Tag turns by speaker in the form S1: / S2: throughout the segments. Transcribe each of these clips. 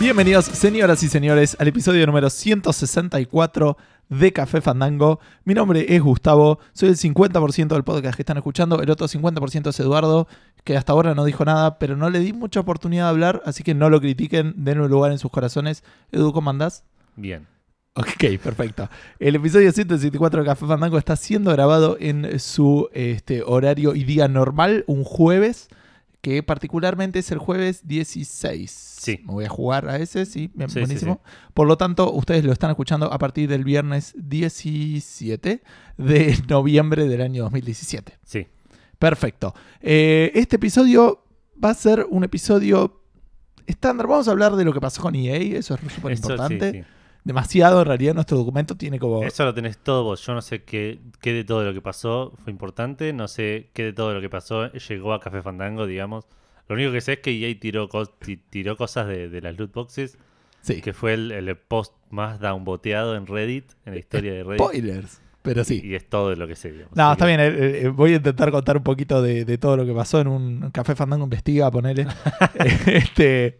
S1: Bienvenidos, señoras y señores, al episodio número 164 de Café Fandango. Mi nombre es Gustavo, soy el 50% del podcast que están escuchando, el otro 50% es Eduardo, que hasta ahora no dijo nada, pero no le di mucha oportunidad de hablar, así que no lo critiquen, denle un lugar en sus corazones. Edu, ¿cómo andás?
S2: Bien.
S1: Ok, perfecto. El episodio 164 de Café Fandango está siendo grabado en su este, horario y día normal, un jueves, que particularmente es el jueves 16.
S2: Sí.
S1: Me voy a jugar a ese, sí, bien,
S2: Sí, sí,
S1: buenísimo. Por lo tanto, ustedes lo están escuchando a partir del viernes 17 de noviembre del año 2017.
S2: Sí.
S1: Perfecto. Eh, este episodio va a ser un episodio estándar. Vamos a hablar de lo que pasó con EA, eso es súper
S2: Eso, sí,
S1: importante
S2: sí.
S1: demasiado. En realidad, nuestro documento tiene como.
S2: Eso lo tenés todo vos. Yo no sé qué, qué de todo lo que pasó fue importante. No sé qué de todo lo que pasó llegó a Café Fandango, digamos. Lo único que sé es que EA tiró, cos- ti- tiró cosas de, de las loot boxes,
S1: sí.
S2: que fue el, el post más downvoteado en Reddit, en la historia de Reddit.
S1: Spoilers. Pero sí.
S2: Y es todo de lo que sé, digamos.
S1: No,
S2: Así
S1: está
S2: que-
S1: bien. eh, eh, voy a intentar contar un poquito de, de todo lo que pasó en un café fandango investiga, ponele. este.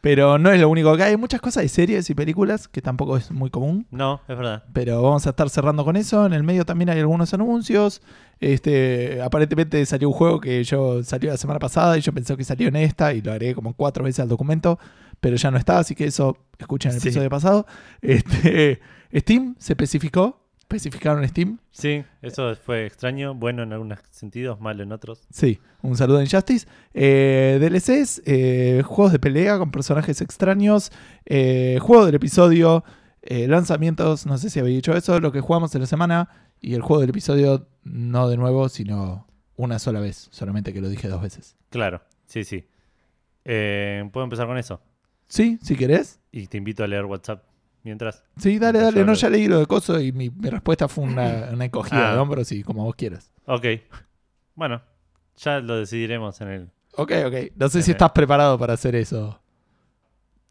S1: Pero no es lo único que hay. Hay muchas cosas de series y películas que tampoco es muy común.
S2: No, es verdad.
S1: Pero vamos a estar cerrando con eso. En el medio también hay algunos anuncios. Este, aparentemente salió un juego que yo salió la semana pasada y yo pensé que salió en esta y lo agregué como cuatro veces al documento, pero ya no está, así que eso escuchen el
S2: Sí.
S1: episodio pasado. Este, Steam se especificó, especificaron Steam.
S2: Sí, eso fue extraño. Bueno en algunos sentidos, malo en otros.
S1: Sí, un saludo en Justice. DLCs, eh, juegos de pelea con personajes extraños, eh, juego del episodio, eh, lanzamientos, no sé si había dicho eso, lo que jugamos en la semana y el juego del episodio no de nuevo, sino una sola vez, solamente que lo dije dos veces.
S2: Claro, sí, sí. Eh, Puedo empezar con eso.
S1: Sí, si querés.
S2: Y te invito a leer WhatsApp mientras.
S1: Sí, dale, dale.
S2: Yo
S1: No,
S2: lo-
S1: ya leí lo de coso y mi, mi respuesta fue una, una encogida
S2: Ah.
S1: de hombros y como vos quieras.
S2: Ok. Bueno, ya lo decidiremos en el.
S1: Ok, ok. No sé si
S2: Ok.
S1: estás preparado para hacer eso.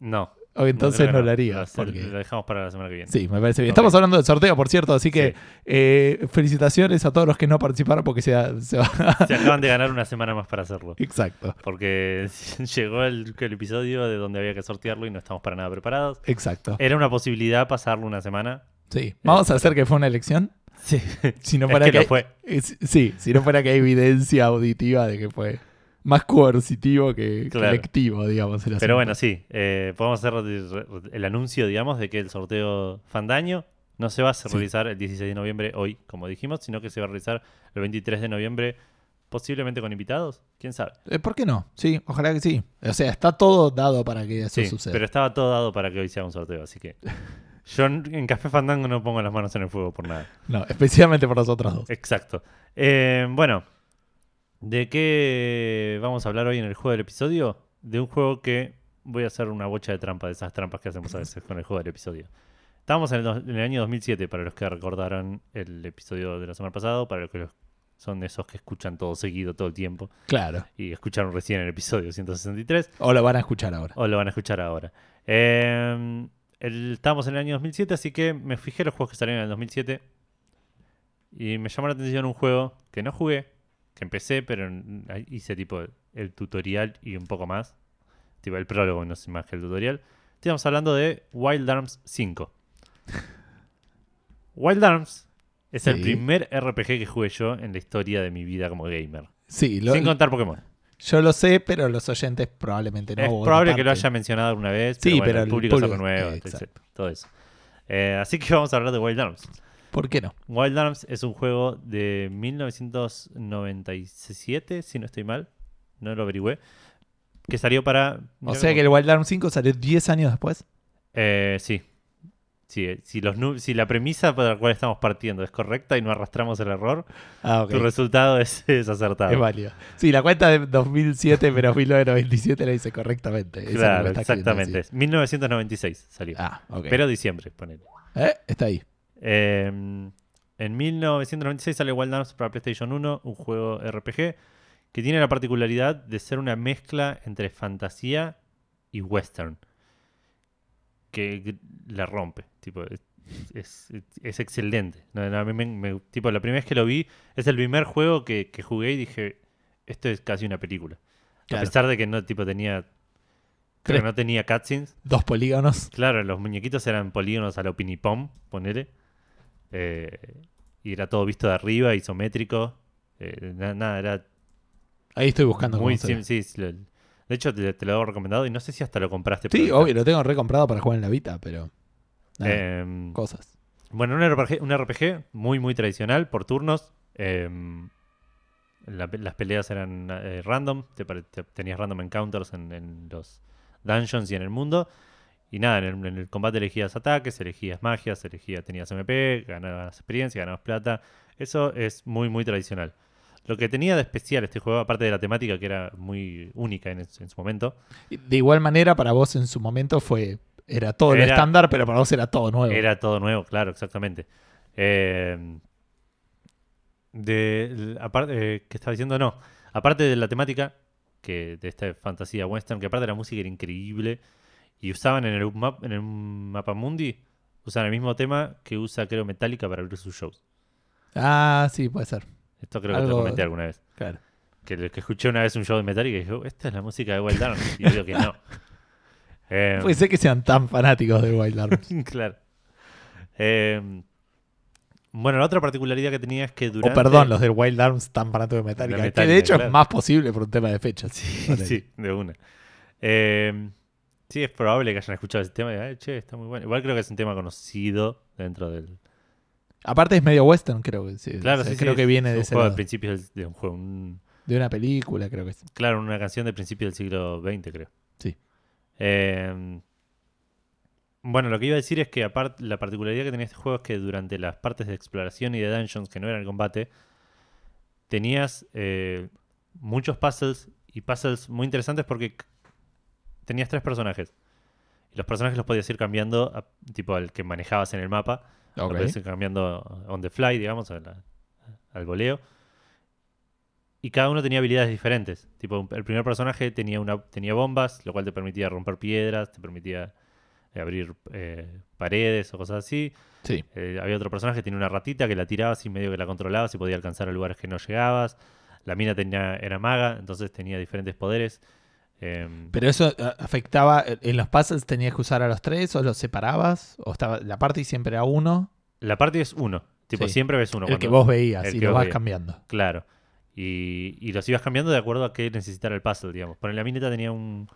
S2: No.
S1: O entonces
S2: creo que
S1: no, lo
S2: Lo,
S1: harías.
S2: hace-
S1: porque-
S2: lo dejamos para la semana que viene.
S1: Sí, me parece bien.
S2: Ok.
S1: Estamos hablando del sorteo, por cierto, así que
S2: Sí.
S1: eh, felicitaciones a todos los que no participaron porque se, se va.
S2: Se acaban de ganar una semana más para hacerlo.
S1: exacto,
S2: Porque llegó el, el episodio de donde había que sortearlo y no estamos para nada preparados.
S1: exacto.
S2: Era una posibilidad pasarlo una semana.
S1: Sí. Vamos a hacer que fue una elección.
S2: Sí.
S1: Si no
S2: eh, Es
S1: fuera
S2: que
S1: que,
S2: lo fue.
S1: es- sí, si no fuera que hay evidencia auditiva de que fue más coercitivo que
S2: Claro.
S1: colectivo, digamos. el asunto.
S2: Pero bueno, sí. eh, podemos hacer el, el anuncio, digamos, de que el sorteo Fandaño no se va a realizar el 16 de noviembre hoy, como dijimos, sino que se va a realizar el 23 de noviembre, posiblemente con invitados. ¿Quién sabe?
S1: Eh, ¿Por qué no? Sí, ojalá que sí. O sea, está todo dado para que eso
S2: Sí,
S1: suceda.
S2: pero estaba todo dado para que hoy sea un sorteo, así que yo en en Café Fandango no pongo las manos en el fuego por nada.
S1: No, especialmente por nosotros dos.
S2: Exacto. Eh, bueno, ¿de qué vamos a hablar hoy en el juego del episodio? De un juego que voy a hacer una bocha de trampa, de esas trampas que hacemos a veces con el juego del episodio. Estábamos en el, dos- en el año 2007, para los que recordaron el episodio de la semana pasada, para los que los- son de esos que escuchan todo seguido, todo el tiempo,
S1: Claro.
S2: y escucharon recién el episodio 163.
S1: O lo van a escuchar ahora.
S2: O lo van a escuchar ahora. Eh, el- estábamos en el año 2007, así que me fijé los juegos que salieron en el 2007. Y me llamó la atención un juego que no jugué, que empecé, pero n- ahí hice tipo el tutorial y un poco más. Tipo el prólogo, no sé más que el tutorial. Estamos hablando de Wild Arms 5. Wild Arms es el
S1: Sí.
S2: primer RPG que jugué yo en la historia de mi vida como gamer.
S1: Sí, lo-
S2: sin contar Pokémon.
S1: yo lo sé, pero los oyentes probablemente no.
S2: es
S1: o
S2: probable que lo
S1: parte.
S2: haya mencionado alguna vez,
S1: Sí,
S2: pero, bueno,
S1: pero
S2: el
S1: el
S2: público se
S1: público-
S2: renueva,
S1: eh,
S2: etcétera, todo eso. Eh, así que vamos a hablar de Wild Arms.
S1: ¿Por qué no?
S2: Wild Arms es un juego de 1997, si no estoy mal, no lo averigüé, que salió para...
S1: O sea que el Wild Arms 5 salió 10 años después.
S2: Eh, sí. Sí, eh, si, los nu- si la premisa para la cual estamos partiendo es correcta y no arrastramos el error,
S1: Ah,
S2: tu resultado es, es acertado.
S1: Es válido. Sí, la cuenta de 2007 menos 1997 la hice correctamente. Esa es la
S2: claro,
S1: que está queriendo
S2: exactamente.
S1: decir.
S2: 1996 salió.
S1: Ah, ok.
S2: Pero diciembre, ponele.
S1: ¿Eh? Está ahí.
S2: Eh, en 1996 sale Wild Arms para PlayStation 1, un juego RPG que tiene la particularidad de ser una mezcla entre fantasía y western. Que que la rompe. Tipo, es, es- es excelente. No, no, a mí me- me- tipo, la primera vez que lo vi, es el primer juego que, que jugué y dije, esto es casi una película.
S1: Claro.
S2: A pesar de que no tipo tenía Creo
S1: Tres-
S2: que no tenía cutscenes.
S1: Dos polígonos.
S2: Claro, los muñequitos eran polígonos a lo pinipom, ponele. Eh, y era todo visto de arriba, isométrico. Eh, na- nada, era
S1: Ahí estoy buscando.
S2: muy...
S1: cómo se ve.
S2: sim- sí, sí, lo- de hecho, te, te lo he recomendado y no sé si hasta lo compraste.
S1: Sí,
S2: pero-
S1: obvio, Ah. lo tengo recomprado para jugar en la Vita, pero. nada,
S2: Em,
S1: cosas.
S2: Bueno, un RPG, un RPG muy, muy tradicional, por turnos. Em, la- las peleas eran eh, random, te pare- te- tenías random encounters en, en los dungeons y en el mundo. Y nada, en el, en el combate elegías ataques, elegías magias, elegías, tenías MP, ganabas experiencia, ganabas plata. Eso es muy, muy tradicional. Lo que tenía de especial este juego, aparte de la temática que era muy única en, es- en su momento,
S1: Y De igual manera, para vos en su momento fue. Era todo lo
S2: Era-
S1: estándar, pero para vos era todo nuevo.
S2: Era todo nuevo, claro, exactamente. Eh, de, l- aparte, eh, ¿qué estaba diciendo? No. Aparte de la temática que de esta fantasía western, que aparte la música era increíble, y usaban en el, map, en el mapa mundi, usaban el mismo tema que usa, creo, Metallica para abrir sus shows.
S1: Ah, sí, puede ser.
S2: Esto creo que te
S1: Algo-
S2: lo comenté alguna vez.
S1: Claro.
S2: Que, que escuché una vez un show de Metallica y dije, "Oh, esta es la música de Wild Arms. Y digo que no. Eh,
S1: Puede ser que sean tan fanáticos de Wild Arms.
S2: claro. Eh, bueno, la otra particularidad que tenía es que
S1: o
S2: durante.
S1: perdón, los del Wild Arms tan fanáticos de Metallica. que
S2: De
S1: de
S2: Metallica,
S1: hecho es
S2: claro.
S1: más posible por un tema de fecha. Sí,
S2: Sí, de una. Eh, sí, es probable que hayan escuchado ese tema. y, "Ay, che, está muy bueno. Igual creo que es un tema conocido dentro del.
S1: Aparte es medio western, creo que sí.
S2: Claro,
S1: O sea,
S2: sí, sí,
S1: creo que
S2: es
S1: viene
S2: un
S1: de ese
S2: juego de
S1: lado.
S2: principios del- de un juego. un-
S1: De una película, creo que sí.
S2: claro, una canción de principios del siglo XX, creo.
S1: Sí.
S2: Eh, bueno, lo que iba a decir es que apart- la particularidad que tenía este juego es que durante las partes de exploración y de dungeons que no eran el combate, tenías eh, muchos puzzles y puzzles muy interesantes porque c- tenías tres personajes. Y los personajes los podías ir cambiando, a- tipo al que manejabas en el mapa. Lo
S1: Ok.
S2: podés ir cambiando on the fly, digamos, a la- al voleo. Y cada uno tenía habilidades diferentes. Tipo, un- el primer personaje tenía, una, tenía bombas, lo cual te permitía romper piedras, te permitía eh, abrir eh, paredes o cosas así.
S1: Sí.
S2: Eh, había otro personaje que tenía una ratita que la tirabas y medio que la controlabas y podía alcanzar a lugares que no llegabas. La mina tenía, era maga, entonces tenía diferentes poderes. Em,
S1: Pero eso a- afectaba. eh, ¿En los puzzles tenías que usar a los tres o los separabas? ¿O estaba la party siempre a uno?
S2: la parte es uno. Tipo,
S1: Sí.
S2: siempre ves uno.
S1: el que
S2: cuando-
S1: vos veías
S2: el
S1: y
S2: que
S1: lo
S2: vos
S1: vas
S2: veías.
S1: cambiando.
S2: Claro. Y, y los ibas cambiando de acuerdo a qué necesitara el puzzle, digamos. Por la mineta tenía un.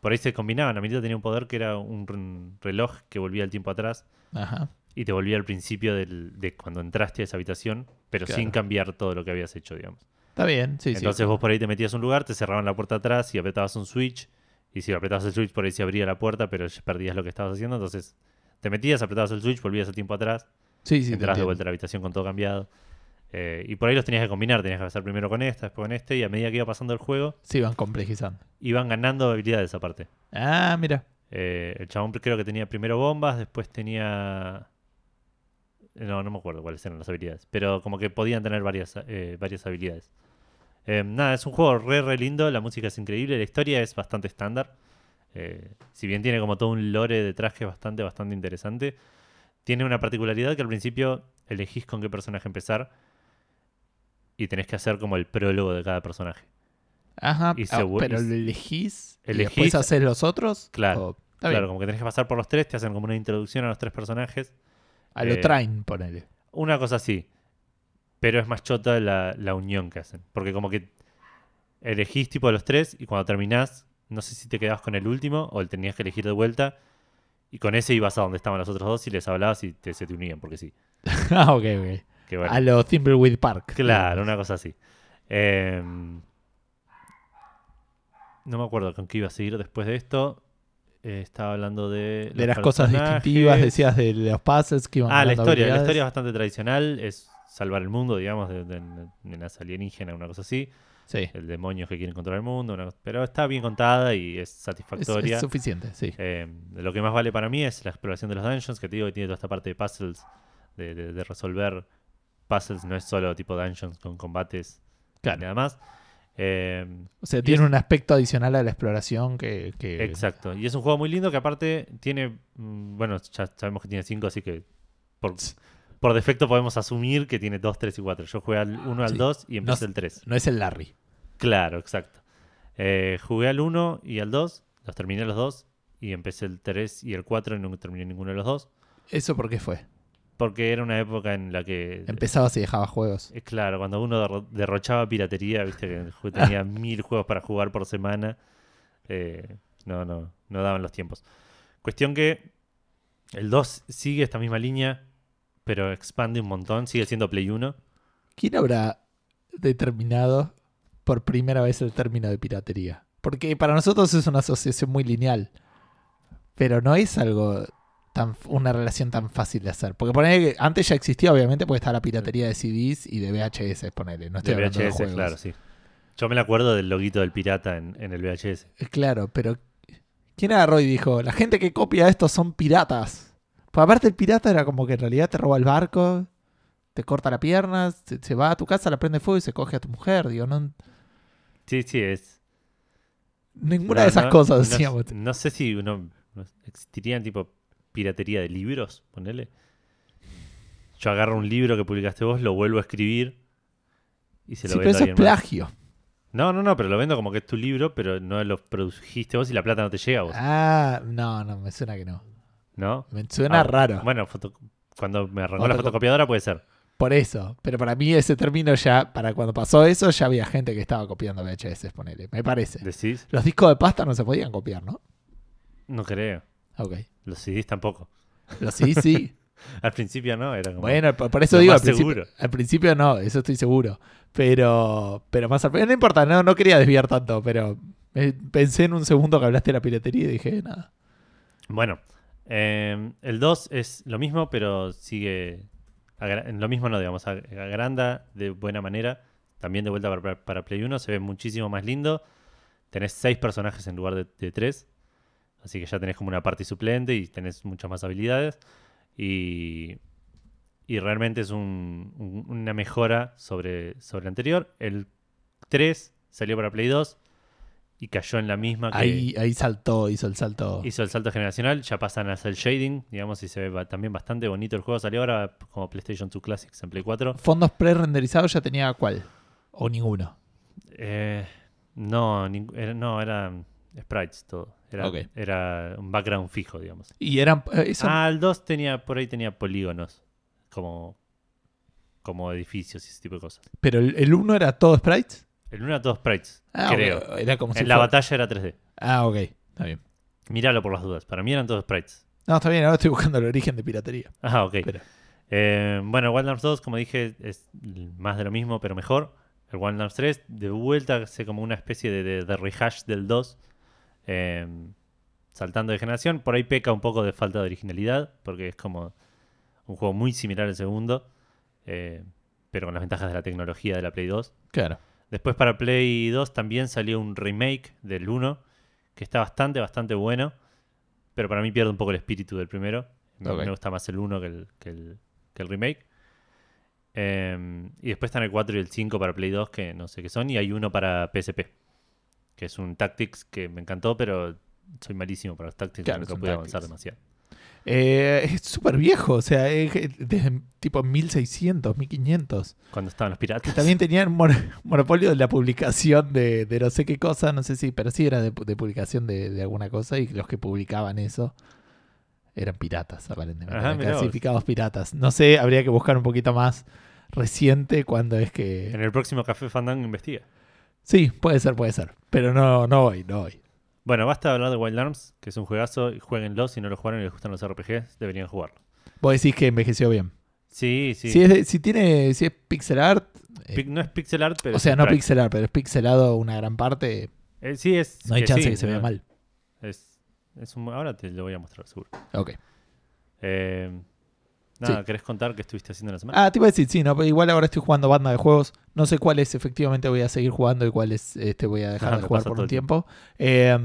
S2: Por ahí se combinaban. La mineta tenía un poder que era un r- reloj que volvía el tiempo atrás
S1: Ajá.
S2: y te volvía al principio del- de cuando entraste a esa habitación, pero
S1: Claro.
S2: sin cambiar todo lo que habías hecho, digamos.
S1: Está bien, sí,
S2: Entonces vos por ahí te metías a un lugar, te cerraban la puerta atrás y apretabas un switch. Y si apretabas el switch, por ahí se abría la puerta, pero ya perdías lo que estabas haciendo. Entonces te metías, apretabas el switch, volvías el tiempo atrás
S1: sí. Sí, sí, te
S2: entras de
S1: entiendo.
S2: vuelta a la habitación con todo cambiado. Eh, y por ahí los tenías que combinar, tenías que pasar primero con esta, después con este, y a medida que iba pasando el juego,
S1: Sí, van complejizando.
S2: iban ganando habilidades aparte.
S1: Ah, mira.
S2: Eh, el chabón creo que tenía primero bombas, después tenía... No, no me acuerdo cuáles eran las habilidades, pero como que podían tener varias, eh, varias habilidades. Eh, nada, es un juego re, re lindo, la música es increíble, la historia es bastante estándar. Eh, si bien tiene como todo un lore detrás que es bastante, bastante interesante, tiene una particularidad que al principio elegís con qué personaje empezar y tenés que hacer como el prólogo de cada personaje.
S1: Ajá.
S2: Y
S1: Ah,
S2: se vu-
S1: pero
S2: y-
S1: lo elegís. y
S2: Elegís-
S1: después haces los otros.
S2: Claro,
S1: o- Está
S2: claro,
S1: bien.
S2: como que tenés que pasar por los tres, te hacen como una introducción a los tres personajes.
S1: A Ah, lo
S2: eh,
S1: train, ponele.
S2: Una cosa así. Pero es más chota la, la unión que hacen. Porque como que elegís tipo de los tres y cuando terminás, no sé si te quedabas con el último o el tenías que elegir de vuelta. Y con ese ibas a donde estaban los otros dos y les hablabas y te- se te unían, porque sí.
S1: ah, ok, ok.
S2: Que bueno.
S1: A lo Thimbleweed Park.
S2: Claro, una cosa así. Em, no me acuerdo con qué iba a seguir después de esto. Eh, estaba hablando de...
S1: De
S2: los
S1: las cosas
S2: personajes.
S1: distintivas, decías de los puzzles que iban
S2: Ah, la
S1: ganando
S2: historia. La
S1: habilidades.
S2: historia es bastante tradicional. Es salvar el mundo, digamos, de, de, de las alienígenas, una cosa así.
S1: Sí.
S2: El demonio que quieren controlar el mundo. una cosa- pero está bien contada y es
S1: Es,
S2: satisfactoria.
S1: es suficiente, sí.
S2: Eh, lo que más vale para mí es la exploración de los dungeons, que te digo que tiene toda esta parte de puzzles, de, de- de resolver puzzles. No es solo tipo dungeons con combates y
S1: Claro.
S2: nada más. Eh,
S1: O sea,
S2: y
S1: tiene
S2: es-
S1: un aspecto adicional a la exploración que. que-
S2: Exacto. Y es un juego muy lindo que aparte tiene, mm, bueno, ya sabemos que tiene 5, así que por, por defecto podemos asumir que tiene 2, 3 y 4. Yo jugué al 1
S1: Sí.
S2: al 2 y empecé
S1: No-
S2: el 3.
S1: No es el Larry.
S2: Claro, exacto. Eh, jugué al 1 y al 2. Los terminé los dos y empecé el 3 y el 4 y no terminé ninguno de los dos.
S1: ¿Eso por qué fue?
S2: Porque era una época en la que...
S1: Empezabas y dejabas juegos.
S2: Es Eh, claro, cuando uno derro- derrochaba piratería, viste que ju- tenía mil juegos para jugar por semana. eh, no, no, no daban los tiempos. Cuestión que el 2 sigue esta misma línea, pero expande un montón, sigue siendo Play 1.
S1: ¿Quién habrá determinado por primera vez el término de piratería? Porque para nosotros es una asociación muy lineal, pero no es algo tan una relación tan fácil de hacer. Porque ponele que antes ya existía, obviamente, porque estaba la piratería de CDs y de VHS, ponele. No estoy
S2: De
S1: hablando de
S2: VHS,
S1: juegos.
S2: claro, sí. Yo me la acuerdo del loguito del pirata en, en el VHS.
S1: Eh, Claro, pero ¿quién agarró y dijo, la gente que copia esto son piratas? Pues aparte el pirata era como que en realidad te roba el barco, te corta la pierna, se, se va a tu casa, la prende fuego y se coge a tu mujer. Digo, no,
S2: Sí, sí, es.
S1: ninguna
S2: no,
S1: de esas
S2: no, no-
S1: cosas decíamos.
S2: No, sé si uno. no- Existirían tipo piratería de libros, ponele. Yo agarro un libro que publicaste vos, lo vuelvo a escribir y se lo
S1: Sí, pero
S2: vendo
S1: eso
S2: a
S1: es
S2: alguien más.
S1: plagio.
S2: No, no, no, pero lo vendo como que es tu libro, pero no lo produjiste vos y la plata no te llega a vos,
S1: Ah, no, no, me suena que no.
S2: ¿no?
S1: Me suena
S2: Ah,
S1: raro.
S2: Bueno, foto- cuando me arrancó
S1: Fotoco-
S2: la fotocopiadora puede ser.
S1: Por eso. Pero para mí ese término ya, para cuando pasó eso, ya había gente que estaba copiando VHS, ponele. Me parece.
S2: ¿Decís?
S1: Los discos de pasta no se podían copiar, ¿no?
S2: No creo.
S1: Ok.
S2: Los CDs tampoco.
S1: Los sí, sí.
S2: Al principio no, era como.
S1: Bueno, por por eso
S2: Lo
S1: digo, al
S2: más
S1: principio,
S2: seguro.
S1: al principio no, eso estoy seguro. Pero, pero más al No importa, no, no quería desviar tanto, pero eh, pensé en un segundo que hablaste de la piratería y dije, nada.
S2: Bueno, eh, el 2 es lo mismo, pero sigue. agra- en Lo mismo no, digamos. ag- Agranda de buena manera. También de vuelta para- para, para Play 1. Se ve muchísimo más lindo. Tenés 6 personajes en lugar de, de 3. Así que ya tenés como una party suplente y tenés muchas más habilidades. Y. Y realmente es un- un- una mejora sobre, sobre el anterior. El 3 salió para Play 2 y cayó en la misma que
S1: Ahí, ahí saltó, hizo el salto.
S2: hizo el salto generacional, ya pasan a hacer shading, digamos, y se ve ba- también bastante bonito el juego. Salió ahora como PlayStation 2 Classics en Play 4.
S1: ¿Fondos pre-renderizados ya tenía cuál? O ninguno.
S2: Eh, no, ning- era, no, eran sprites todo. Era,
S1: Ok.
S2: era un background fijo, digamos.
S1: Y eran. eh, eso-
S2: Ah, el 2 tenía, por ahí tenía polígonos, como, como edificios y ese tipo de cosas.
S1: Pero el, el uno era todo sprites.
S2: El 1 era todo sprites,
S1: Ah,
S2: creo.
S1: ok, Era como si
S2: En la
S1: fuera-
S2: batalla era 3D.
S1: Ah, ok. Está bien.
S2: Míralo por las dudas. Para mí eran todos sprites.
S1: No, está bien, ahora estoy buscando el origen de piratería.
S2: Ah, ok.
S1: Pero-
S2: Eh, bueno, Wild Arms 2, como dije, es l- más de lo mismo, pero mejor. El Wild Arms 3, de vuelta, hace como una especie de, de- de rehash del 2, eh, saltando de generación. Por ahí peca un poco de falta de originalidad, porque es como un juego muy similar al segundo, eh, pero con las ventajas de la tecnología de la Play 2.
S1: Claro.
S2: Después para Play 2 también salió un remake del 1, que está bastante, bastante bueno, pero para mí pierde un poco el espíritu del primero. Me,
S1: Ok.
S2: me gusta más el 1 que el, que el- que el remake. Em, y después están el 4 y el 5 para Play 2, que no sé qué son, y hay uno para PSP, que es un Tactics que me encantó, pero soy malísimo para los Tactics,
S1: Claro, es
S2: nunca
S1: un
S2: pude
S1: Tactics.
S2: avanzar demasiado.
S1: Eh, es súper viejo, o sea, es desde tipo 1600, 1500.
S2: Cuando estaban los piratas.
S1: Que también tenían mon- monopolio de la publicación de, de no sé qué cosa, no sé si, pero sí era de, pu- de publicación de, de alguna cosa y los que publicaban eso eran piratas, aparentemente.
S2: Ajá,
S1: eran
S2: mirá vos.
S1: clasificados piratas. No sé, habría que buscar un poquito más reciente cuando es que...
S2: En el próximo Café Fandango investiga.
S1: Sí, puede ser, puede ser. Pero no, no hoy, no hoy.
S2: Bueno, basta de hablar de Wild Arms, que es un juegazo, y jueguenlo, si no lo jugaron y les gustan los RPGs, deberían jugarlo.
S1: Vos decís que envejeció bien.
S2: Sí, sí.
S1: Si, es de- si tiene, si es pixel art, eh,
S2: Pic- no es pixel art, pero...
S1: o
S2: es
S1: sea, no
S2: sprite.
S1: pixel art, pero es pixelado una gran parte,
S2: Eh, sí, es...
S1: no hay chance
S2: sí,
S1: que se vea
S2: no,
S1: mal.
S2: Es, es un- ahora te lo voy a mostrar, seguro.
S1: Ok.
S2: Eh, nada, ¿querés contar qué estuviste haciendo en la semana?
S1: Ah, te iba a decir, sí, no, pero igual ahora estoy jugando banda de juegos. No sé cuáles efectivamente voy a seguir jugando y cuáles este, voy a dejar
S2: Ah,
S1: de
S2: me
S1: jugar
S2: pasa
S1: por
S2: todo
S1: un
S2: el
S1: tiempo. Eh,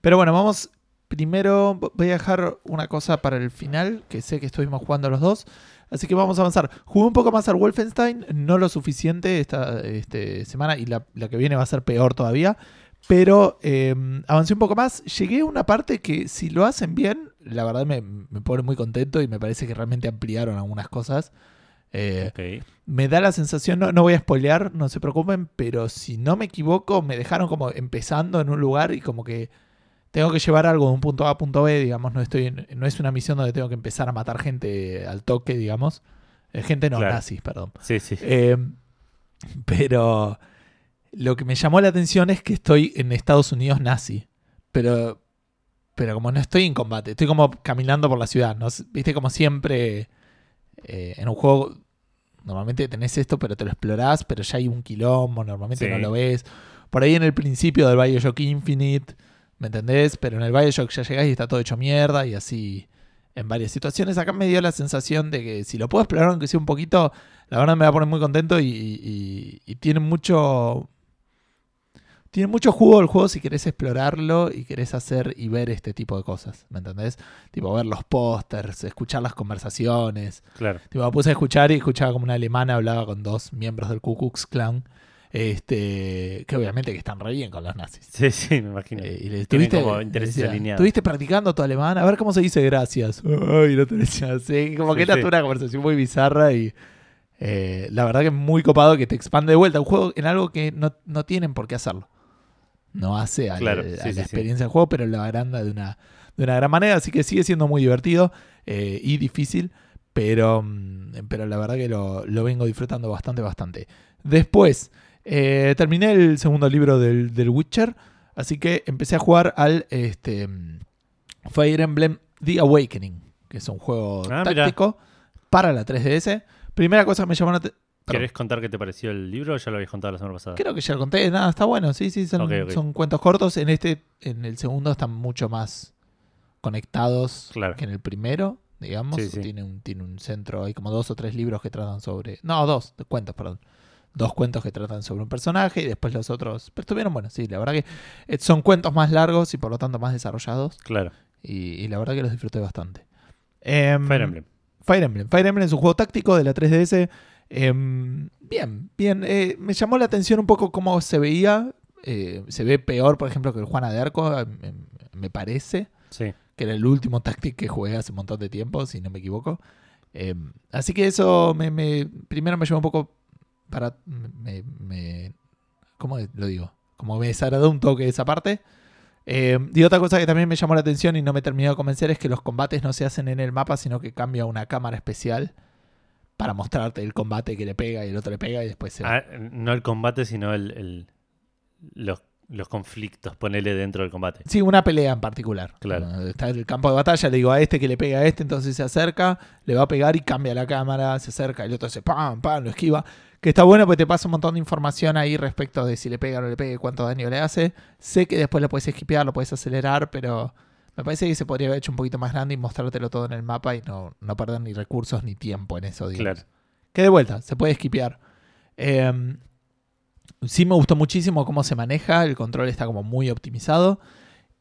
S1: pero bueno, vamos. Primero voy a dejar una cosa para el final, que sé que estuvimos jugando los dos. Así que vamos a avanzar. Jugué un poco más al Wolfenstein, no lo suficiente esta este, semana y la, la que viene va a ser peor todavía. Pero eh, avancé un poco más. Llegué a una parte que si lo hacen bien, la verdad me, me pone muy contento y me parece que realmente ampliaron algunas cosas. Eh,
S2: Ok.
S1: me da la sensación, no, no voy a spoilear, no se preocupen, pero si no me equivoco, me dejaron como empezando en un lugar y como que tengo que llevar algo de un punto A a punto B, digamos, no, estoy en- no es una misión donde tengo que empezar a matar gente al toque, digamos. Eh, gente no,
S2: Claro.
S1: nazis, perdón.
S2: Sí, sí.
S1: Eh, pero lo que me llamó la atención es que estoy en Estados Unidos nazi. Pero, pero como no estoy en combate, estoy como caminando por la ciudad. ¿no? Viste como siempre eh, en un juego. Normalmente tenés esto, pero te lo explorás, pero ya hay un quilombo, normalmente
S2: Sí.
S1: no lo ves. Por ahí en el principio del Bioshock Infinite, ¿me entendés? Pero en el Bioshock ya llegás y está todo hecho mierda y así en varias situaciones. Acá me dio la sensación de que si lo puedo explorar aunque sea un poquito, la verdad me va a poner muy contento y, y- y tiene mucho. Tiene mucho jugo el juego si querés explorarlo y querés hacer y ver este tipo de cosas. ¿Me entendés? Tipo ver los pósters, escuchar las conversaciones.
S2: Claro.
S1: Tipo, me puse a escuchar y escuchaba como una alemana hablaba con dos miembros del Ku Klux Klan. Este, que obviamente que están re bien con los nazis.
S2: Sí, sí, me imagino.
S1: Eh, y le
S2: Tienen
S1: estuviste-
S2: como intereses
S1: le decía,
S2: alineados.
S1: "¿Estuviste practicando tu alemán? A ver cómo se dice gracias. Ay, no te decía así. Como
S2: Sí,
S1: que era
S2: sí.
S1: toda una conversación muy bizarra y eh, la verdad que es muy copado que te expande de vuelta un juego en algo que no, no tienen por qué hacerlo. No hace a,
S2: Claro,
S1: la,
S2: sí,
S1: a
S2: sí, sí.
S1: la experiencia del juego, pero lo agranda de una, de una gran manera. Así que sigue siendo muy divertido eh, y difícil, pero, mm, pero la verdad que lo, lo vengo disfrutando bastante, bastante. Después, eh, terminé el segundo libro del, del Witcher, así que empecé a jugar al este, mm, Fire Emblem The Awakening, que es un juego
S2: Ah, mirá.
S1: táctico para la 3DS. Primera cosa que me llamó la atención.
S2: ¿Querés contar qué te pareció el libro o ya lo habías contado la semana pasada?
S1: Creo que ya lo conté, nada, está bueno, sí, sí, son,
S2: Ah. Ok, ok.
S1: son cuentos cortos. En este, en el segundo están mucho más conectados
S2: Claro.
S1: que en el primero, digamos.
S2: Sí, sí.
S1: Tiene, un, tiene un centro, hay como dos o tres libros que tratan sobre... No, dos de cuentos, perdón. Dos cuentos que tratan sobre un personaje y después los otros... Pero estuvieron buenos, sí, la verdad que eh, son cuentos más largos y por lo tanto más desarrollados
S2: Claro.
S1: y, y la verdad que los disfruté bastante. Em,
S2: Fire Emblem.
S1: Fire Emblem. Fire Emblem es un juego táctico de la 3DS. Em, bien, bien. Eh, me llamó la atención un poco cómo se veía. Eh, se ve peor, por ejemplo, que el Juana de Arco, em, em, me parece.
S2: Sí.
S1: Que era el último táctico que jugué hace un montón de tiempo, si no me equivoco. Em, así que eso me, me- primero me llevó un poco para... Me, me- ¿Cómo lo digo? Como me desagradó un toque esa parte. Eh, y otra cosa que también me llamó la atención y no me terminó de convencer es que los combates no se hacen en el mapa, sino que cambia una cámara especial para mostrarte el combate que le pega y el otro le pega y después se va.
S2: Ah, no el combate, sino el, el- los, los conflictos, ponele dentro del combate.
S1: Sí, una pelea en particular.
S2: Claro.
S1: Bueno, Está en el campo de batalla, le digo a este que le pega a este, entonces se acerca, le va a pegar y cambia la cámara, se acerca, el otro hace pam, pam, lo esquiva. Que está bueno porque te pasa un montón de información ahí respecto de si le pega o no le pega, cuánto daño le hace. Sé que después lo puedes esquipear, lo puedes acelerar, pero me parece que se podría haber hecho un poquito más grande y mostrártelo todo en el mapa y no, no perder ni recursos ni tiempo en eso, digamos.
S2: Claro.
S1: Que de vuelta, se puede esquipear. Eh, sí me gustó muchísimo cómo se maneja, el control está como muy optimizado.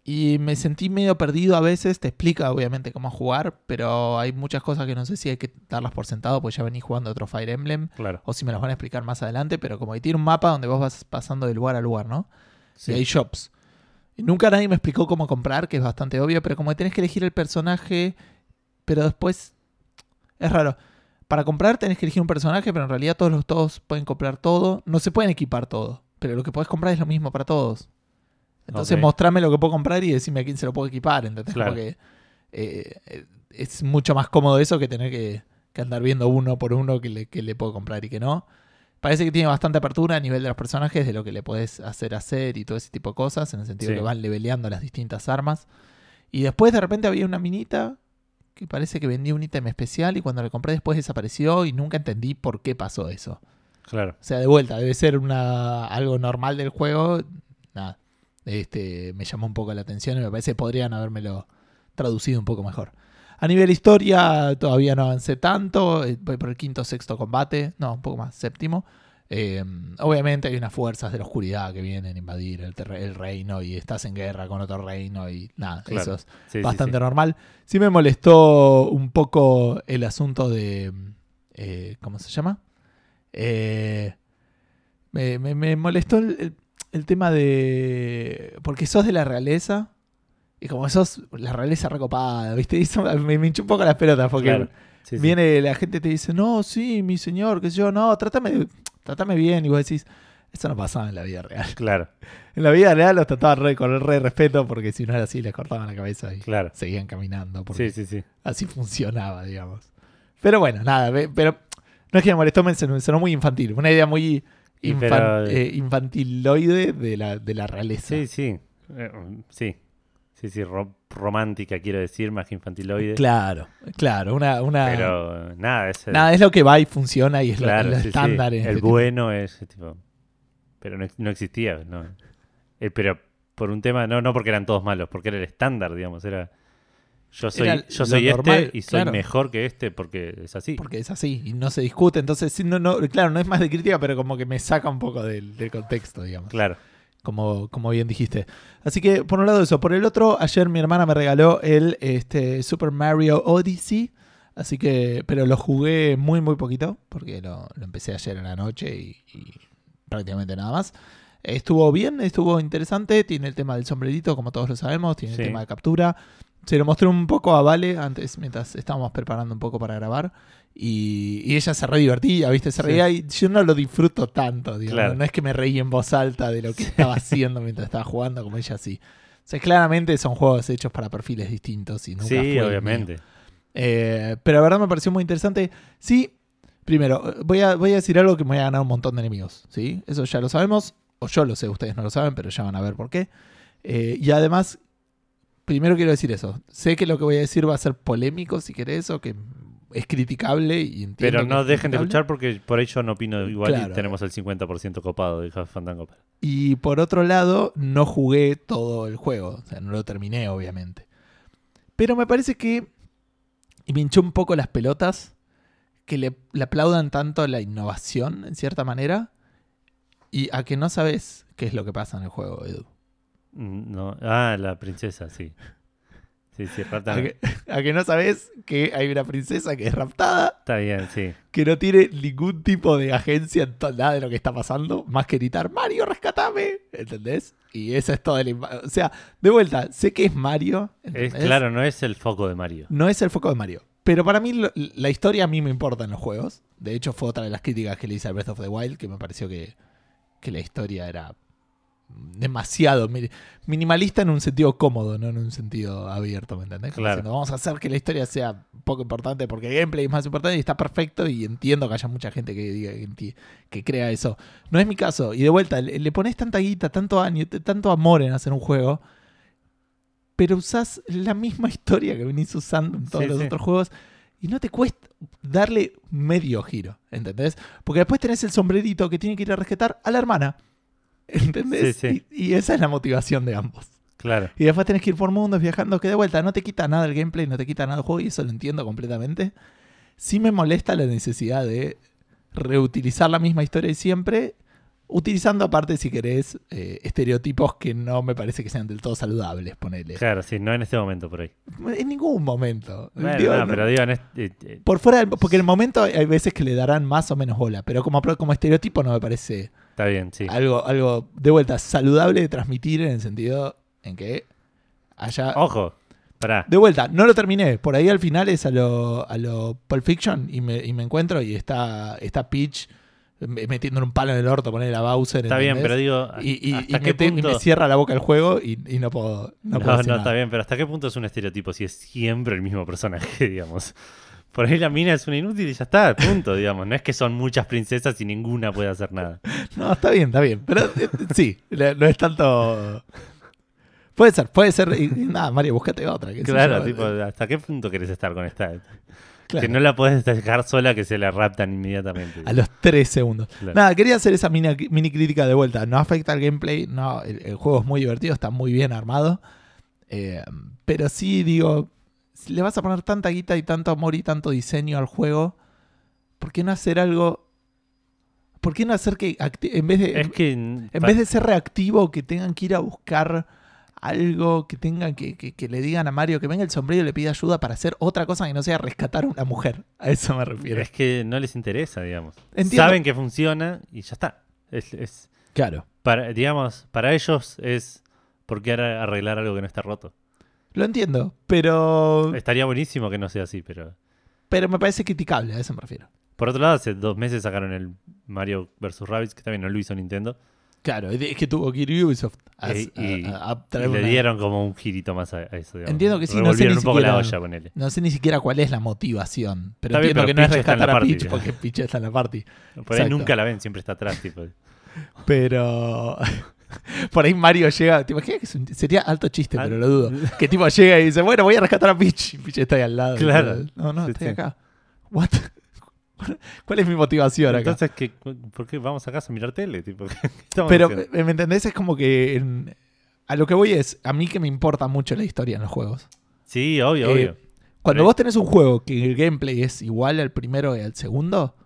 S1: Y me sentí medio perdido a veces, te explica obviamente cómo jugar, pero hay muchas cosas que no sé si hay que darlas por sentado, pues ya vení jugando otro Fire Emblem,
S2: Claro.
S1: o si me las van a explicar más adelante, pero como que tiene un mapa donde vos vas pasando de lugar a lugar, ¿no?
S2: Sí.
S1: Y hay shops. Y nunca nadie me explicó cómo comprar, que es bastante obvio, pero como que tenés que elegir el personaje, pero después es raro. Para comprar tenés que elegir un personaje, pero en realidad todos los todos pueden comprar todo. No se pueden equipar todo, pero lo que podés comprar es lo mismo para todos. Entonces
S2: Ok.
S1: mostrame lo que puedo comprar y decime a quién se lo puedo equipar, ¿entendés?
S2: Claro.
S1: Porque eh, eh, es mucho más cómodo eso que tener que, que andar viendo uno por uno que le, que le puedo comprar y que no. Parece que tiene bastante apertura a nivel de los personajes, de lo que le podés hacer hacer y todo ese tipo de cosas, en el sentido
S2: Sí.
S1: que van leveleando las distintas armas. Y después de repente había una minita que parece que vendía un ítem especial y cuando le compré después desapareció y nunca entendí por qué pasó eso.
S2: Claro.
S1: O sea, de vuelta, debe ser una, algo normal del juego. Nada, este, me llamó un poco la atención y me parece que podrían habérmelo traducido un poco mejor. A nivel historia, todavía no avancé tanto. eh, Voy por el quinto, sexto combate. No, un poco más, séptimo. Eh, obviamente hay unas fuerzas de la oscuridad que vienen a invadir el, terre- el reino y estás en guerra con otro reino y nada,
S2: Claro.
S1: eso es
S2: Sí, sí,
S1: bastante
S2: sí.
S1: normal. Sí me molestó un poco el asunto de. eh, ¿Cómo se llama? Eh, me, me- me molestó el, el- el tema de. Porque sos de la realeza. Y como sos la realeza recopada, ¿viste? Y eso me, me hinchó un poco las pelotas porque
S2: Claro. Sí, sí.
S1: viene la gente y te dice, no, sí, mi señor, qué sé yo, no, trátame, trátame bien. Y vos decís, Eso no pasaba en la vida real.
S2: Claro,
S1: En la vida real los trataban re- con el re respeto porque si no era así les cortaban la cabeza y
S2: claro.
S1: seguían caminando. Porque
S2: Sí, sí, sí.
S1: así funcionaba, digamos. Pero bueno, nada, ve- pero no es que me molestó, me sonó, me sonó muy infantil. Una idea muy
S2: Y
S1: infan-
S2: pero-
S1: eh, infantiloide de la, de la realeza.
S2: Sí, sí. Eh, um, sí. Sí, sí, ro- romántica quiero decir, más que infantiloide.
S1: Claro, claro, una... una
S2: eh. Pero eh, nada, es el,
S1: Nada, es lo que va y funciona y es lo- este
S2: claro,
S1: los
S2: sí, sí.
S1: estándares.
S2: El
S1: de-
S2: bueno es eh, tipo. Pero no, ex- no existía, ¿no? Eh, pero por un tema, no, no porque eran todos malos, porque era el estándar, digamos, era. Yo soy,
S1: Era
S2: yo
S1: lo
S2: soy
S1: normal,
S2: este y soy
S1: claro.
S2: mejor que este porque es así.
S1: Porque es así y no se discute. Entonces, sí, no, no, claro, no es más de crítica, pero como que me saca un poco del, del contexto, digamos.
S2: Claro.
S1: como, como bien dijiste. Así que por un lado eso. Por el otro, ayer mi hermana me regaló el este, Super Mario Odyssey. Así que, pero lo jugué muy, muy poquito, porque lo, lo empecé ayer en la noche y, y prácticamente nada más. Estuvo bien, estuvo interesante. Tiene el tema del sombrerito, como todos lo sabemos. Tiene
S2: Sí.
S1: el tema de captura. Se lo mostré un poco a Vale antes, mientras estábamos preparando un poco para grabar. Y, y ella se re divertía, ¿viste? Se
S2: Sí.
S1: reía y yo no lo disfruto tanto, digamos.
S2: Claro.
S1: No es que me reí en voz alta de lo que estaba haciendo mientras estaba jugando, como ella sí. O sea, claramente son juegos hechos para perfiles distintos y nunca fue el
S2: Sí,
S1: mío.
S2: obviamente.
S1: Eh, pero la verdad me pareció muy interesante. Sí, primero, eh, voy a, voy a decir algo que me voy a ganar un montón de enemigos, ¿sí? Eso ya lo sabemos, o yo lo sé, ustedes no lo saben, pero ya van a ver por qué. Eh, y además, primero quiero decir eso. Sé que lo que voy a decir va a ser polémico, si querés, o que es criticable y entiendo
S2: Pero
S1: que
S2: no
S1: es
S2: dejen de
S1: criticable.
S2: escuchar porque por ahí yo no opino igual
S1: Claro.
S2: y tenemos el 50% copado de Half Fandango.
S1: Y por otro lado, no jugué todo el juego. O sea, no lo terminé, obviamente. Pero me parece que me hinchó un poco las pelotas que le, le aplaudan tanto la innovación, en cierta manera, y a que no sabes qué es lo que pasa en el juego, Edu.
S2: Mm, No. Ah, la princesa, sí. Sí, sí,
S1: A
S2: Ratana.
S1: que, a que no sabes que hay una princesa que es raptada,
S2: Está bien, sí.
S1: que no tiene ningún tipo de agencia en to- nada de lo que está pasando, más que gritar, Mario, rescatame, ¿entendés? Y esa es toda la... inv- O sea, de vuelta, sé que es Mario,
S2: Es,
S1: ¿entendés?
S2: claro, no es el foco de Mario.
S1: No es el foco de Mario. Pero para mí lo- la historia a mí me importa en los juegos. De hecho, fue otra de las críticas que le hice a Breath of the Wild, que me pareció que, que la historia era demasiado mi- minimalista en un sentido cómodo, no en un sentido abierto, ¿me entendés? Como
S2: Claro.
S1: diciendo, vamos a hacer que la historia sea poco importante porque el gameplay es más importante y está perfecto y entiendo que haya mucha gente que diga que enti- que crea eso. No es mi caso. Y de vuelta, le, le pones tanta guita, tanto año, t- tanto amor en hacer un juego, pero usás la misma historia que venís usando en todos
S2: Sí,
S1: los
S2: sí.
S1: otros juegos y no te cuesta darle medio giro, ¿entendés? Porque después tenés el sombrerito que tiene que ir a rescatar a la hermana. ¿Entendés?
S2: Sí, sí.
S1: Y, y esa es la motivación de ambos.
S2: Claro.
S1: Y después tenés que ir por mundos viajando, que de vuelta no te quita nada el gameplay, no te quita nada el juego, y eso lo entiendo completamente. Sí me molesta la necesidad de reutilizar la misma historia de siempre, utilizando aparte, si querés, eh, estereotipos que no me parece que sean del todo saludables, ponele.
S2: Claro, sí, no en este momento por ahí.
S1: En ningún momento.
S2: Bueno,
S1: Digo,
S2: no,
S1: no-
S2: pero digo, en este- eh, eh,
S1: Por fuera, del- porque en el momento hay hay veces que le darán más o menos bola, pero como, pro- como estereotipo no me parece
S2: está bien, sí.
S1: algo, algo de vuelta saludable de transmitir en el sentido en que haya
S2: Ojo, pará.
S1: De vuelta, no lo terminé. Por ahí al final es a lo, a lo Pulp Fiction y me, y me encuentro y está, está Peach me- metiéndole un palo en el orto, ponerle a Bowser.
S2: Está bien, pero
S1: ¿entendés?
S2: digo,
S1: Y, y-
S2: ¿hasta
S1: y
S2: qué
S1: me te- y me
S2: punto?
S1: cierra la boca el juego y, y no puedo. No,
S2: No,
S1: puedo
S2: no,
S1: hacer
S2: está
S1: nada.
S2: bien, pero ¿hasta qué punto es un estereotipo si es siempre el mismo personaje, digamos? Por ahí la mina es una inútil y ya está, punto, digamos. No es que son muchas princesas y ninguna puede hacer nada.
S1: No, está bien, está bien. Pero eh, sí, le- no es tanto. Puede ser, puede ser. Y, y nada, Mario, búscate otra. qué sé
S2: Claro,
S1: yo. eh,
S2: tipo, ¿hasta qué punto querés estar con esta?
S1: Claro.
S2: Que no la puedes dejar sola que se la raptan inmediatamente.
S1: A los 3 segundos.
S2: Claro.
S1: Nada, quería hacer esa mini, mini crítica de vuelta. No afecta al gameplay, no, el, el juego es muy divertido, está muy bien armado. Eh, pero sí, digo, si le vas a poner tanta guita y tanto amor y tanto diseño al juego, ¿por qué no hacer algo? ¿Por qué no hacer que acti- en vez de
S2: Es que.
S1: en vez de ser reactivo, que tengan que ir a buscar algo, que tengan que, que- que le digan a Mario que venga el sombrero y le pida ayuda para hacer otra cosa que no sea rescatar a una mujer? A eso me refiero.
S2: Es que no les interesa, digamos.
S1: Entiendo.
S2: Saben que funciona y ya está. Es, es-
S1: Claro.
S2: para, digamos, para ellos es por qué ar- arreglar algo que no está roto.
S1: Lo entiendo, pero
S2: Estaría buenísimo que no sea así, pero.
S1: Pero me parece criticable, a eso me refiero.
S2: Por otro lado, hace dos meses sacaron el Mario vs. Rabbids, que también no lo hizo Nintendo.
S1: Claro, es que tuvo que ir Ubisoft a,
S2: Eh, y-
S1: a- a- a
S2: Y
S1: traer
S2: le
S1: una-
S2: dieron como un girito más a, a eso. digamos.
S1: Entiendo que sí, no sé
S2: Revolvieron
S1: ni
S2: un poco la
S1: siquiera-
S2: olla, ponele.
S1: No sé ni siquiera cuál es la motivación, pero
S2: Está bien,
S1: entiendo
S2: pero
S1: que no es
S2: Peach está en la
S1: rescatar a
S2: party.
S1: Peach porque Peach está en la party.
S2: Por ahí
S1: Exacto.
S2: nunca la ven, siempre está atrás. Tipo.
S1: Pero por ahí Mario llega, te imaginas que es un- sería alto chiste,
S2: Ah,
S1: pero lo dudo. Que tipo llega y dice, bueno, voy a rescatar a Peach. Y Peach está ahí al lado.
S2: Claro.
S1: No, no,
S2: Sí,
S1: estoy
S2: sí.
S1: acá. What? ¿Cuál es mi motivación acá?
S2: Entonces, ¿qué, ¿por qué vamos a casa a mirar tele? Tipo, ¿qué estamos
S1: Pero, eh,
S2: haciendo?
S1: ¿me entendés? Es como que en- a lo que voy es, a mí que me importa mucho la historia en los juegos.
S2: Sí, obvio,
S1: Eh,
S2: obvio.
S1: Cuando
S2: Sí.
S1: vos tenés un juego que el gameplay es igual al primero y al segundo,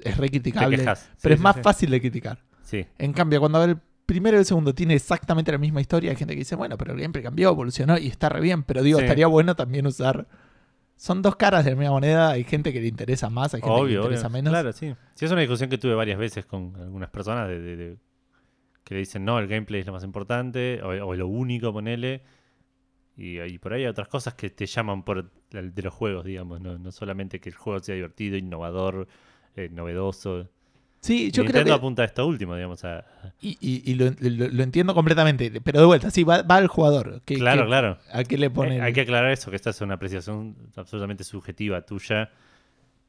S1: es re
S2: Te
S1: criticable.
S2: quejas.
S1: Pero
S2: Sí,
S1: es
S2: sí,
S1: más
S2: sí.
S1: fácil de criticar.
S2: Sí.
S1: En cambio, cuando el primero y el segundo tiene exactamente la misma historia, hay gente que dice, bueno, pero el gameplay cambió, evolucionó y está re bien. Pero digo,
S2: Sí.
S1: estaría bueno también usar. Son dos caras de la misma moneda. Hay gente que le interesa más, hay gente que le
S2: Obvio,
S1: interesa
S2: obvio.
S1: menos.
S2: Claro, sí. Sí, es una discusión que tuve varias veces con algunas personas de, de- de- que le dicen, no, el gameplay es lo más importante, o, o lo único, ponele. Y, y por ahí hay otras cosas que te llaman por la- de los juegos, digamos, no, no solamente que el juego sea divertido, innovador, eh, novedoso.
S1: Sí, yo creo
S2: Nintendo
S1: que.
S2: apunta a esto último, digamos. a- a-
S1: Y, y- y lo, lo- lo entiendo completamente. Pero de vuelta, sí, va, va al jugador. que-
S2: claro,
S1: que-
S2: claro.
S1: ¿A qué le
S2: Eh,
S1: ponen?
S2: Hay que aclarar eso, que esta es una apreciación absolutamente subjetiva tuya.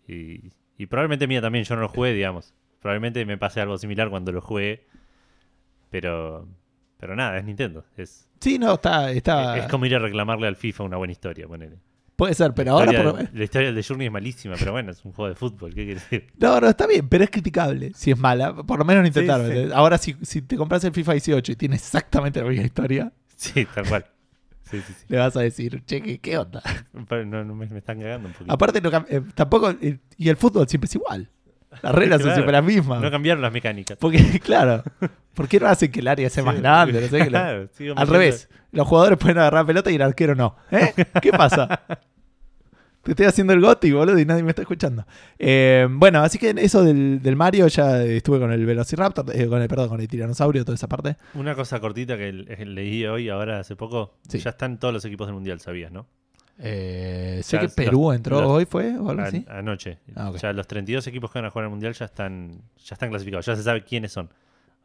S2: Y, y probablemente mía también, yo no lo jugué, digamos. Probablemente me pase algo similar cuando lo jugué. Pero pero nada, es Nintendo. Es,
S1: Sí, no, está. está...
S2: Eh, es como ir a reclamarle al FIFA una buena historia, ponele.
S1: Puede ser, pero
S2: La
S1: ahora.
S2: historia-
S1: por lo menos-
S2: La historia del de Journey es malísima, pero bueno, es un juego de fútbol, ¿qué quiere decir?
S1: No, no, está bien, pero es criticable si es mala. Por lo menos lo intentaron.
S2: sí.
S1: ¿entendés? Ahora, si, si te compras el FIFA 18 y tiene exactamente la misma historia,
S2: Sí, tal cual. Sí, sí, sí.
S1: le vas a decir, che, ¿qué, qué onda?
S2: Pero no, no me, me están cagando un poquito.
S1: Aparte, no cam- eh, tampoco. eh, y el fútbol siempre es igual. Las reglas son
S2: Claro.
S1: siempre las mismas.
S2: No cambiaron las mecánicas.
S1: porque, claro, ¿por qué no hacen que el área sea más
S2: Sí.
S1: grande? No sé, que lo-
S2: Claro, sí,
S1: Al
S2: aumentando-
S1: revés, los jugadores pueden agarrar pelota y el arquero no. ¿Eh? ¿Qué pasa? Te estoy haciendo el goti, boludo, y nadie me está escuchando. Eh, bueno, así que eso del, del Mario, ya estuve con el Velociraptor, eh, con el, perdón, con el Tiranosaurio, toda esa parte.
S2: Una cosa cortita que le- leí hoy, ahora hace poco.
S1: Sí.
S2: Ya están todos los equipos del Mundial, ¿sabías, no?
S1: Eh, sé
S2: Ya,
S1: que Perú entró
S2: los-
S1: hoy, ¿fue? ¿O algo
S2: An-
S1: así?
S2: Anoche.
S1: Ah, ok.
S2: Ya los 32 equipos que van a jugar al Mundial ya están, ya están clasificados, ya se sabe quiénes son.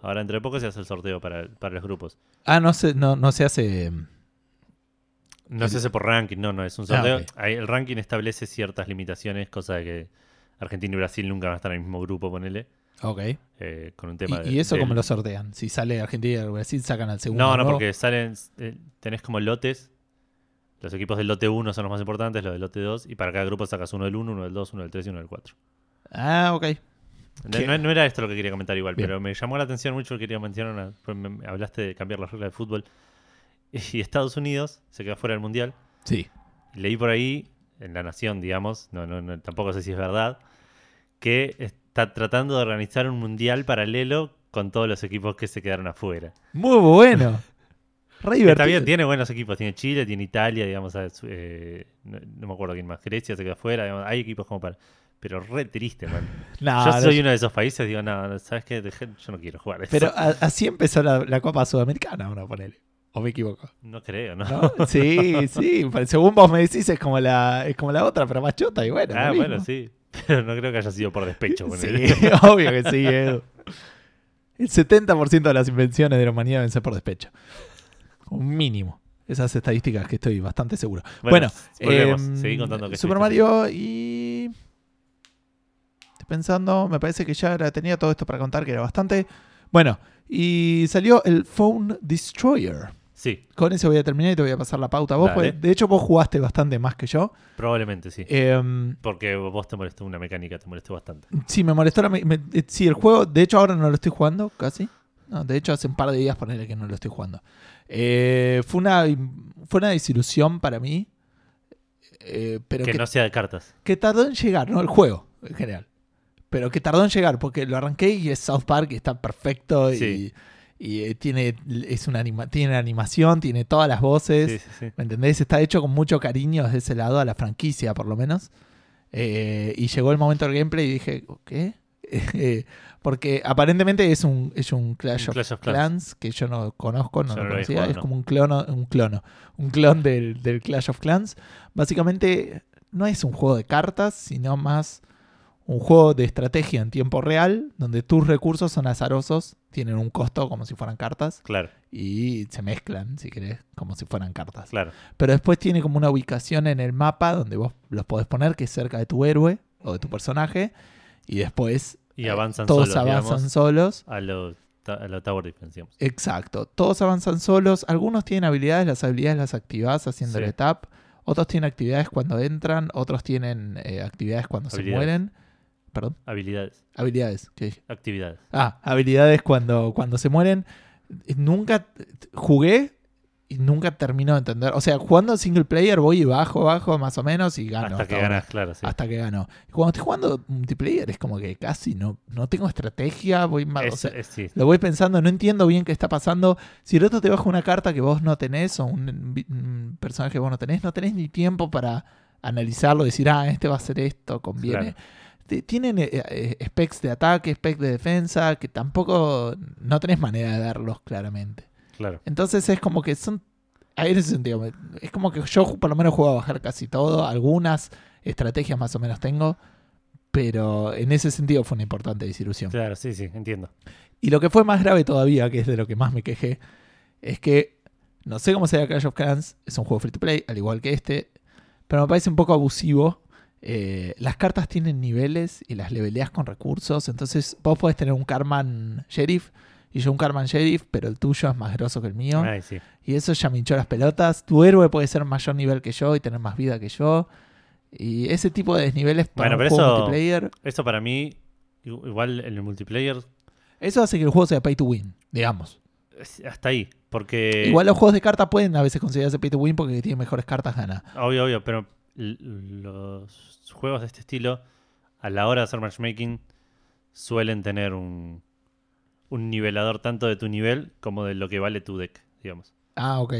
S2: Ahora, entre poco se hace el sorteo para, para los grupos.
S1: Ah, no se, no, no se hace. mm,
S2: No se hace por ranking, no, no, es un
S1: Ah,
S2: sorteo.
S1: ok.
S2: Ahí El ranking establece ciertas limitaciones, cosa de que Argentina y Brasil nunca van a estar en el mismo grupo, ponele,
S1: Ok. ¿Y,
S2: eh, con un tema de-
S1: y eso
S2: del-
S1: cómo lo sortean? Si sale Argentina y Brasil, sacan al segundo.
S2: No, no,
S1: nuevo.
S2: porque salen, eh, tenés como lotes. Los equipos del lote 1 son los más importantes, los del lote 2, y para cada grupo sacas uno del 1, uno del 2, uno del 3 y uno del 4.
S1: Ah, ok.
S2: No,
S1: ¿Qué?
S2: no- no era esto lo que quería comentar igual,
S1: Bien.
S2: pero me llamó la atención mucho que quería mencionar. una- pues me- me hablaste de cambiar las reglas de fútbol. Y Estados Unidos se quedó fuera del mundial.
S1: Sí.
S2: Leí por ahí, en La Nación, digamos, no, no, no, tampoco sé si es verdad, que está tratando de organizar un mundial paralelo con todos los equipos que se quedaron afuera.
S1: Muy bueno. Re divertido.
S2: Está bien, tiene buenos equipos. Tiene Chile, tiene Italia, digamos, a- eh, no, no me acuerdo quién más. Grecia se quedó afuera. digamos, hay equipos como para. Pero re triste, man.
S1: No,
S2: Yo
S1: Ah, no,
S2: soy uno de esos países, digo, no, no, ¿sabes qué? Dejé- yo no quiero jugar eso.
S1: Pero a- así empezó la, la Copa Sudamericana, uno ponele. O me equivoco.
S2: No creo, ¿no?
S1: ¿no? Sí, sí. pa- Según vos me decís, es como la, es como la otra, pero más chota y bueno.
S2: ah,
S1: lo
S2: bueno,
S1: mismo.
S2: sí. Pero no creo que haya sido por despecho. ponele.
S1: Sí, obvio que sí, Edu. El 70% de las invenciones de la humanidad deben ser por despecho. Un mínimo. Esas estadísticas que estoy bastante seguro. Bueno,
S2: volvemos.
S1: em,
S2: Seguí contando que
S1: Super Mario y. Estoy pensando, me parece que ya la tenía todo esto para contar, que era bastante. Bueno, y salió el Phone Destroyer.
S2: Sí,
S1: Con eso voy a terminar y te voy a pasar la pauta. a Vos,
S2: Dale.
S1: porque, de hecho, vos jugaste bastante más que yo.
S2: probablemente sí.
S1: Em,
S2: Porque vos te molestó una mecánica, te molestó bastante.
S1: sí, me molestó. La, me- me- eh, sí, el juego. De hecho, ahora no lo estoy jugando casi. No, de hecho, hace un par de días ponerle que no lo estoy jugando. Eh, fue, una, fue una desilusión para mí. eh, pero
S2: que
S1: que
S2: no sea de cartas.
S1: que tardó en llegar, ¿no? El juego, en general. Pero que tardó en llegar, porque lo arranqué y es South Park, y está perfecto, y-
S2: Sí.
S1: y, eh, tiene, es una anima- tiene animación, tiene todas las voces.
S2: Sí, sí, sí.
S1: ¿Me entendés? Está hecho con mucho cariño desde ese lado a la franquicia, por lo menos. Eh, y llegó el momento del gameplay y dije, ¿qué? Eh, Porque aparentemente es un, es un Clash,
S2: Un
S1: of,
S2: Clash of
S1: Clans,
S2: Clans.
S1: que yo no conozco, no
S2: Yo
S1: lo
S2: no lo he
S1: conocía.
S2: jugado,
S1: es
S2: no.
S1: como un clono, un clono, un clon del, del Clash of Clans. Básicamente no es un juego de cartas, sino más Un juego de estrategia en tiempo real, donde tus recursos son azarosos, tienen un costo como si fueran cartas
S2: Claro,
S1: y se mezclan, si querés, como si fueran cartas.
S2: claro.
S1: Pero después tiene como una ubicación en el mapa donde vos los podés poner, que es cerca de tu héroe o de tu personaje, y después
S2: Y
S1: eh,
S2: avanzan
S1: todos
S2: solos,
S1: avanzan
S2: digamos,
S1: solos.
S2: a los ta- a la Tower Defense, digamos.
S1: Exacto. Todos avanzan solos. Algunos tienen habilidades, las habilidades las activas haciéndole
S2: Sí.
S1: tap. Otros tienen actividades cuando entran, otros tienen eh, actividades cuando se
S2: Habilidades.
S1: mueren. Perdón,
S2: Habilidades,
S1: habilidades. ¿qué dije?
S2: actividades.
S1: Ah, habilidades cuando, cuando se mueren. Eh, Nunca t- t- jugué y nunca termino de entender. O sea, jugando al single player voy y bajo, bajo más o menos y gano.
S2: Hasta que
S1: ahora.
S2: ganas, claro, sí.
S1: Hasta que gano. Y Cuando estoy jugando multiplayer es como que casi no, no tengo estrategia, voy más. o
S2: Es-
S1: sea,
S2: es- sí.
S1: lo voy pensando, no entiendo bien qué está pasando. Si el otro te baja una carta que vos no tenés o un, vi- un personaje que vos no tenés, no tenés ni tiempo para analizarlo, decir, ah, este va a hacer esto, conviene.
S2: Claro.
S1: T- Tienen eh, eh, specs de ataque, specs de defensa, que tampoco no tenés manera de darlos claramente.
S2: Claro,
S1: Entonces es como que son... ahí En ese sentido, me- es como que yo por lo menos juego a bajar casi todo, algunas estrategias más o menos tengo, pero en ese sentido fue una importante desilusión.
S2: claro, sí, sí, entiendo.
S1: Y lo que fue más grave todavía, que es de lo que más me quejé, es que no sé cómo sea Clash of Clans, es un juego free to play, al igual que este, pero me parece un poco abusivo. Eh, las cartas tienen niveles y las leveleas con recursos, entonces vos podés tener un Carman Sheriff y yo un Carman Sheriff, pero el tuyo es más grosso que el mío.
S2: Ay, sí.
S1: Y eso ya me hinchó las pelotas. Tu héroe puede ser mayor nivel que yo y tener más vida que yo. Y ese tipo de desniveles para
S2: Bueno,
S1: un
S2: pero
S1: juego
S2: eso-
S1: multiplayer,
S2: Eso para mí, i- igual en el multiplayer,
S1: eso hace que el juego sea pay to win, digamos.
S2: es- hasta ahí. Porque.
S1: Igual los juegos de cartas pueden a veces considerarse pay to win porque el que tiene mejores cartas gana.
S2: Obvio, obvio, pero l- los juegos de este estilo, a la hora de hacer matchmaking, suelen tener un, un nivelador tanto de tu nivel como de lo que vale tu deck, digamos.
S1: Ah, ok.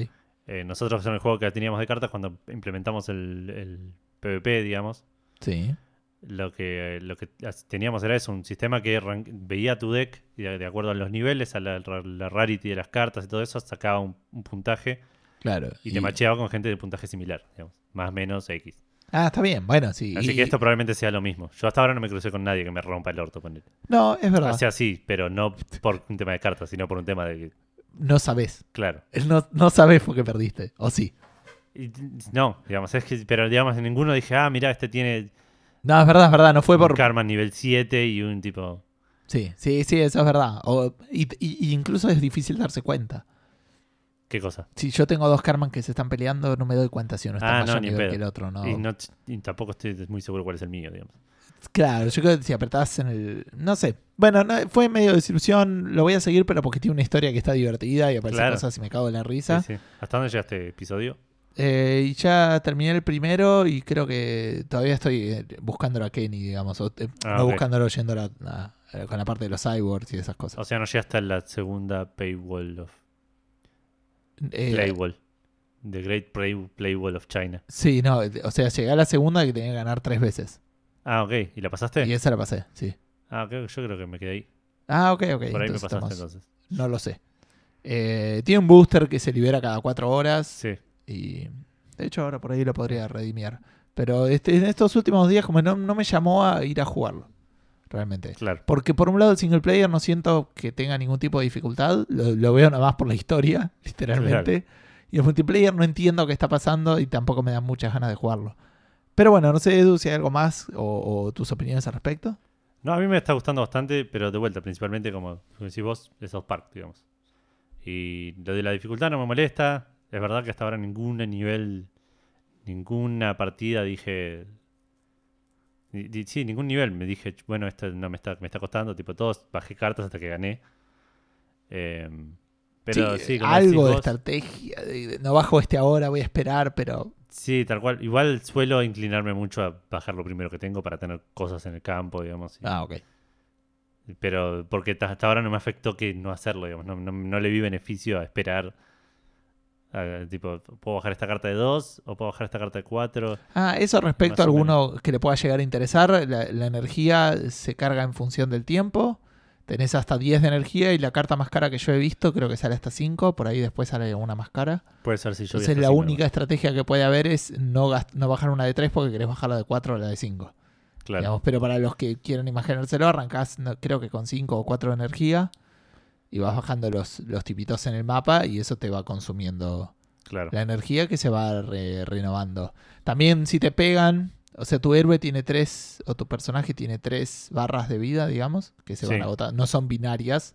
S2: Eh, nosotros en el juego que teníamos de cartas, cuando implementamos el, el PvP, digamos,
S1: Sí.
S2: lo que, lo que teníamos era eso, un sistema que ran- veía tu deck y de, de acuerdo a los niveles, a la, la rarity de las cartas y todo eso, sacaba un, un puntaje
S1: Claro.
S2: y, te macheaba con gente de puntaje similar, digamos, más o menos X.
S1: Ah, está bien. Bueno, sí.
S2: Así
S1: Y-
S2: que esto probablemente sea lo mismo. Yo hasta ahora no me crucé con nadie que me rompa el orto con él.
S1: No, es verdad.
S2: O sea, sí, pero no por un tema de cartas, sino por un tema de.
S1: no sabes.
S2: Claro.
S1: No, no sabes por qué perdiste. O sí.
S2: Y- No, digamos, es que. Pero digamos, en ninguno dije, ah, mira, este tiene
S1: No, es verdad, es verdad. No fue
S2: un
S1: por.
S2: Karma nivel 7 y un tipo.
S1: Sí, sí, sí, eso es verdad. O- y, y- y incluso es difícil darse cuenta.
S2: ¿Qué cosa?
S1: Si yo tengo dos Karman que se están peleando, no me doy cuenta si uno está más
S2: Ah, no,
S1: mayor
S2: ni
S1: nivel
S2: pedo.
S1: que el otro, ¿no?
S2: Y, no t- y tampoco estoy muy seguro cuál es el mío, digamos.
S1: Claro, yo creo que si apretás en el. No sé. Bueno, no- fue medio desilusión. Lo voy a seguir, pero porque tiene una historia que está divertida y aparecen
S2: Claro.
S1: cosas y me cago en la
S2: Sí,
S1: risa.
S2: sí. ¿Hasta dónde llega este episodio?
S1: Eh, y ya terminé el primero y creo que todavía estoy eh, buscándolo a Kenny, digamos. o, eh,
S2: Ah,
S1: no
S2: ok.
S1: buscándolo yendo a la- a- a- con la parte de los cyborgs y esas cosas.
S2: O sea, no llega hasta la segunda paywall of.
S1: Eh,
S2: Playwall. The Great Play- Playwall of China.
S1: sí, no. eh, O sea, llegué a la segunda que tenía que ganar tres veces.
S2: Ah, ok. ¿Y la pasaste?
S1: Y esa la pasé, sí.
S2: Ah, creo, yo creo que me quedé ahí.
S1: Ah, ok, ok.
S2: Por ahí me
S1: entonces
S2: pasaste
S1: estamos-
S2: entonces.
S1: No lo sé. Eh, tiene un booster que se libera cada cuatro horas.
S2: Sí.
S1: Y de hecho ahora por ahí lo podría redimir. Pero este, en estos últimos días como no, no me llamó a ir a jugarlo. Realmente.
S2: Claro,
S1: Porque por un lado el single player no siento que tenga ningún tipo de dificultad. Lo, lo veo nada más por la historia, literalmente. Y el multiplayer no entiendo qué está pasando y tampoco me dan muchas ganas de jugarlo. Pero bueno, no sé, Edu, si hay algo más o, o tus opiniones al respecto.
S2: No, a mí me está gustando bastante, pero de vuelta, principalmente como decís vos, de South Park, digamos. Y lo de la dificultad no me molesta. Es verdad que hasta ahora ningún nivel, ninguna partida dije... ni- ni- Sí, ningún nivel. Me dije, bueno, esto no me está, me está costando. Tipo, todos bajé cartas hasta que gané. Eh, pero sí, como decís
S1: algo de
S2: vos,
S1: estrategia. de- de- no bajo este ahora, voy a esperar, pero
S2: Sí, tal cual. Igual suelo inclinarme mucho a bajar lo primero que tengo para tener cosas en el campo, digamos. y-
S1: Ah, ok.
S2: Pero porque ta- hasta ahora no me afectó que no hacerlo, digamos. No, no- no le vi beneficio a esperar. a- tipo, ¿puedo bajar esta carta de 2 o puedo bajar esta carta de 4?
S1: Ah, eso respecto a
S2: Más o
S1: alguno que le pueda llegar a interesar. La, la energía se carga en función del tiempo. Tenés hasta 10 de energía y la carta más cara que yo he visto creo que sale hasta 5. Por ahí después sale una más cara.
S2: Puede ser si yo... vi
S1: Entonces
S2: hasta
S1: la
S2: cinco,
S1: única estrategia que puede haber es no, gast- no bajar una de 3 porque querés bajar la de 4 o la de 5.
S2: ¿no? Claro.
S1: digamos, pero para los que quieran imaginárselo, arrancás no, creo que con 5 o 4 de energía y vas bajando los, los tipitos en el mapa y eso te va consumiendo
S2: Claro.
S1: la energía que se va re- renovando. También si te pegan, o sea, tu héroe tiene tres, o tu personaje tiene tres barras de vida, digamos, que se van
S2: Sí.
S1: agotando, no son binarias,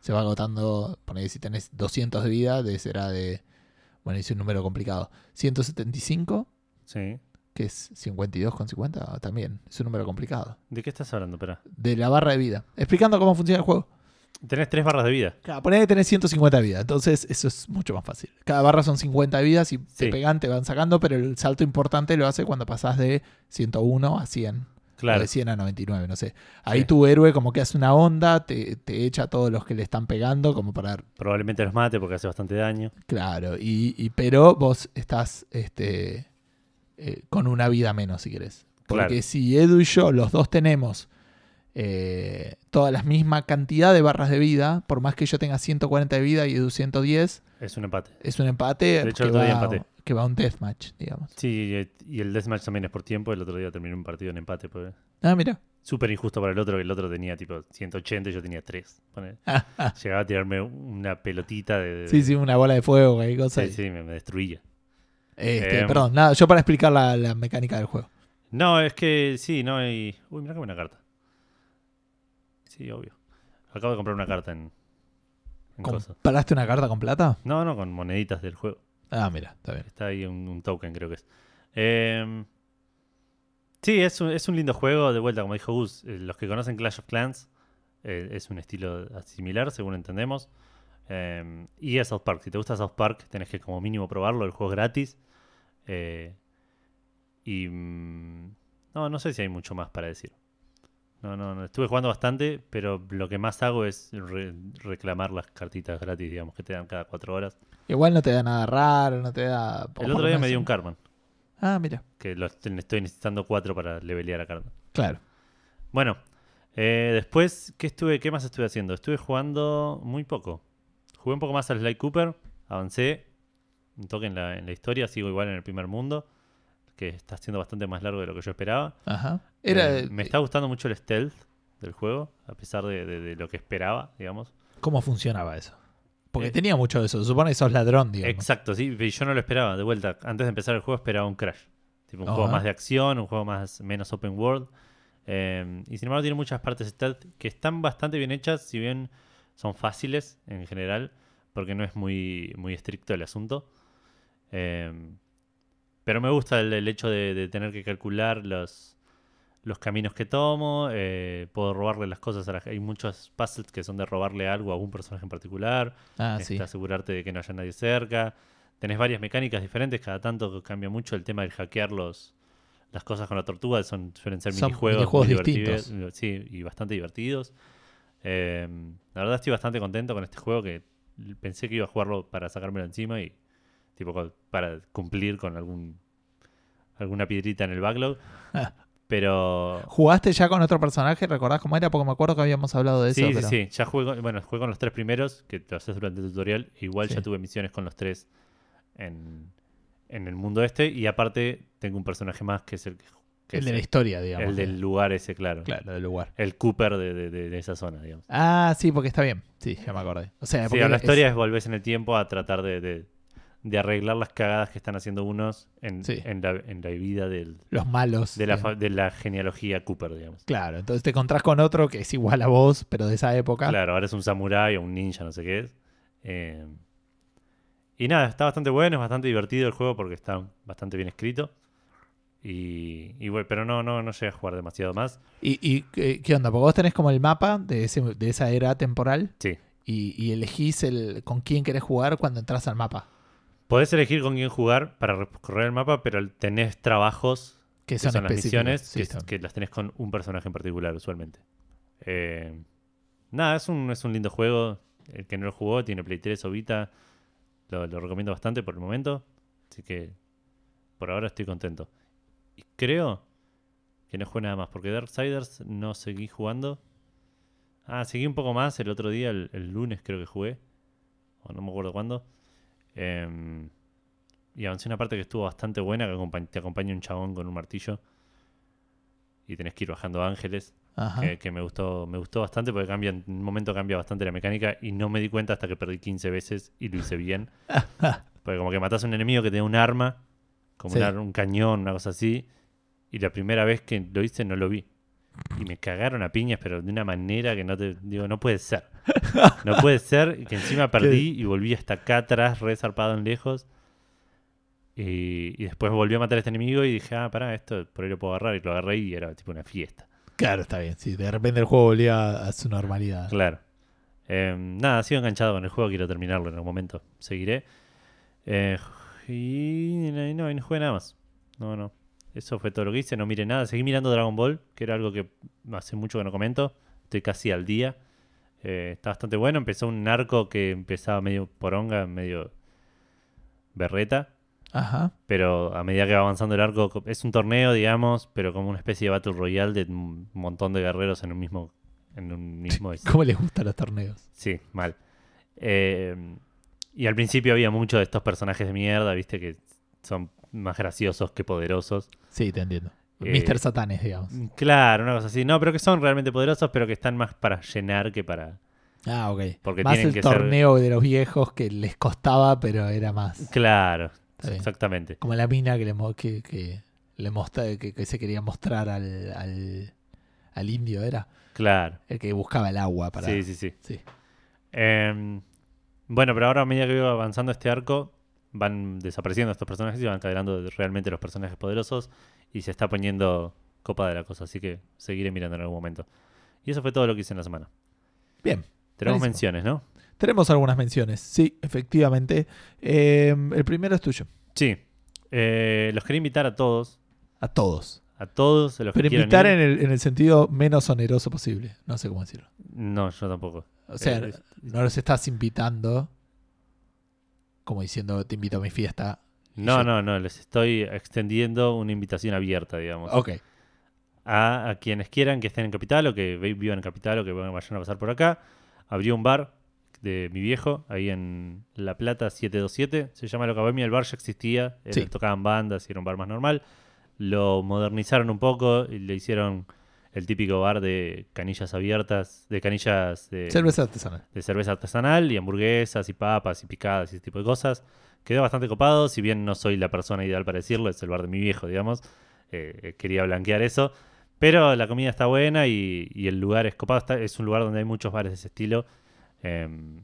S1: se va agotando, ponele si tenés 200 de vida, de, será de, bueno, hice un número complicado, 175,
S2: Sí.
S1: que es 52,50 también, es un número complicado,
S2: ¿De qué estás hablando? Espera.
S1: de la barra de vida, explicando cómo funciona el juego.
S2: Tenés tres barras de vida.
S1: Claro, ponele que tenés 150 de vida, entonces eso es mucho más fácil. Cada barra son 50 de vida, si te
S2: Sí.
S1: pegan te van sacando, pero el salto importante lo hace cuando pasás de 101 a 100, o
S2: Claro.
S1: de 100 a 99, no sé. Ahí
S2: Sí.
S1: tu héroe como que hace una onda, te, te echa a todos los que le están pegando, como para...
S2: Probablemente los mate porque hace bastante daño.
S1: Claro, y, y- pero vos estás este, eh, con una vida menos, si querés. Porque
S2: Claro.
S1: si Edu y yo, los dos tenemos eh, toda la misma cantidad de barras de vida, por más que yo tenga 140 de vida y Edu 110,
S2: Es un empate.
S1: es un empate,
S2: De hecho,
S1: que,
S2: el otro
S1: va,
S2: día empaté.
S1: que va a un deathmatch, digamos.
S2: Sí, y el deathmatch también es por tiempo. El otro día terminé un partido en empate. pues.
S1: Ah, mira.
S2: Súper injusto para el otro, que el otro tenía tipo 180 y yo tenía 3. Llegaba a tirarme una pelotita de...
S1: Sí, sí, una bola de fuego, cualquier cosa.
S2: Sí, sí, me, me destruía.
S1: Este,
S2: Em.
S1: perdón, nada, yo para explicar la, la mecánica del juego.
S2: No, es que sí, no, y... Uy, mira que buena carta. Sí, obvio. Acabo de comprar una carta en... en cosas.
S1: ¿Compraste una carta con plata?
S2: No, no, con moneditas del juego.
S1: Ah, mira, está bien.
S2: Está ahí un, un token, creo que es. Em, sí, es un, es un lindo juego. De vuelta, como dijo Gus, eh, los que conocen Clash of Clans eh, es un estilo similar, según entendemos. Em, y es South Park. Si te gusta South Park, tenés que como mínimo probarlo. El juego es gratis. Eh, y... mm, no, no sé si hay mucho más para decir. No, no, no. Estuve jugando bastante, pero lo que más hago es re- reclamar las cartitas gratis, digamos, que te dan cada cuatro horas.
S1: Igual no te da nada raro, no te da...
S2: El otro día me
S1: ¿eh?
S2: dio un Carman.
S1: Ah, mira.
S2: Que los- estoy necesitando cuatro para levelear a Carmen.
S1: Claro.
S2: Bueno, eh, después, ¿qué, estuve, ¿qué más estuve haciendo? Estuve jugando muy poco. Jugué un poco más al Sly Cooper, avancé un toque en la, en la historia, sigo igual en el primer mundo, que está siendo bastante más largo de lo que yo esperaba.
S1: Ajá. Era,
S2: Eh, me está gustando mucho el stealth del juego, a pesar de, de- de lo que esperaba, digamos.
S1: ¿Cómo funcionaba eso? Porque
S2: Eh.
S1: tenía mucho de eso. Se supone que sos ladrón, digamos.
S2: Exacto, sí, y yo no lo esperaba. De vuelta, antes de empezar el juego esperaba un Crash. Tipo un juego
S1: Ajá.
S2: más de acción, un juego más menos open world. Eh, y sin embargo tiene muchas partes stealth que están bastante bien hechas, si bien son fáciles en general, porque no es muy, muy estricto el asunto. Eh, pero me gusta el, el hecho de, de tener que calcular los, los caminos que tomo, eh, puedo robarle las cosas. A la- hay muchos puzzles que son de robarle algo a algún personaje en particular
S1: Ah,
S2: este,
S1: sí.
S2: asegurarte de que no haya nadie cerca. Tenés varias mecánicas diferentes, cada tanto cambia mucho el tema del hackear los, las cosas con la tortuga, son, suelen ser
S1: Son
S2: minijuegos,
S1: minijuegos
S2: muy divertidos, sí, y bastante divertidos. Eh, la verdad estoy bastante contento con este juego que pensé que iba a jugarlo para sacármelo encima y tipo co- para cumplir con algún alguna piedrita en el backlog. Pero
S1: ¿Jugaste ya con otro personaje? ¿Recordás cómo era? Porque me acuerdo que habíamos hablado de eso.
S2: sí,
S1: pero-
S2: sí, sí. Ya jugué con, bueno, jugué con los tres primeros, que lo haces durante el tutorial. Igual
S1: Sí.
S2: ya tuve misiones con los tres en, en el mundo este. Y aparte, tengo un personaje más que es el que, que
S1: El
S2: es
S1: de la
S2: el-
S1: historia, digamos. eh.
S2: el del lugar ese, claro.
S1: Claro, del lugar.
S2: El Cooper de, de- de- de esa zona, digamos.
S1: Ah, sí, porque está bien. Sí, ya me acordé. O sea,
S2: Sí,
S1: Eh, porque
S2: la
S1: es-
S2: historia es volvés en el tiempo a tratar de, de- de arreglar las cagadas que están haciendo unos en,
S1: Sí.
S2: en la, en la vida del-
S1: los malos.
S2: de, la,
S1: eh,
S2: fa- de la genealogía Cooper, digamos.
S1: Claro, entonces te encontrás con otro que es igual a vos, pero de esa época.
S2: Claro, ahora es un samurái o un ninja, no sé qué es. Eh, y nada, está bastante bueno, es bastante divertido el juego porque está bastante bien escrito. Y, y bueno, pero no, no, no llegué a jugar demasiado más.
S1: ¿Y, y eh, qué qué onda? Porque vos tenés como el mapa de, ese- de esa era temporal
S2: Sí.
S1: y, y elegís el, con quién querés jugar cuando entras al mapa.
S2: Podés elegir con quién jugar para recorrer el mapa, pero tenés trabajos
S1: Que
S2: que
S1: son,
S2: son, las
S1: específicos.
S2: misiones
S1: Sí,
S2: que,
S1: está bien.
S2: que las tenés con un personaje en particular usualmente. Eh, nada, es un, es un lindo juego. El que no lo jugó tiene Play 3 o Vita. Lo, lo recomiendo bastante por el momento. Así que por ahora estoy contento. Y creo que no jugué nada más porque Darksiders no seguí jugando. Ah, seguí un poco más el otro día, el, el lunes creo que jugué. O no me acuerdo cuándo. Em, y avancé una parte que estuvo bastante buena, que acompañ- te acompaña un chabón con un martillo. y tenés que ir bajando ángeles,
S1: Ajá.
S2: que, que me gustó me gustó bastante porque cambia, en un momento cambia bastante la mecánica y no me di cuenta hasta que perdí 15 veces y lo hice bien. porque como que matás a un enemigo que tenía un arma, como
S1: Sí.
S2: un, ar- un cañón, una cosa así, y la primera vez que lo hice no lo vi. Y me cagaron a piñas, pero de una manera que no te digo, no puede ser. No puede ser que encima perdí y volví hasta acá atrás, re zarpado en lejos. Y, y después volví a matar a este enemigo y dije, ah, pará, esto por ahí lo puedo agarrar. Y lo agarré y era tipo una fiesta.
S1: Claro, está bien. Sí, de repente el juego volvía a- a su normalidad.
S2: Claro. Eh, nada, sigo enganchado con el juego, quiero terminarlo en algún momento. Seguiré. Eh, y no, no, y no jugué nada más. No, no. Eso fue todo lo que hice, no miré nada. Seguí mirando Dragon Ball, que era algo que hace mucho que no comento. Estoy casi al día. Eh, está bastante bueno. Empezó un narco que empezaba medio poronga, medio berreta.
S1: Ajá.
S2: Pero a medida que va avanzando el arco, co- es un torneo, digamos, pero como una especie de Battle Royale de un montón de guerreros en un mismo, en un mismo
S1: ¿Cómo les gustan los torneos?
S2: Sí, mal. Eh, y al principio había muchos de estos personajes de mierda, viste, que son más graciosos que poderosos.
S1: Sí, te entiendo.
S2: Eh,
S1: Mr. Satanes, digamos.
S2: Claro, una cosa así. No, pero que son realmente poderosos, pero que están más para llenar que para...
S1: Ah, ok.
S2: Porque
S1: más
S2: tienen
S1: el
S2: que ser-
S1: torneo de los viejos que les costaba, pero era más.
S2: Claro,
S1: Está bien.
S2: exactamente.
S1: Como la mina que le, mo- que, que le mostra- que, que se quería mostrar al, al, al indio, ¿era?
S2: Claro.
S1: El que buscaba el agua para.
S2: Sí, sí, sí.
S1: Sí.
S2: Eh, bueno, pero ahora a medida que iba avanzando este arco, van desapareciendo estos personajes y van caderando realmente los personajes poderosos y se está poniendo copa de la cosa, así que seguiré mirando en algún momento. Y eso fue todo lo que hice en la semana.
S1: Bien.
S2: Tenemos
S1: Buenísimo.
S2: menciones, ¿no?
S1: Tenemos algunas menciones. Sí, efectivamente. Eh, el primero es tuyo.
S2: Sí. Eh, los quería invitar a todos.
S1: A todos.
S2: A todos los
S1: Pero
S2: que quieran
S1: invitar
S2: ir.
S1: en el, en el sentido menos oneroso posible. No sé cómo decirlo.
S2: No, yo tampoco.
S1: O sea,
S2: Eh, es-
S1: no los estás invitando como diciendo te invito a mi fiesta.
S2: No,
S1: yo-
S2: no, no. Les estoy extendiendo una invitación abierta, digamos.
S1: Ok.
S2: a, a quienes quieran que estén en Capital o que vi- vivan en Capital o que vayan a pasar por acá. Abrió un bar de mi viejo ahí en La Plata 727. Se llama La Academia. El bar ya existía. era-
S1: Sí.
S2: Tocaban bandas y era un bar más normal. Lo modernizaron un poco y le hicieron el típico bar de canillas abiertas, de canillas de,
S1: Cerveza artesanal.
S2: de cerveza artesanal y hamburguesas y papas y picadas y ese tipo de cosas. Quedó bastante copado, si bien no soy la persona ideal para decirlo, es el bar de mi viejo, digamos. Eh, eh, quería blanquear eso. Pero la comida está buena y, y el lugar es copado. Está- es un lugar donde hay muchos bares de ese estilo. Em,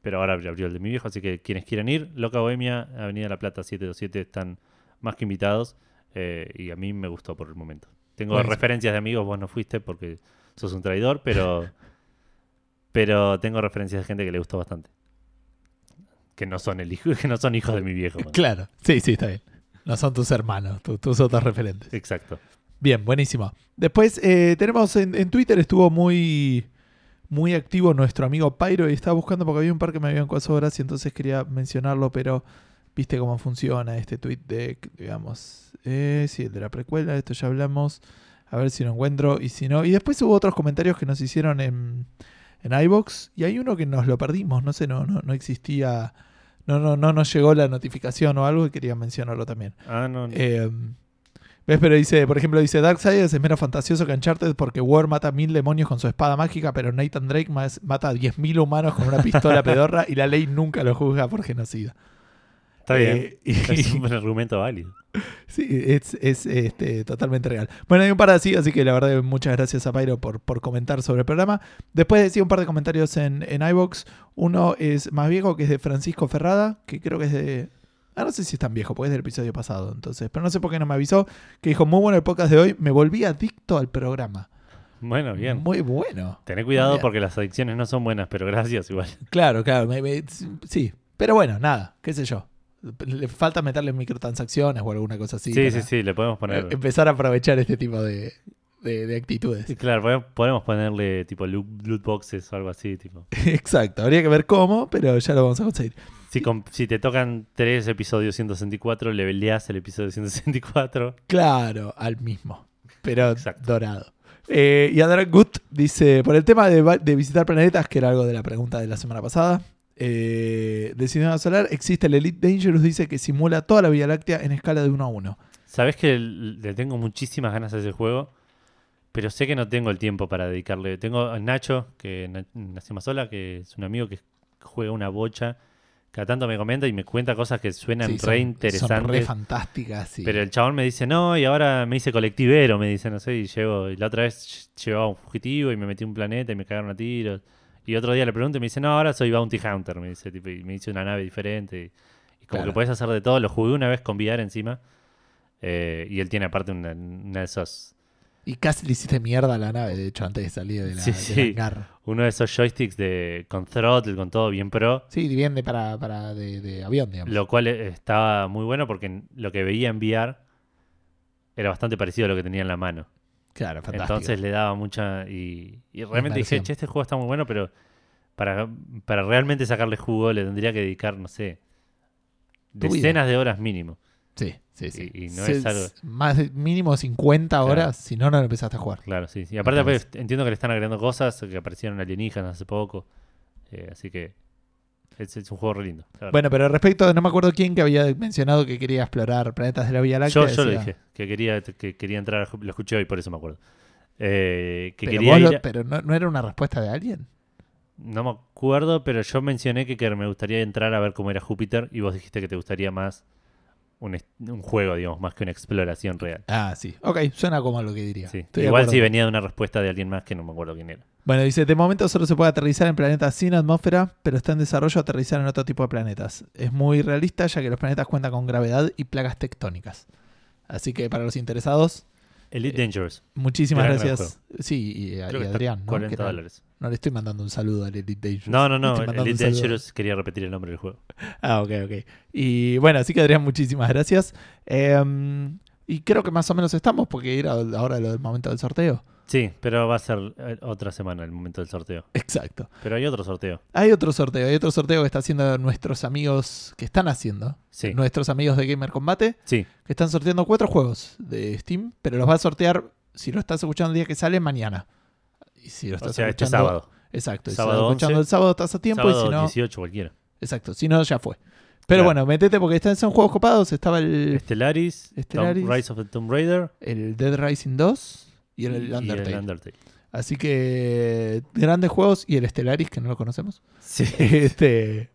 S2: pero ahora abri- abrió el de mi viejo, así que quienes quieran ir, Loca Bohemia, Avenida La Plata 727, están más que invitados. eh, y a mí me gustó por el momento. Tengo
S1: Buenísimo.
S2: referencias de amigos, vos no fuiste porque sos un traidor, pero, pero tengo referencias de gente que le gustó bastante. Que no son, el hijo, que no son hijos de mi viejo. ponele.
S1: Claro. Sí, sí, está bien. No son tus hermanos, tu- tus otros referentes.
S2: Exacto.
S1: Bien, buenísimo. Después eh, tenemos en, en Twitter, estuvo muy, muy activo nuestro amigo Pyro y estaba buscando porque había un par que me habían cuatro horas y entonces quería mencionarlo, pero viste cómo funciona este tweet de, digamos, eh, sí, el de la precuela, de esto ya hablamos, a ver si lo encuentro y si no. Y después hubo otros comentarios que nos hicieron en, en iBox y hay uno que nos lo perdimos, no sé, no, no, no existía, no, no, no nos llegó la notificación o algo y quería mencionarlo también.
S2: Ah, no, no.
S1: Eh, ¿Ves? Pero dice, por ejemplo, dice Darksiders es menos fantasioso que Uncharted porque War mata a mil demonios con su espada mágica, pero Nathan Drake mas- mata a 10.000 humanos con una pistola pedorra y la ley nunca lo juzga por genocida.
S2: está bien.
S1: Eh, y-
S2: es un argumento válido.
S1: sí, es, es, este, totalmente real. Bueno, hay un par así, así que la verdad muchas gracias a Pyro por, por comentar sobre el programa. Después decía un par de comentarios en, en iVox. Uno es más viejo, que es de Francisco Ferrada, que creo que es de... Ah, no sé si es tan viejo, porque es del episodio pasado, entonces. Pero no sé por qué no me avisó, que dijo, muy bueno el podcast de hoy, me volví adicto al programa.
S2: Bueno, Ah, bien.
S1: Muy bueno.
S2: Tené cuidado
S1: Mm. Bien.
S2: porque las adicciones no son buenas, pero gracias igual.
S1: Claro, claro, me- me- sí. Pero bueno, nada, qué sé yo. Le falta meterle microtransacciones o alguna cosa así.
S2: Sí,
S1: para-
S2: sí, sí, le podemos poner.
S1: Eh, empezar a aprovechar este tipo de, de- de actitudes.
S2: Sí, claro, podemos- podemos ponerle tipo loot, loot boxes o algo así. tipo
S1: Exacto, habría que ver cómo, pero ya lo vamos a conseguir.
S2: Si, com- si te tocan tres episodios 164, leveleás el episodio 164.
S1: Claro, al mismo, pero
S2: Exacto.
S1: dorado. Eh, y André Gut dice, por el tema de, va- de visitar planetas, que era algo de la pregunta de la semana pasada, eh, del sistema solar, existe el Elite Dangerous, dice que simula toda la Vía Láctea en escala de 1 a 1.
S2: Sabes que l- le tengo muchísimas ganas a ese juego. Pero sé que no tengo el tiempo para dedicarle. Tengo a Nacho, que na- nació más sola, que es un amigo que juega una bocha. Cada tanto me comenta y me cuenta cosas que suenan
S1: Sí, son-
S2: re
S1: Son re
S2: interesantes.
S1: fantásticas. sí.
S2: Pero el chabón me dice, no, y ahora me hice colectivero, me dice, no sé, y llevo, y la otra vez lle- llevaba un fugitivo y me metí a un planeta y me cagaron a tiros. Y otro día le pregunto y me dice, no, ahora soy Bounty Hunter, me dice, tipo, y me hice una nave diferente. Y, como
S1: Claro.
S2: que podés hacer de todo, lo jugué una vez con VR encima. Eh, y él tiene aparte una, una de esos,
S1: Y casi le hiciste mierda a la nave, de hecho, antes de salir de la,
S2: Sí,
S1: del
S2: sí.
S1: hangar.
S2: uno de esos joysticks de, con throttle, con todo bien pro.
S1: Sí, bien de, para, para de, de avión, digamos.
S2: Lo cual eh, estaba muy bueno porque en- lo que veía en VR era bastante parecido a lo que tenía en la mano.
S1: claro, fantástico.
S2: Entonces le daba mucha. Y, y realmente
S1: Inversión.
S2: dije, che, este juego está muy bueno, pero para, para realmente sacarle jugo le tendría que dedicar, no sé,
S1: Tu vida.
S2: decenas de horas mínimo.
S1: sí, sí, sí.
S2: y- y no
S1: Se-
S2: es algo-
S1: Más de- mínimo 50
S2: Claro.
S1: horas, si no, no lo empezaste a jugar.
S2: Claro, sí. sí. Y aparte,
S1: parece.
S2: pues, entiendo que le están agregando cosas, que aparecieron alienígenas hace poco. eh, así que es, es un juego re lindo. la verdad.
S1: Bueno, pero respecto de no me acuerdo quién que había mencionado que quería explorar planetas de la Vía Láctea.
S2: yo yo lo
S1: decía,
S2: dije, que quería, que quería entrar, a- lo escuché hoy, por eso me acuerdo. Eh, que
S1: pero
S2: quería
S1: vos lo-
S2: ir a-
S1: pero no, no era una respuesta de alguien.
S2: No me acuerdo, pero yo mencioné que, que me gustaría entrar a ver cómo era Júpiter y vos dijiste que te gustaría más un, est- un juego, digamos, más que una exploración real.
S1: Ah, sí. Ok, suena como lo que diría.
S2: Sí.
S1: Estoy de
S2: Igual
S1: acuerdo.
S2: si venía de una respuesta de alguien más que no me acuerdo quién era.
S1: Bueno, dice, de momento solo se puede aterrizar en planetas sin atmósfera, pero está en desarrollo aterrizar en otro tipo de planetas. Es muy realista ya que los planetas cuentan con gravedad y plagas tectónicas. Así que para los interesados,
S2: Elite Dangerous.
S1: muchísimas
S2: Gran, gran
S1: gracias. Sí, Eh, y, a-
S2: Creo
S1: y
S2: que está
S1: Adrián, ¿no?
S2: 40
S1: Que no-
S2: dólares.
S1: no le estoy mandando un saludo al Elite Dangerous.
S2: No, no,
S1: Le
S2: no.
S1: estoy mandando un
S2: Elite
S1: saludo.
S2: Dangerous quería repetir el nombre del juego.
S1: Ah, ok, ok. Y bueno, así que Adrián, muchísimas gracias. Em, y creo que más o menos estamos, porque era ahora lo del momento del sorteo.
S2: Sí, pero va a ser eh, otra semana el momento del sorteo.
S1: Exacto.
S2: Pero hay otro sorteo.
S1: Hay otro sorteo, hay otro sorteo que está haciendo nuestros amigos, que están haciendo,
S2: Sí.
S1: nuestros amigos de Gamer Combate,
S2: Sí,
S1: que están sorteando cuatro juegos de Steam, pero los va a sortear, si lo estás escuchando el día que sale, mañana. Y si lo estás
S2: o sea, este
S1: escuchando,
S2: sábado.
S1: Exacto, y si
S2: Sábado
S1: lo estás escuchando
S2: 11,
S1: el sábado estás a tiempo y
S2: sábado
S1: si no,
S2: 18 cualquiera.
S1: exacto, si no ya fue. Pero
S2: Claro.
S1: bueno, metete porque están, son juegos copados, estaba el,
S2: Estelaris, Tom-
S1: Stellaris.
S2: Rise of the Tomb Raider
S1: el Dead Rising 2 y el, Undertale.
S2: Y el Undertale.
S1: Así que grandes juegos y el Stellaris que no lo conocemos.
S2: Sí.
S1: Este,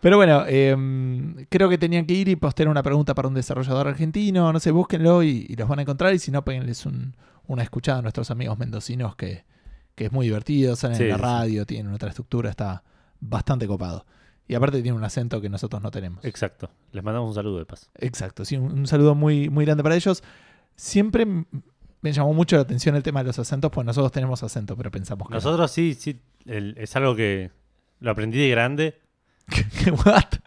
S1: pero bueno, em, creo que tenían que ir y postear una pregunta para un desarrollador argentino. No sé, búsquenlo y, y los van a encontrar. Y si no, péguenles un- una escuchada a nuestros amigos mendocinos, que, que es muy divertido. Salen
S2: Sí,
S1: en la
S2: sí.
S1: radio, tienen otra estructura, está bastante copado. Y aparte tiene un acento que nosotros no tenemos.
S2: Exacto. Les mandamos un saludo de paso.
S1: Exacto, sí, un, un saludo muy, muy grande para ellos. Siempre m- me llamó mucho la atención el tema de los acentos, pues nosotros tenemos acento, pero pensamos que. no.
S2: Nosotros sí, sí, el- es algo que lo aprendí de grande,
S1: What?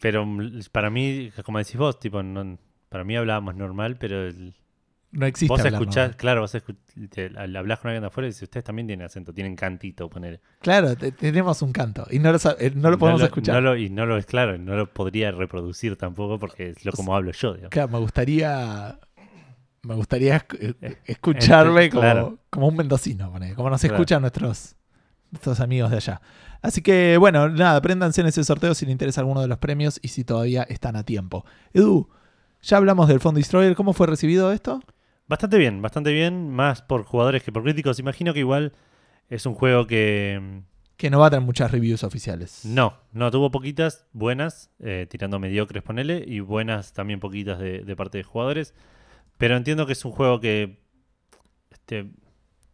S2: pero mm, para mí, como decís vos, tipo, no- para mí hablábamos normal, pero el-
S1: No existe.
S2: vos
S1: hablar, ¿no?
S2: escuchás, claro, vos escu- te- al- hablás con alguien de afuera y dices, ustedes también tienen acento, tienen cantito, poner.
S1: Claro, te- tenemos un canto y no lo, sa- eh, no lo podemos escuchar.
S2: no lo- y no lo es claro, no lo podría reproducir tampoco porque es lo como hablo yo, digamos.
S1: Claro, me gustaría. Me gustaría esc- eh, escucharme como,
S2: este, claro.
S1: como un mendocino, ponele, como nos
S2: Claro.
S1: escuchan nuestros, nuestros amigos de allá. Así que, bueno, nada, préndanse en ese sorteo si les interesa alguno de los premios y si todavía están a tiempo. Edu, ya hablamos del Fond Destroyer. ¿Cómo fue recibido esto?
S2: Bastante bien, bastante bien, más por jugadores que por críticos. Imagino que igual es un juego que mm,
S1: Que no va a tener muchas reviews oficiales.
S2: No, no, tuvo poquitas buenas, eh, tirando mediocres, ponele, y buenas también poquitas de, de parte de jugadores. Pero entiendo que es un juego que este,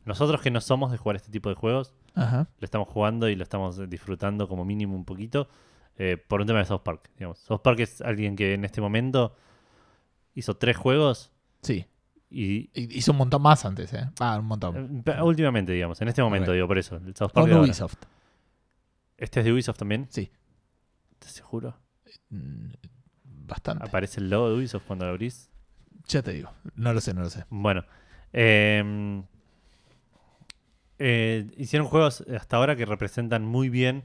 S2: nosotros que no somos de jugar este tipo de juegos,
S1: Ajá.
S2: lo estamos jugando y lo estamos disfrutando como mínimo un poquito eh, por un tema de South Park. Digamos. South Park es alguien que en este momento hizo tres juegos
S1: Sí.
S2: y...
S1: Hi- Hizo un montón más antes, ¿eh? Ah, un montón.
S2: eh, pe- Últimamente, digamos, en este momento,
S1: Ok.
S2: digo, por eso. el South Park
S1: Con
S2: de ahora.
S1: Ubisoft.
S2: Este es de Ubisoft también.
S1: Sí.
S2: ¿Estás seguro?
S1: Mm, Bastante.
S2: Aparece el logo de Ubisoft cuando lo abrís.
S1: Ya te digo. No lo sé, no lo sé.
S2: Bueno. eh, eh, hicieron juegos hasta ahora que representan muy bien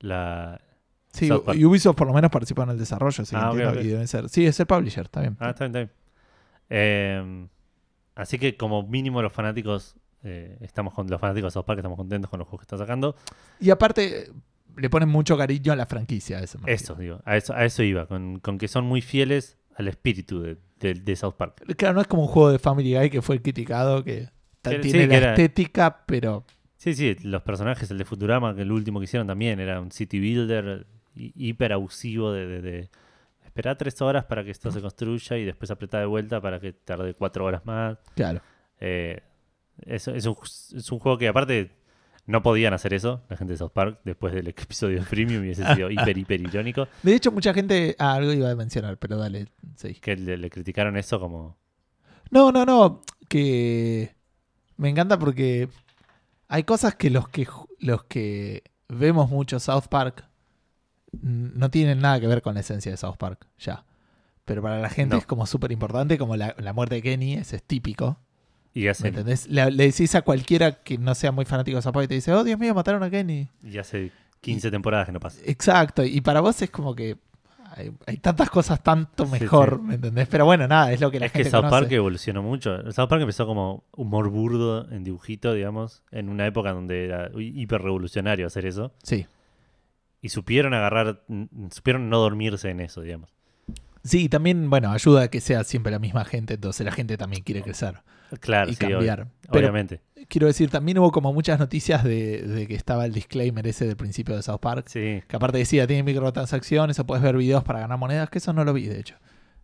S2: la...
S1: Sí,
S2: South Park.
S1: y Ubisoft por lo menos participó en el desarrollo, así que
S2: Ah, ok,
S1: entiendo
S2: ok.
S1: que deben ser. Sí, es el publisher, está bien.
S2: Ah, está bien, está bien. Eh, así que como mínimo los fanáticos... eh, estamos con los fanáticos de South Park, estamos contentos con los juegos que están sacando.
S1: Y aparte, le ponen mucho cariño a la franquicia. Eso, me
S2: Eso, digo, a eso, a eso iba, con, con que son muy fieles al espíritu de, de- de South Park.
S1: refiero. Claro, no es como un juego de Family Guy que fue criticado, que ta-
S2: Que-
S1: tiene
S2: sí,
S1: la
S2: que era-
S1: estética, pero
S2: Sí, sí, los personajes, el de Futurama, que el último que hicieron también era un city builder hi- hiper abusivo de, de, de esperá tres horas para que esto se construya y después apretá de vuelta para que tarde cuatro horas más.
S1: claro.
S2: Eh, es, es un, es un juego que aparte no podían hacer eso, la gente de South Park, después del episodio de Premium hubiese sido hiper, hiper irónico,
S1: De hecho, mucha gente. Ah, algo iba a mencionar, pero dale, sí.
S2: que le, le criticaron eso como...
S1: No, no, no. Que me encanta porque hay cosas que los que ju- los que vemos mucho South Park n- no tienen nada que ver con la esencia de South Park, ya. Pero para la gente
S2: No.
S1: es como súper importante, como la, la muerte de Kenny, ese es típico.
S2: Y
S1: ¿Me
S2: hace,
S1: entendés? Le, le decís a cualquiera que no sea muy fanático de South Park y te dice, oh Dios mío, mataron a Kenny.
S2: y hace 15 temporadas que no pasa.
S1: Exacto, y para vos es como que hay, hay tantas cosas tanto
S2: Sí,
S1: mejor,
S2: sí.
S1: ¿me entendés? Pero bueno, nada, es lo que la
S2: es que
S1: gente
S2: South
S1: conoce.
S2: Park evolucionó mucho. South Park empezó como humor burdo en dibujito, digamos, en una época donde era hiper revolucionario hacer eso.
S1: Sí.
S2: Y supieron agarrar, mm, supieron no dormirse en eso, digamos.
S1: Sí, y también, bueno, ayuda a que sea siempre la misma gente, entonces la gente también quiere crecer
S2: Claro,
S1: y
S2: sí, obvio-
S1: cambiar. Pero
S2: obviamente.
S1: quiero decir, también hubo como muchas noticias de, de que estaba el disclaimer ese del principio de South Park,
S2: Sí,
S1: que aparte decía, tiene microtransacciones o puedes ver videos para ganar monedas, que eso no lo vi, de hecho.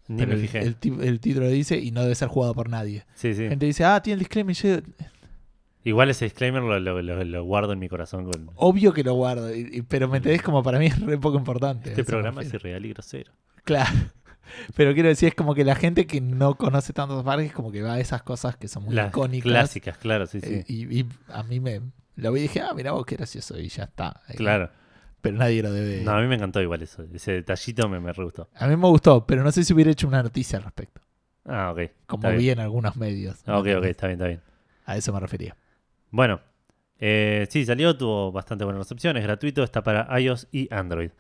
S2: ni
S1: Pero
S2: me
S1: el-
S2: fijé.
S1: El, ti- el título dice, y no debe ser jugado por nadie.
S2: sí, sí.
S1: Gente dice, ah, tiene el disclaimer, y yo,
S2: Igual ese disclaimer lo, lo- lo- lo guardo en mi corazón. Con...
S1: obvio que lo guardo, y- y- pero me entendés como para mí es re poco importante.
S2: este
S1: eso me
S2: programa es
S1: refiero.
S2: irreal y grosero.
S1: Claro. Pero quiero decir, es como que la gente que no conoce tanto South Park es como que va a esas cosas que son muy
S2: Las
S1: icónicas.
S2: clásicas, claro, sí, sí.
S1: Eh, Y, y a mí me lo vi y dije, ah, mira vos qué gracioso y ya está. Eh,
S2: claro.
S1: Pero nadie lo debe.
S2: No, a mí me encantó igual eso. Ese detallito me, me re gustó.
S1: A mí me gustó, pero no sé si hubiera hecho una noticia al respecto.
S2: Ah, ok.
S1: Como
S2: está bien.
S1: vi en algunos medios.
S2: Ah, Ok, ok, está bien, está bien.
S1: A eso me refería.
S2: Bueno, eh, sí, salió, tuvo bastante buena recepción, es gratuito, está para iOS y Android.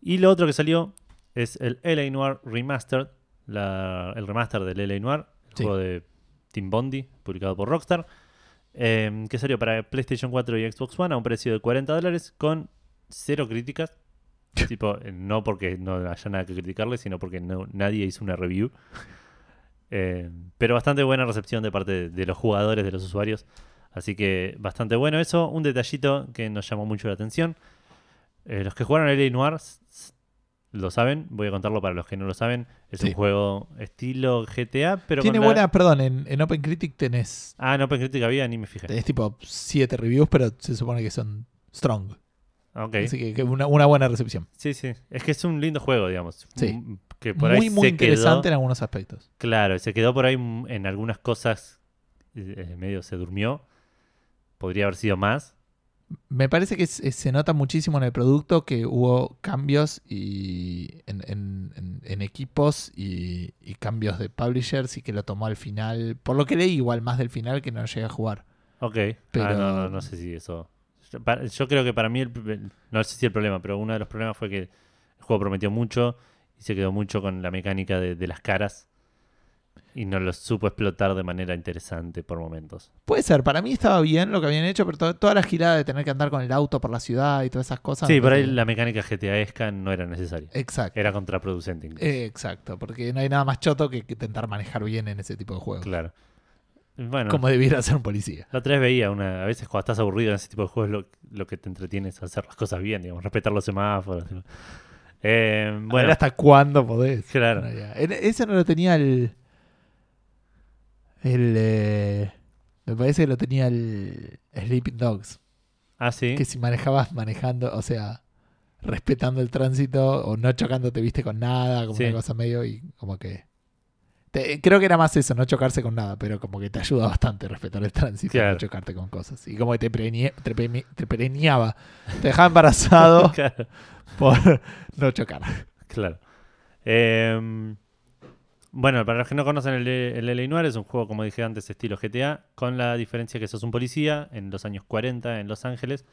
S2: Y lo otro que salió es el LA Noir Remastered, la- el remaster del LA Noir, el
S1: Sí.
S2: juego de Tim Bondi, publicado por Rockstar, eh, que salió para PlayStation 4 y Xbox One a un precio de 40 dólares con cero críticas. tipo, eh, no porque no haya nada que criticarle, sino porque no, nadie hizo una review. Eh, pero bastante buena recepción de parte de- de los jugadores, de los usuarios. Así que bastante bueno eso. Un detallito que nos llamó mucho la atención. Eh, los que jugaron LA Noir s- s- lo saben. Voy a contarlo para los que no lo saben. Es
S1: Sí.
S2: un juego estilo GTA, pero
S1: Tiene
S2: con la-
S1: buena, perdón, en, en Open Critic tenés,
S2: Ah, no, Open Critic había, ni me fijé.
S1: tenés tipo 7 reviews, pero se supone que son strong.
S2: Ok.
S1: Así que, que una, una buena recepción.
S2: Sí, sí. Es que es un lindo juego, digamos.
S1: Sí.
S2: Mm, Que por ahí
S1: Muy, muy
S2: se
S1: interesante
S2: quedó-
S1: en algunos aspectos.
S2: Claro, se quedó por ahí mm, en algunas cosas. eh, medio se durmió. Podría haber sido más.
S1: Me parece que se, se nota muchísimo en el producto que hubo cambios y en, en- en- en equipos y, y cambios de publishers y que lo tomó al final. Por lo que leí, igual más del final que no llegué a jugar.
S2: Ok.
S1: Pero-
S2: Ah, no, no, no sé si eso. Yo, pa- yo creo que para mí, el, el- no sé si el problema, pero uno de los problemas fue que el juego prometió mucho y se quedó mucho con la mecánica de, de las caras y no lo supo explotar de manera interesante por momentos.
S1: Puede ser, para mí estaba bien lo que habían hecho, pero to- toda la girada de tener que andar con el auto por la ciudad y todas esas cosas.
S2: sí,
S1: me
S2: por ahí
S1: parece-
S2: la mecánica GTAesca no era necesaria.
S1: Exacto.
S2: Era contraproducente. incluso.
S1: Eh, Exacto, porque no hay nada más choto que, que intentar manejar bien en ese tipo de juegos.
S2: Claro. Bueno,
S1: Como debiera ser un policía.
S2: la otra vez veía una. A veces cuando estás aburrido en ese tipo de juegos, lo, lo que te entretiene es hacer las cosas bien, digamos, respetar los semáforos. ¿no? Eh,
S1: A ver
S2: bueno,
S1: hasta cuándo podés.
S2: claro.
S1: No, ya. En- Ese no lo tenía el. El. eh, me parece que lo tenía el Sleeping Dogs.
S2: Ah, sí.
S1: Que si manejabas manejando, o sea, respetando el tránsito o no chocando te viste con nada, como
S2: Sí.
S1: una cosa medio y como que. te- creo que era más eso, no chocarse con nada, pero como que te ayuda bastante respetar el tránsito,
S2: Claro.
S1: no chocarte con cosas. Y como que te, prenie- te, pre- te preñaba, te dejaba embarazado
S2: Claro.
S1: por no chocar.
S2: Claro. Em, bueno, para los que no conocen el, el LA Noir, es un juego, como dije antes, estilo GTA, con la diferencia que sos un policía en los años 40 en Los Ángeles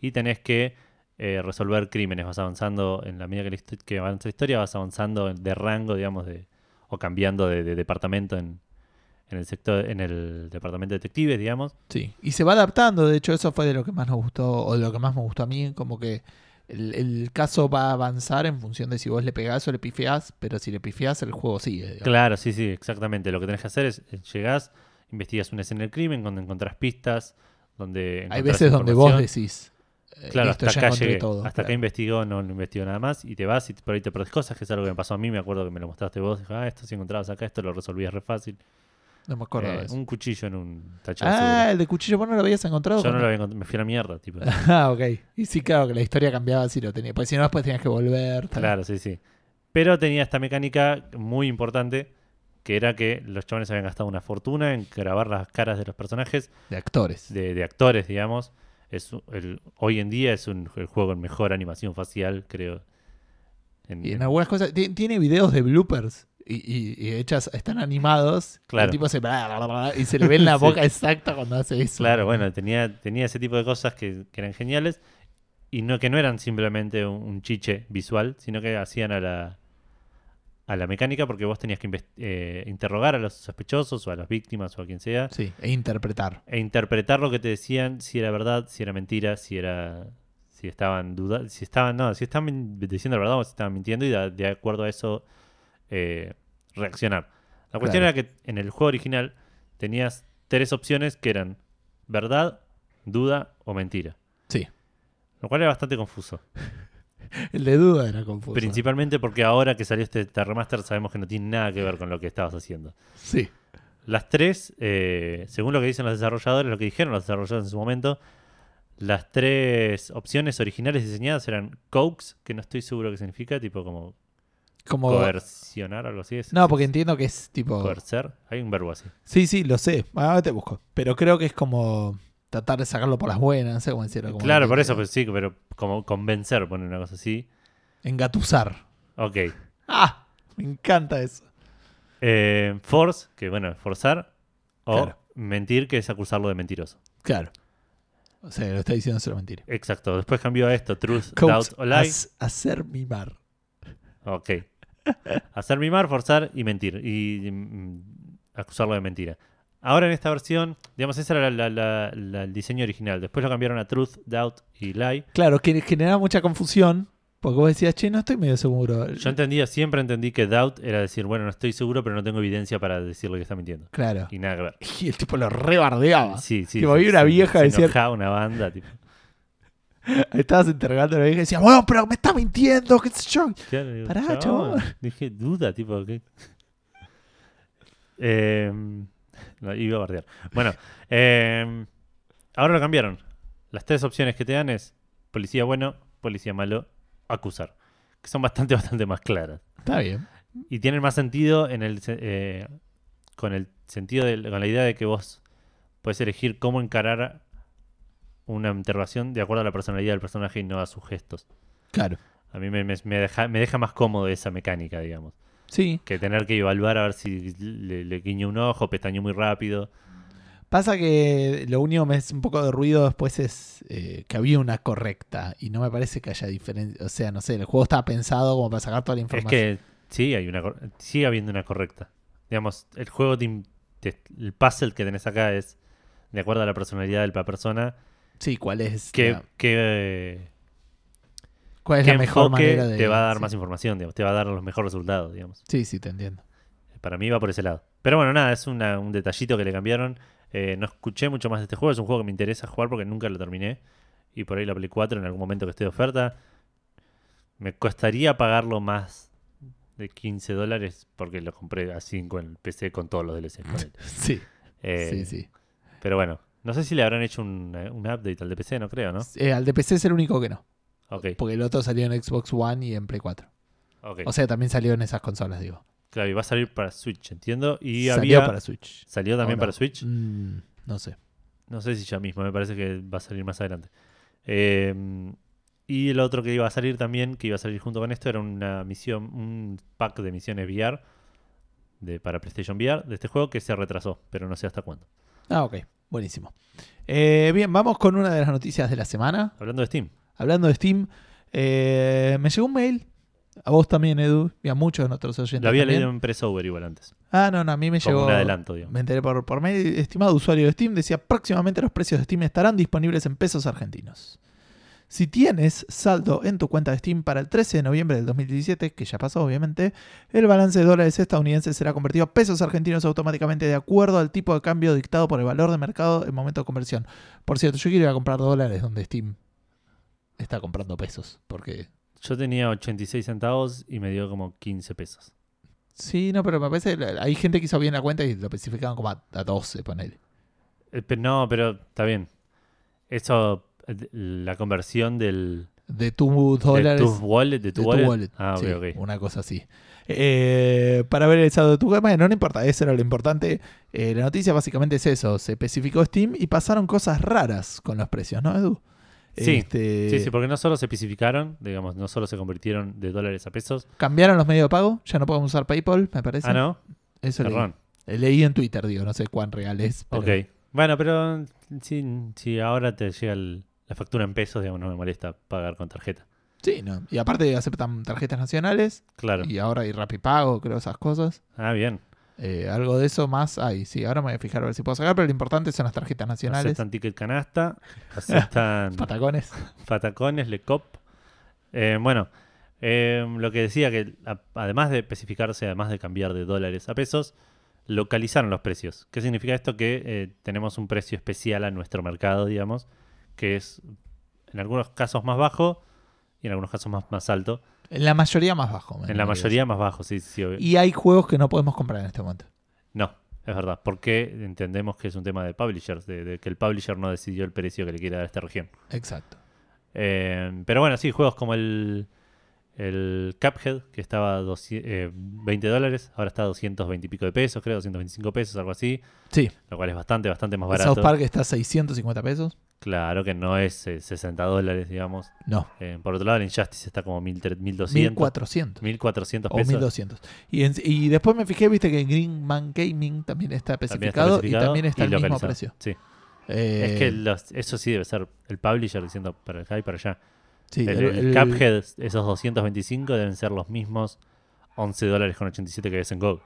S2: y tenés que eh, resolver crímenes. Vas avanzando, en la medida que, la histo- que avanza la historia, vas avanzando de rango, digamos, de, o cambiando de, de departamento en, en el sector, en el departamento de detectives, digamos.
S1: Sí, y se va adaptando, de hecho eso fue de lo que más nos gustó, o de lo que más me gustó a mí, como que el, el caso va a avanzar en función de si vos le pegás o le pifiás, pero si le pifiás el juego sigue. digamos.
S2: Claro, sí, sí, exactamente. Lo que tenés que hacer es eh, llegás investigas una escena del crimen, donde encontrás pistas, donde...
S1: Hay
S2: encontrás
S1: veces donde vos
S2: información.
S1: decís, eh,
S2: Claro,
S1: listo,
S2: hasta
S1: ya
S2: acá
S1: encontré
S2: llegué,
S1: todo.
S2: Hasta acá investigó, no, no investigó nada más. Y te vas y por ahí te perdés cosas, que es algo que me pasó a mí. Me acuerdo que me lo mostraste vos. Dijo, ah, esto si encontrabas acá, esto lo resolvías re fácil.
S1: No me acuerdo
S2: Eh,
S1: de eso.
S2: un cuchillo en un tacho de
S1: Ah,
S2: basura.
S1: el de cuchillo, vos no lo habías encontrado.
S2: Yo no
S1: cuando-
S2: lo había encontrado, me fui a la mierda, tipo.
S1: Ah, ok. Y sí, claro, que la historia cambiaba si lo tenías. Porque si no, después tenías que volver. tal.
S2: Claro, sí, sí. Pero tenía esta mecánica muy importante, que era que los chavales habían gastado una fortuna en grabar las caras de los personajes,
S1: De actores.
S2: de, de actores, digamos. Es u- el- hoy en día es un, el juego con mejor animación facial, creo. En-
S1: Y en algunas cosas. ti- Tiene videos de bloopers. Y, y- y hechas, están animados.
S2: Claro.
S1: El tipo se. bla, bla, bla, Y se le ve en la
S2: Sí.
S1: boca exacta cuando hace eso.
S2: Claro, bueno, tenía, tenía ese tipo de cosas que, que eran geniales y no que no eran simplemente un, un chiche visual, sino que hacían a la, a la mecánica porque vos tenías que inves- eh, interrogar a los sospechosos o a las víctimas o a quien sea
S1: Sí, e interpretar.
S2: e interpretar lo que te decían, si era verdad, si era mentira, si era si estaban duda, si estaban no, si estaban min- diciendo la verdad o si estaban mintiendo y de, de acuerdo a eso eh, reaccionar. La cuestión
S1: Claro.
S2: era que en el juego original tenías tres opciones que eran verdad, duda o mentira,
S1: Sí.
S2: lo cual era bastante confuso,
S1: El de duda era confuso.
S2: principalmente porque ahora que salió este este remaster sabemos que no tiene nada que ver con lo que estabas haciendo.
S1: Sí.
S2: Las tres, eh, según lo que dicen los desarrolladores, lo que dijeron los desarrolladores en su momento, las tres opciones originales diseñadas eran coax, que no estoy seguro qué significa, tipo como
S1: Como.
S2: coercionar, algo así. Es,
S1: No, porque entiendo que es tipo.
S2: coercer, hay un verbo así.
S1: Sí, sí, lo sé. Ahora te busco. Pero creo que es como tratar de sacarlo por las buenas, no sé cómo decirlo. como-
S2: claro, por eso, pues, sí, pero como convencer, poner una cosa así.
S1: Engatusar.
S2: Ok.
S1: ¡Ah! Me encanta eso.
S2: Eh, force, que bueno, forzar. O
S1: Claro.
S2: mentir, que es acusarlo de mentiroso.
S1: Claro. O sea, lo está diciendo solo mentira.
S2: Exacto. Después cambió a esto, truth,
S1: Coach,
S2: doubt o lie.
S1: haz- hacer mimar.
S2: Ok. Hacer mimar, forzar y mentir. Y mm, acusarlo de mentira. Ahora en esta versión, digamos, ese era la- la- la- la- el diseño original. Después lo cambiaron a Truth, Doubt y Lie.
S1: Claro, que generaba mucha confusión. Porque vos decías, che, no estoy medio seguro.
S2: Yo entendía, siempre entendí que Doubt era decir, bueno, no estoy seguro, pero no tengo evidencia para decir lo que está mintiendo.
S1: Claro.
S2: Y nada que ver.
S1: Y el tipo lo rebardeaba.
S2: Sí, sí.
S1: Tipo, Ah.
S2: sí,
S1: había una
S2: sí,
S1: vieja
S2: se
S1: decía-
S2: enojaba una banda. tipo.
S1: Estabas interrogando a la vieja y decías, bueno, pero me está mintiendo, qué sé yo.
S2: Claro, digo,
S1: Pará, chabón.
S2: Dije, duda, tipo, ¿qué? Em, no, iba a bardear. Bueno, em, ahora lo cambiaron. Las tres opciones que te dan es policía bueno, policía malo, acusar. Que son bastante, bastante más claras.
S1: Está bien.
S2: Y tienen más sentido en el, se- eh, con el sentido del- con la idea de que vos puedes elegir cómo encarar una interrogación de acuerdo a la personalidad del personaje y no a sus gestos.
S1: Claro.
S2: A mí me, me- me deja, me deja más cómodo esa mecánica, digamos.
S1: Sí.
S2: Que tener que evaluar a ver si le, le guiño un ojo, pestaño muy rápido.
S1: Pasa que lo único que me es un poco de ruido después es eh, que había una correcta y no me parece que haya diferencia. O sea, no sé, el juego estaba pensado como para sacar toda la
S2: Es
S1: información.
S2: que sí, hay una, cor- sigue habiendo una correcta. Digamos, el juego, te im- te- el puzzle que tenés acá es de acuerdo a la personalidad de la persona.
S1: sí, ¿cuál es,
S2: Que,
S1: la,
S2: que,
S1: cuál es
S2: que
S1: la mejor
S2: enfoque
S1: manera de.
S2: te va a dar
S1: sí.
S2: más información, digamos, te va a dar los mejores resultados, digamos.
S1: Sí, sí, te entiendo.
S2: Para mí va por ese lado. Pero bueno, nada, es una- un detallito que le cambiaron. Eh, no escuché mucho más de este juego. Es un juego que me interesa jugar porque nunca lo terminé. Y por ahí la Play 4 en algún momento que esté de oferta. Me costaría pagarlo más de 15 dólares porque lo compré a 5 en el PC con todos los DLC. ponele.
S1: Sí,
S2: Eh,
S1: sí, sí.
S2: Pero bueno, no sé si le habrán hecho un, eh, un update al de PC, no creo, ¿no?
S1: Eh, al de PC es el único que no.
S2: Ok,
S1: Porque el otro salió en Xbox One y en Play 4.
S2: ok.
S1: O sea, también salió en esas consolas, digo.
S2: Claro, y va a salir para Switch, entiendo. Y
S1: salió
S2: había-
S1: para Switch.
S2: Salió
S1: ¿O
S2: también
S1: no?
S2: para Switch.
S1: Mm, no sé.
S2: No sé si ya mismo, me parece que va a salir más adelante. Eh, y el otro que iba a salir también, que iba a salir junto con esto, era una misión, un pack de misiones VR de, para PlayStation VR de este juego que se retrasó, pero no sé hasta cuándo.
S1: Ah, ok. Buenísimo. Eh, bien, vamos con una de las noticias de la semana.
S2: Hablando de Steam,
S1: Hablando de Steam, eh, me llegó un mail. A vos también, Edu, y a muchos de nuestros oyentes.
S2: lo había
S1: también.
S2: leído en Pressover igual antes,
S1: Ah, no, no, a mí me
S2: como
S1: llegó.
S2: un adelanto, digamos.
S1: Me enteré por, por mail. Estimado usuario de Steam, decía: próximamente los precios de Steam estarán disponibles en pesos argentinos. Si tienes saldo en tu cuenta de Steam para el 13 de noviembre del 2017, que ya pasó obviamente, el balance de dólares estadounidenses será convertido a pesos argentinos automáticamente de acuerdo al tipo de cambio dictado por el valor de mercado en momento de conversión. Por cierto, yo quiero ir a comprar dólares donde Steam está comprando pesos, porque...
S2: Yo tenía 86 centavos y me dio como 15 pesos.
S1: Sí, no, pero me parece... Hay gente que hizo bien la cuenta y lo especificaban como a, a 12, ponele.
S2: Eh, pe- no, pero está bien. Eso, eh, la conversión del,
S1: De tus
S2: de
S1: dólares...
S2: tu wallet. De tu,
S1: de tu
S2: wallet.
S1: wallet.
S2: Ah, ok,
S1: Sí,
S2: ok.
S1: Una cosa así. Eh, para ver el saldo de tu gama, no, no importa, eso era lo importante. Eh, la noticia básicamente es eso: se especificó Steam y pasaron cosas raras con los precios, ¿no, Edu?
S2: Sí,
S1: Este,
S2: Sí, sí, porque no solo se especificaron, digamos, no solo se convirtieron de dólares a pesos.
S1: Cambiaron los medios de pago, ya no podemos usar PayPal, me parece.
S2: Ah, no,
S1: Eso leí. Eh,
S2: perdón.
S1: Leí en Twitter, digo, no sé cuán real es. pero-
S2: Ok. Bueno, pero mm, si, si ahora te llega el- la factura en pesos, digamos, no me molesta pagar con tarjeta.
S1: Sí, no. Y aparte aceptan tarjetas nacionales
S2: Claro.
S1: y ahora hay Rapipago, creo, esas cosas.
S2: Ah, bien.
S1: Eh, algo de eso más hay. Sí, ahora me voy a fijar a ver si puedo sacar, pero lo importante son las tarjetas nacionales.
S2: Aceptan ticket canasta, aceptan
S1: Patagones.
S2: patacones, lecop. Eh, bueno, eh, lo que decía que a- además de especificarse, además de cambiar de dólares a pesos, localizaron los precios. ¿Qué significa esto? Que eh, tenemos un precio especial a nuestro mercado, digamos, que es en algunos casos más bajo y en algunos casos más, más alto.
S1: En la mayoría más bajo. me
S2: En la
S1: parece.
S2: mayoría más bajo, sí, sí, obvio.
S1: Y hay juegos que no podemos comprar en este momento.
S2: No, es verdad, porque entendemos que es un tema de publishers, de, de que el publisher no decidió el precio que le quiere dar a esta región.
S1: Exacto.
S2: Eh, pero bueno, sí, juegos como el, el Cuphead, que estaba a 200, eh, 20 dólares, ahora está a 220 y pico de pesos, creo, 225 pesos, algo así,
S1: Sí.
S2: lo cual es bastante, bastante más
S1: South
S2: barato.
S1: Park está a 650 pesos.
S2: Claro que no es eh, 60 dólares, digamos.
S1: No.
S2: Eh, por otro lado, el Injustice está como 1300,
S1: 1400.
S2: 1400, 1400
S1: O
S2: pesos.
S1: 1200. Y, en- y después me fijé, viste que en Green Man Gaming también está
S2: También
S1: especificado, y también está el mismo
S2: localizado.
S1: precio.
S2: Sí.
S1: Eh,
S2: es que los- eso sí debe ser el publisher diciendo para acá y para allá.
S1: sí,
S2: el, el Cuphead, esos 225 deben ser los mismos 11 dólares con 87 que ves en GOG.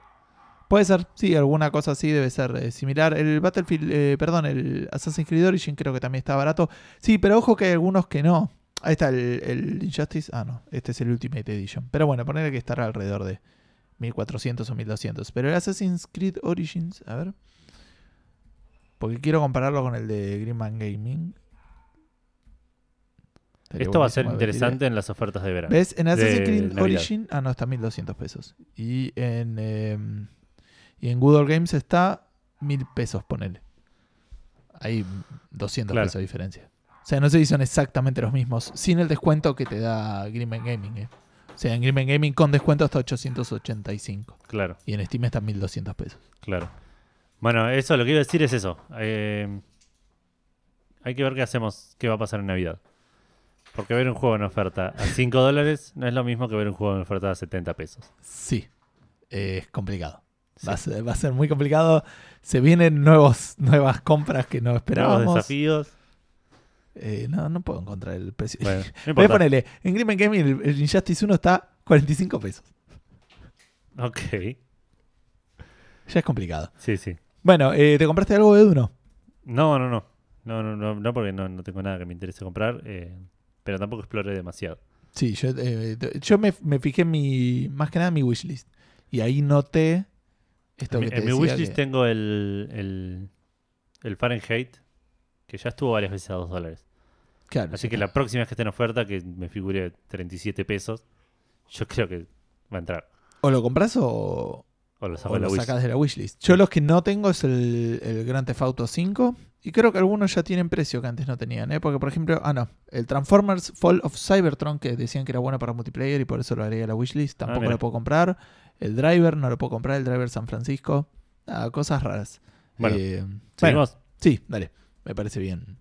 S1: Puede ser, sí, alguna cosa así debe ser eh, similar. El Battlefield, eh, perdón, el Assassin's Creed Origin creo que también está barato. Sí, pero ojo que hay algunos que no. Ahí está el, el Injustice. Ah, no, este es el Ultimate Edition. Pero bueno, ponerle que estará alrededor de 1400 o 1200. Pero el Assassin's Creed Origins, a ver. Porque quiero compararlo con el de Greenman Gaming. Estaría
S2: Esto va a ser
S1: buenísimo,
S2: interesante en las ofertas de verano.
S1: ¿Ves? En Assassin's
S2: de
S1: Creed
S2: Navidad.
S1: Origin. Ah, no, está 1200 pesos. Y en. em, y en Good Old Games está 1000 pesos, ponele. Hay 200
S2: Claro.
S1: pesos de diferencia. O sea, no sé si son exactamente los mismos. Sin el descuento que te da Green Man Gaming. eh. O sea, en Green Man Gaming con descuento hasta 885.
S2: Claro,
S1: Y en Steam está 1200 pesos.
S2: claro. Bueno, eso, lo que iba a decir es eso. Eh, hay que ver qué hacemos, qué va a pasar en Navidad. Porque ver un juego en oferta a 5 dólares no es lo mismo que ver un juego en oferta a 70 pesos.
S1: Sí. Eh, es complicado.
S2: Sí.
S1: Va, a ser, va a ser muy complicado. Se vienen nuevos, nuevas compras que no
S2: Nuevos
S1: esperábamos.
S2: desafíos.
S1: Eh, no, no puedo encontrar el precio.
S2: Bueno, no
S1: Voy a
S2: importa.
S1: ponerle, en Green Man Gaming el, el Injustice 1 está 45 pesos.
S2: Ok,
S1: Ya es complicado.
S2: sí, sí.
S1: Bueno, eh, ¿te compraste algo de uno?
S2: No, no, no. No, no, no, no, porque no, no tengo nada que me interese comprar. eh, pero tampoco exploré demasiado.
S1: Sí, yo, eh, te- yo me, me fijé en mi, más que nada en mi wishlist. Y ahí noté esto
S2: En mi-
S1: que te
S2: en mi
S1: decía
S2: wishlist
S1: que-
S2: tengo el, el, el Fahrenheit, que ya estuvo varias veces a 2 dólares.
S1: claro,
S2: Así
S1: ya
S2: que
S1: está.
S2: la próxima vez que esté en oferta, que me figure 37 pesos, yo creo que va a entrar.
S1: O lo compras o,
S2: O lo saco
S1: o
S2: de la
S1: lo
S2: Wish.
S1: sacas de la wishlist. Yo los que no tengo es el, el Grand Theft Auto 5. Y creo que algunos ya tienen precio que antes no tenían, ¿eh? Porque, por ejemplo, ah, no. El Transformers Fall of Cybertron, que decían que era bueno para multiplayer y por eso lo agregué a la wishlist, tampoco
S2: Ah, mira.
S1: lo puedo comprar. El Driver, no lo puedo comprar. El Driver San Francisco. Ah, cosas raras.
S2: Bueno,
S1: Eh, bueno,
S2: ¿Seguimos?
S1: Sí, dale, me parece bien.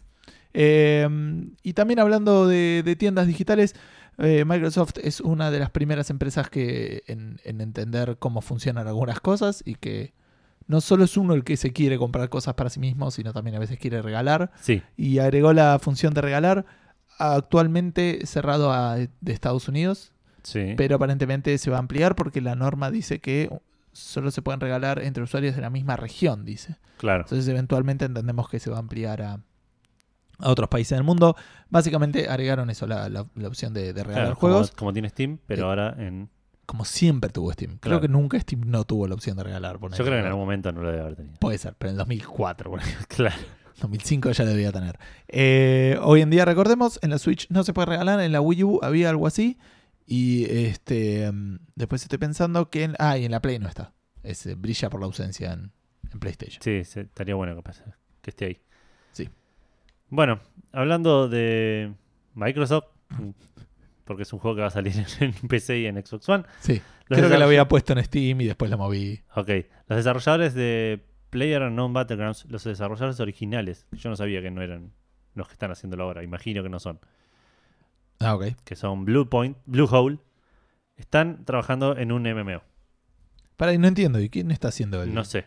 S1: Eh, y también hablando de, de tiendas digitales, eh, Microsoft es una de las primeras empresas que en, en entender cómo funcionan algunas cosas y que no solo es uno el que se quiere comprar cosas para sí mismo, sino también a veces quiere regalar.
S2: Sí,
S1: Y agregó la función de regalar, actualmente cerrado a, de Estados Unidos,
S2: sí.
S1: pero aparentemente se va a ampliar porque la norma dice que solo se pueden regalar entre usuarios de la misma región, dice.
S2: claro.
S1: Entonces eventualmente entendemos que se va a ampliar a, a otros países del mundo. Básicamente agregaron eso, la, la- la opción de, de regalar
S2: Claro, como,
S1: juegos. Eh,
S2: como tiene Steam, pero
S1: Sí.
S2: ahora en.
S1: Como siempre tuvo Steam. Creo
S2: Claro.
S1: que nunca Steam no tuvo la opción de regalar. ponele.
S2: Yo creo que en algún momento no lo debe haber tenido.
S1: Puede ser, pero en 2004, por ejemplo.
S2: Claro.
S1: 2005 ya debía tener. Eh, hoy en día, recordemos, en la Switch no se puede regalar, en la Wii U había algo así. Y este mm, después estoy pensando que en. Ah, y en la Play no está. Ese brilla por la ausencia en, en PlayStation.
S2: Sí, sí, estaría bueno que pase, que esté ahí.
S1: Sí.
S2: Bueno, hablando de Microsoft, porque es un juego que va a salir en PC y en Xbox One.
S1: Sí.
S2: los
S1: Creo que lo
S2: desarroll-
S1: había puesto en Steam y después lo moví.
S2: Ok, los desarrolladores de PlayerUnknown Battlegrounds, los desarrolladores originales, que yo no sabía que no eran los que están haciéndolo ahora, imagino que no son,
S1: Ah, ok.
S2: que son Blue Point, Blue Hole, están trabajando en un MMO.
S1: Para, no entiendo. ¿Y quién está haciendo el.?
S2: No sé.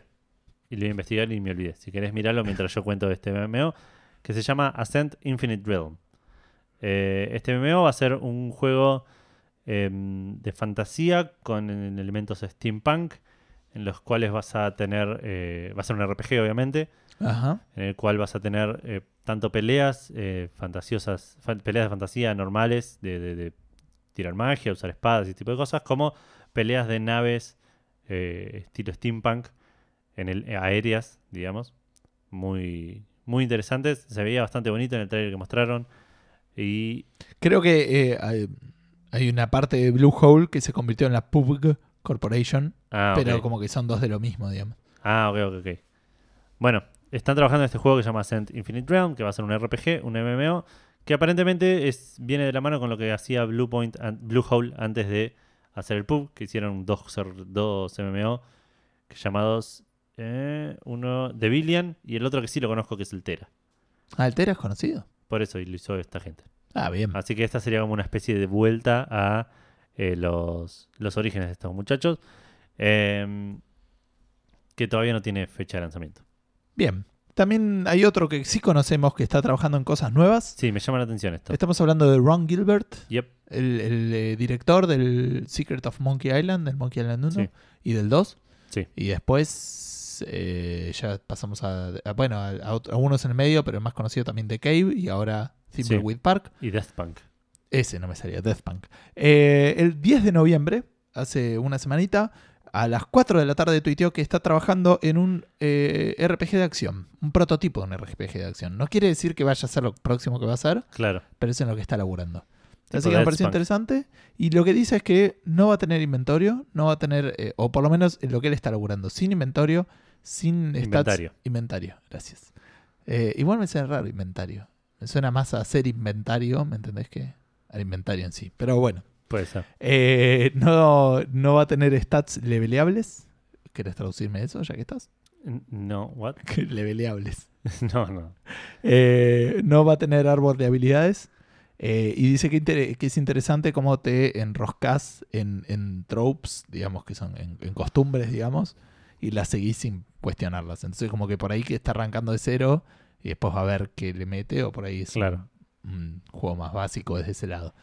S2: Y lo voy a investigar y me olvidé. Si querés mirarlo mientras yo cuento de este MMO, que se llama Ascent Infinite Realm. Eh, este MMO va a ser un juego em, de fantasía con elementos steampunk, en los cuales vas a tener, eh, va a ser un RPG obviamente,
S1: Ajá.
S2: en el cual vas a tener eh, tanto peleas eh, fantasiosas, fan- peleas de fantasía normales, de, de- de tirar magia, usar espadas y ese tipo de cosas, como peleas de naves eh, estilo steampunk, en el, eh, aéreas, digamos, muy, muy interesantes. Se veía bastante bonito en el trailer que mostraron. Y
S1: Creo que eh, hay, hay una parte de Blue Hole que se convirtió en la PUBG Corporation,
S2: ah,
S1: pero
S2: ok.
S1: como que son dos de lo mismo, digamos.
S2: Ah, ok, ok, ok. Bueno, están trabajando en este juego que se llama Ascent Infinite Realm, que va a ser un RPG, un MMO, que aparentemente es, viene de la mano con lo que hacía Blue Point an- Blue Hole antes de hacer el pub, que hicieron dos, ser- dos MMO que llamados eh, uno The Billion y el otro que sí lo conozco que es el Tera.
S1: Altera Ah, es conocido.
S2: Por eso lo hizo esta gente.
S1: Ah, bien.
S2: Así que esta sería como una especie de vuelta a eh, los, los orígenes de estos muchachos. em, que todavía no tiene fecha de lanzamiento.
S1: Bien. También hay otro que sí conocemos que está trabajando en cosas nuevas.
S2: Sí, me llama la atención esto.
S1: Estamos hablando de Ron Gilbert,
S2: Yep.
S1: el, el, eh, director del Secret of Monkey Island, del Monkey Island 1
S2: Sí.
S1: y del 2.
S2: Sí.
S1: Y después eh, ya pasamos a, a- bueno, a, a ot- a unos en el medio, pero más conocido también de Cave y ahora Thimbleweed Park.
S2: Y Death Punk.
S1: Ese no me salía, Death Punk. Eh, el 10 de noviembre, hace una semanita, a las 4 de la tarde tuiteó que está trabajando en un eh, RPG de acción, un prototipo de un RPG de acción. No quiere decir que vaya a ser lo próximo que va a ser,
S2: Claro.
S1: pero es en lo que está laburando.
S2: Tipo
S1: Así que me
S2: Death
S1: pareció
S2: Punk.
S1: interesante. Y lo que dice es que no va a tener inventario, no va a tener, eh, o por lo menos en lo que él está laburando, sin inventario, sin stats.
S2: Inventario.
S1: Inventario, gracias. Eh, igual me suena raro inventario. Me suena más a hacer inventario, ¿me entendés? Que al inventario en sí. Pero bueno.
S2: Puede ser.
S1: Eh, no, no va a tener stats leveleables. ¿Querés traducirme eso ya que estás?
S2: N- No, what?
S1: Que leveleables.
S2: No, no.
S1: Eh, no va a tener árbol de habilidades. Eh, y dice que, inter- que es interesante cómo te enroscas en, en tropes, digamos, que son en, en costumbres, digamos, y las seguís sin cuestionarlas. Entonces, como que por ahí que está arrancando de cero y después va a ver qué le mete, o por ahí es un-
S2: Claro.
S1: un juego más básico desde ese lado.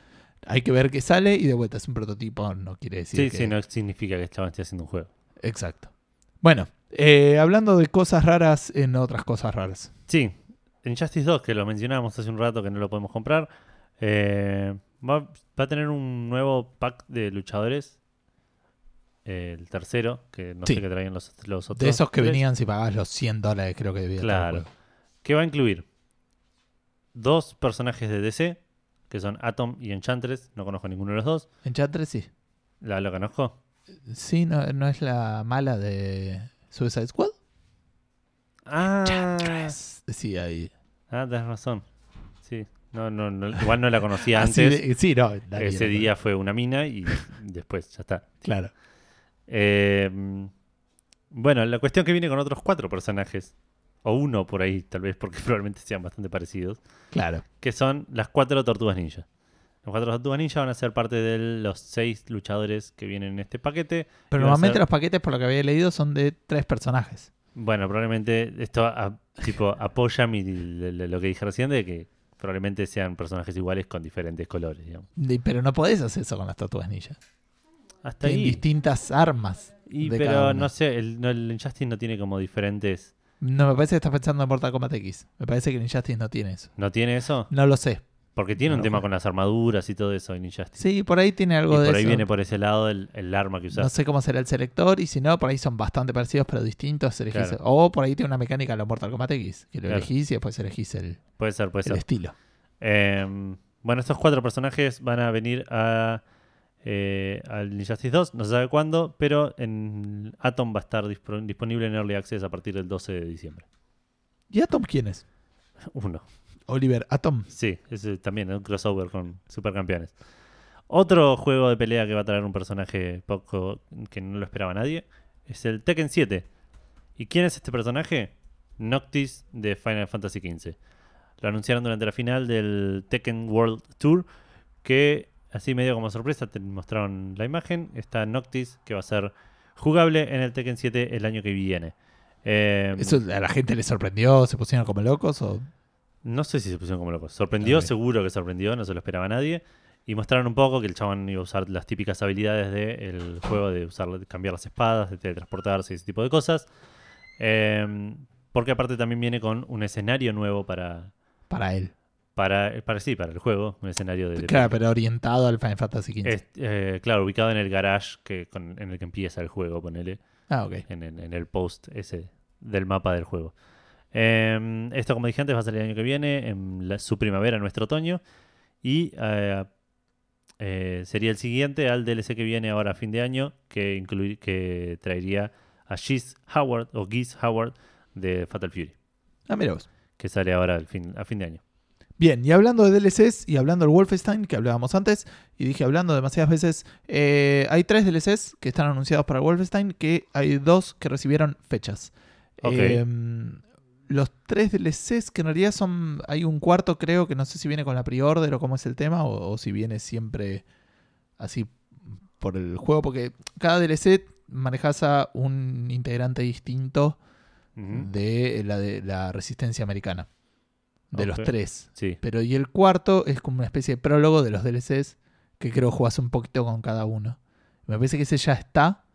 S1: Hay que ver qué sale y de vuelta es un prototipo, no quiere decir
S2: Sí,
S1: que...
S2: sí, no significa que estaban haciendo un juego.
S1: Exacto. Bueno, eh, hablando de cosas raras en otras cosas raras.
S2: Sí, en Justice 2, que lo mencionábamos hace un rato que no lo podemos comprar, eh, va, va a tener un nuevo pack de luchadores. eh, El tercero, que no
S1: Sí.
S2: sé qué traían los, los otros.
S1: De esos que
S2: tres,
S1: venían si pagabas los 100 dólares, creo que debía estar el
S2: Claro.
S1: juego.
S2: Que va a incluir dos personajes de DC, que son Atom y Enchantress. No conozco ninguno de los dos.
S1: Enchantress sí.
S2: ¿La, ¿Lo conozco?
S1: Sí, no, no es la mala de Suicide Squad.
S2: Ah,
S1: Sí, ahí.
S2: ah, tenés razón. Sí, no, no, no, igual no la conocía
S1: Así
S2: antes.
S1: de- sí, no. la vi,
S2: Ese
S1: la vi.
S2: día fue una mina y después ya está.
S1: Claro.
S2: Eh, bueno, la cuestión que viene con otros cuatro personajes, o uno por ahí, tal vez porque probablemente sean bastante parecidos,
S1: Claro.
S2: que son las cuatro tortugas ninja. Las cuatro tortugas ninja van a ser parte de los seis luchadores que vienen en este paquete.
S1: Pero
S2: Y va a
S1: normalmente
S2: ser-
S1: los paquetes, por lo que había leído, son de tres personajes.
S2: Bueno, probablemente esto a- tipo apoya mi- le- le- lo que dije recién de que probablemente sean personajes iguales con diferentes colores, digamos.
S1: De- Pero no podés hacer eso con las tortugas ninja.
S2: Hasta
S1: Tienen
S2: ahí.
S1: distintas armas.
S2: Y,
S1: de
S2: pero
S1: cada
S2: no
S1: una.
S2: sé, el, no, el Injustice no tiene como diferentes
S1: No, me parece que estás pensando en Mortal Kombat X. Me parece que el Injustice no tiene eso.
S2: ¿No tiene eso?
S1: No lo sé.
S2: Porque tiene
S1: No
S2: un
S1: lo
S2: tema
S1: jugué.
S2: con las armaduras y todo eso en Injustice.
S1: Sí, por ahí tiene
S2: y
S1: algo de
S2: por ahí
S1: eso.
S2: viene por ese lado el, el arma que
S1: No
S2: usas.
S1: sé cómo será el selector y si no, por ahí son bastante parecidos pero distintos. Elegís-
S2: Claro.
S1: O por ahí tiene una mecánica a lo Mortal Kombat X, que lo
S2: Claro.
S1: elegís y después elegís el,
S2: Puede ser, puede
S1: el
S2: ser.
S1: estilo.
S2: Eh, bueno, estos cuatro personajes van a venir a, eh, al Injustice 2, no se sabe cuándo, pero en Atom va a estar dispro- disponible en Early Access a partir del 12 de diciembre.
S1: ¿Y Atom quién es?
S2: Uno.
S1: Oliver Atom.
S2: Sí, ese también es un crossover con Supercampeones. Otro juego de pelea que va a traer un personaje poco que no lo esperaba nadie es el Tekken 7. ¿Y quién es este personaje? Noctis de Final Fantasy XV. Lo anunciaron durante la final del Tekken World Tour que así medio como sorpresa te mostraron la imagen. Está Noctis que va a ser jugable en el Tekken 7 el año que viene. Eh,
S1: ¿Eso a la gente le sorprendió? ¿Se pusieron como locos? O...
S2: no sé si se pusieron como locos. Sorprendió,
S1: Ok.
S2: seguro que sorprendió, no se lo esperaba nadie. Y mostraron un poco que el chabón iba a usar las típicas habilidades del juego de usar, de cambiar las espadas, de teletransportarse y ese tipo de cosas. Eh, porque aparte también viene con un escenario nuevo para,
S1: Para él.
S2: para, para sí, para el juego. Un escenario de... de-
S1: Claro, pero orientado al Final Fantasy XV.
S2: Eh, es- eh, claro, ubicado en el garage que, con- en el que empieza el juego, ponele
S1: Ah, ok.
S2: en, en- en el post ese del mapa del juego. Eh, esto, como dije antes, va a salir el año que viene, en la- su primavera, nuestro otoño. Y eh, eh, sería el siguiente al DLC que viene ahora a fin de año, que, incluir, que traería a Giz Howard o Giz Howard de Fatal Fury,
S1: Ah, mira vos.
S2: que sale ahora al fin, a fin de año.
S1: Bien, y hablando de DLCs y hablando del Wolfenstein que hablábamos antes, y dije hablando demasiadas veces, eh, hay tres DLCs que están anunciados para Wolfenstein, que hay dos que recibieron fechas.
S2: Ok.
S1: Em, los tres DLCs que en realidad son, hay un cuarto creo que no sé si viene con la pre-order o cómo es el tema, o, o si viene siempre así por el juego, porque cada DLC manejas a un integrante distinto
S2: Ujú.
S1: de la, de la resistencia americana, de los
S2: Ok.
S1: tres.
S2: Sí,
S1: Pero y el cuarto es como una especie de prólogo de los DLCs que creo jugás un poquito con cada uno. Me parece que ese ya está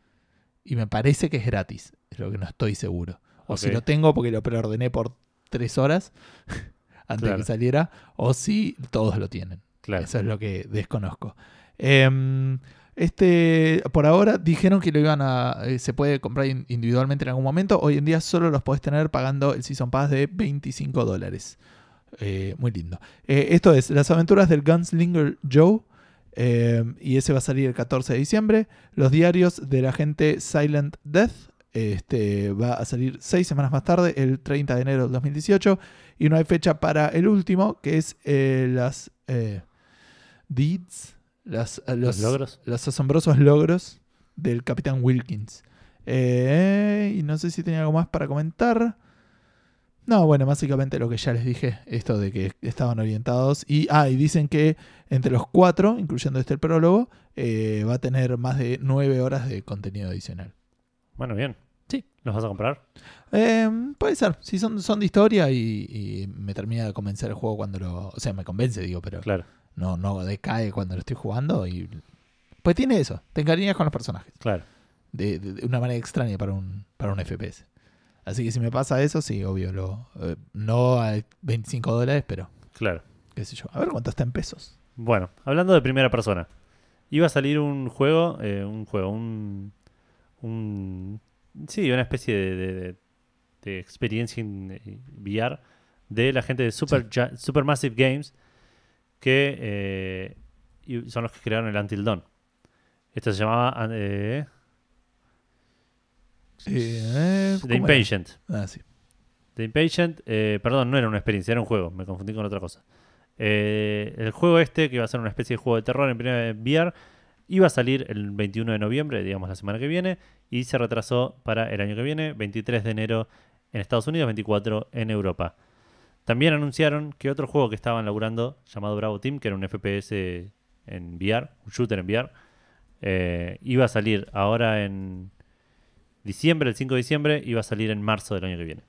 S1: y me parece que es gratis, es lo que no estoy seguro. O si
S2: Ok.
S1: lo tengo porque lo preordené por tres horas antes de
S2: Claro.
S1: que saliera, o si todos lo tienen.
S2: claro.
S1: Eso es lo que desconozco. Em, este, por ahora dijeron que lo iban a. eh, se puede comprar in- individualmente en algún momento. Hoy en día solo los podés tener pagando el Season Pass de 25 dólares. Eh, muy lindo. Eh, esto es Las aventuras del Gunslinger Joe. eh, y ese va a salir el 14 de diciembre. Los diarios de la gente Silent Death. Este va a salir seis semanas más tarde, el 30 de enero del 2018. Y no hay fecha para el último, que es eh, las eh, deeds, las, eh, los,
S2: Los logros.
S1: los asombrosos logros del Capitán Wilkins. Eh, y no sé si tenía algo más para comentar. No, bueno, básicamente lo que ya les dije, esto de que estaban orientados. Y, ah, y dicen que entre los cuatro, incluyendo este el prólogo, eh, va a tener más de nueve horas de contenido adicional.
S2: Bueno, bien.
S1: Sí.
S2: ¿Los vas a comprar?
S1: Eh, puede ser, si son, son de historia y, y me termina de convencer el juego cuando lo... O sea, me convence, digo, pero
S2: Claro,
S1: no, no decae cuando lo estoy jugando y... Pues tiene eso, te encariñas con los personajes,
S2: claro.
S1: de, de- de una manera extraña para un, para un FPS. Así que si me pasa eso, sí, obvio, lo, eh, no a 25 dólares, pero
S2: Claro.
S1: qué sé yo. A ver cuánto está en pesos.
S2: Bueno, hablando de primera persona, iba a salir un juego, eh, un juego, un, un- Sí, una especie de, de- de- de experiencia en eh, VR de la gente de Super Supermassive Games, que eh, y son los que crearon el Until Dawn. Esto se llamaba eh,
S1: Eh, ¿cómo
S2: The
S1: era?
S2: Impatient.
S1: Ah, sí.
S2: The Impatient, eh, perdón, no era una experiencia, era un juego, me confundí con otra cosa. Eh, el juego este, que iba a ser una especie de juego de terror en primera VR, iba a salir el 21 de noviembre, digamos la semana que viene, y se retrasó para el año que viene, 23 de enero en Estados Unidos, 24 en Europa. También anunciaron que otro juego que estaban laburando, llamado Bravo Team, que era un FPS en VR, un shooter en VR, eh, iba a salir ahora en diciembre, el 5 de diciembre, iba a salir en marzo del año que viene.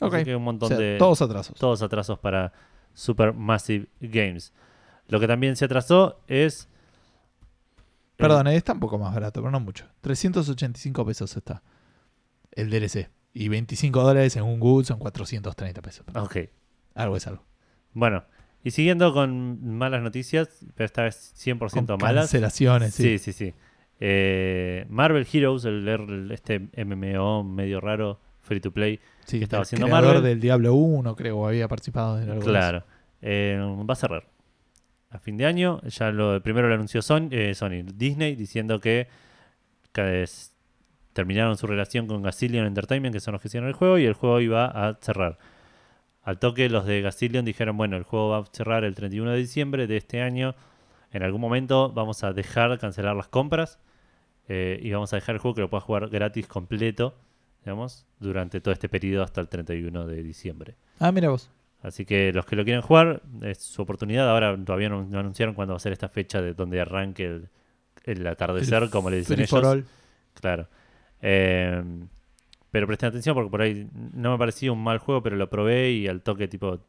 S1: Ok.
S2: Así que un montón
S1: O sea,
S2: de
S1: Todos atrasos.
S2: todos atrasos para Supermassive Games. Lo que también se atrasó es. eh,
S1: eh. Perdón, eh, está un poco más barato, pero no mucho. 385 pesos está el DLC. Y 25 dólares en un good son 430 pesos.
S2: Ah, Ok.
S1: Algo es algo.
S2: Bueno, y siguiendo con malas noticias, pero esta vez 100%
S1: Con
S2: malas.
S1: Cancelaciones, sí.
S2: Sí, sí, sí. Eh, Marvel Heroes, el, el- este MMO medio raro, free to play.
S1: Sí,
S2: que
S1: el
S2: estaba haciendo
S1: creador
S2: Marvel.
S1: del Diablo 1, creo, o había participado en algo de
S2: Claro. Eh, va a cerrar. A fin de año, ya lo primero lo anunció Son- eh, Sony, Disney, diciendo que, que es- terminaron su relación con Gazillion Entertainment, que son los que hicieron el juego, y el juego iba a cerrar. Al toque, los de Gazillion dijeron: Bueno, el juego va a cerrar el 31 de diciembre de este año. En algún momento vamos a dejar de cancelar las compras eh, y vamos a dejar el juego que lo puedas jugar gratis completo, digamos, durante todo este periodo hasta el 31 de diciembre.
S1: eso. Ah, mira vos.
S2: Así que los que lo quieren jugar, es su oportunidad. Ahora todavía no, no anunciaron cuándo va a ser esta fecha de donde arranque el, el atardecer,
S1: El
S2: como le dicen
S1: free
S2: ellos.
S1: for all.
S2: Claro. Eh, pero presten atención porque por ahí no me parecía un mal juego, pero lo probé y al toque, tipo,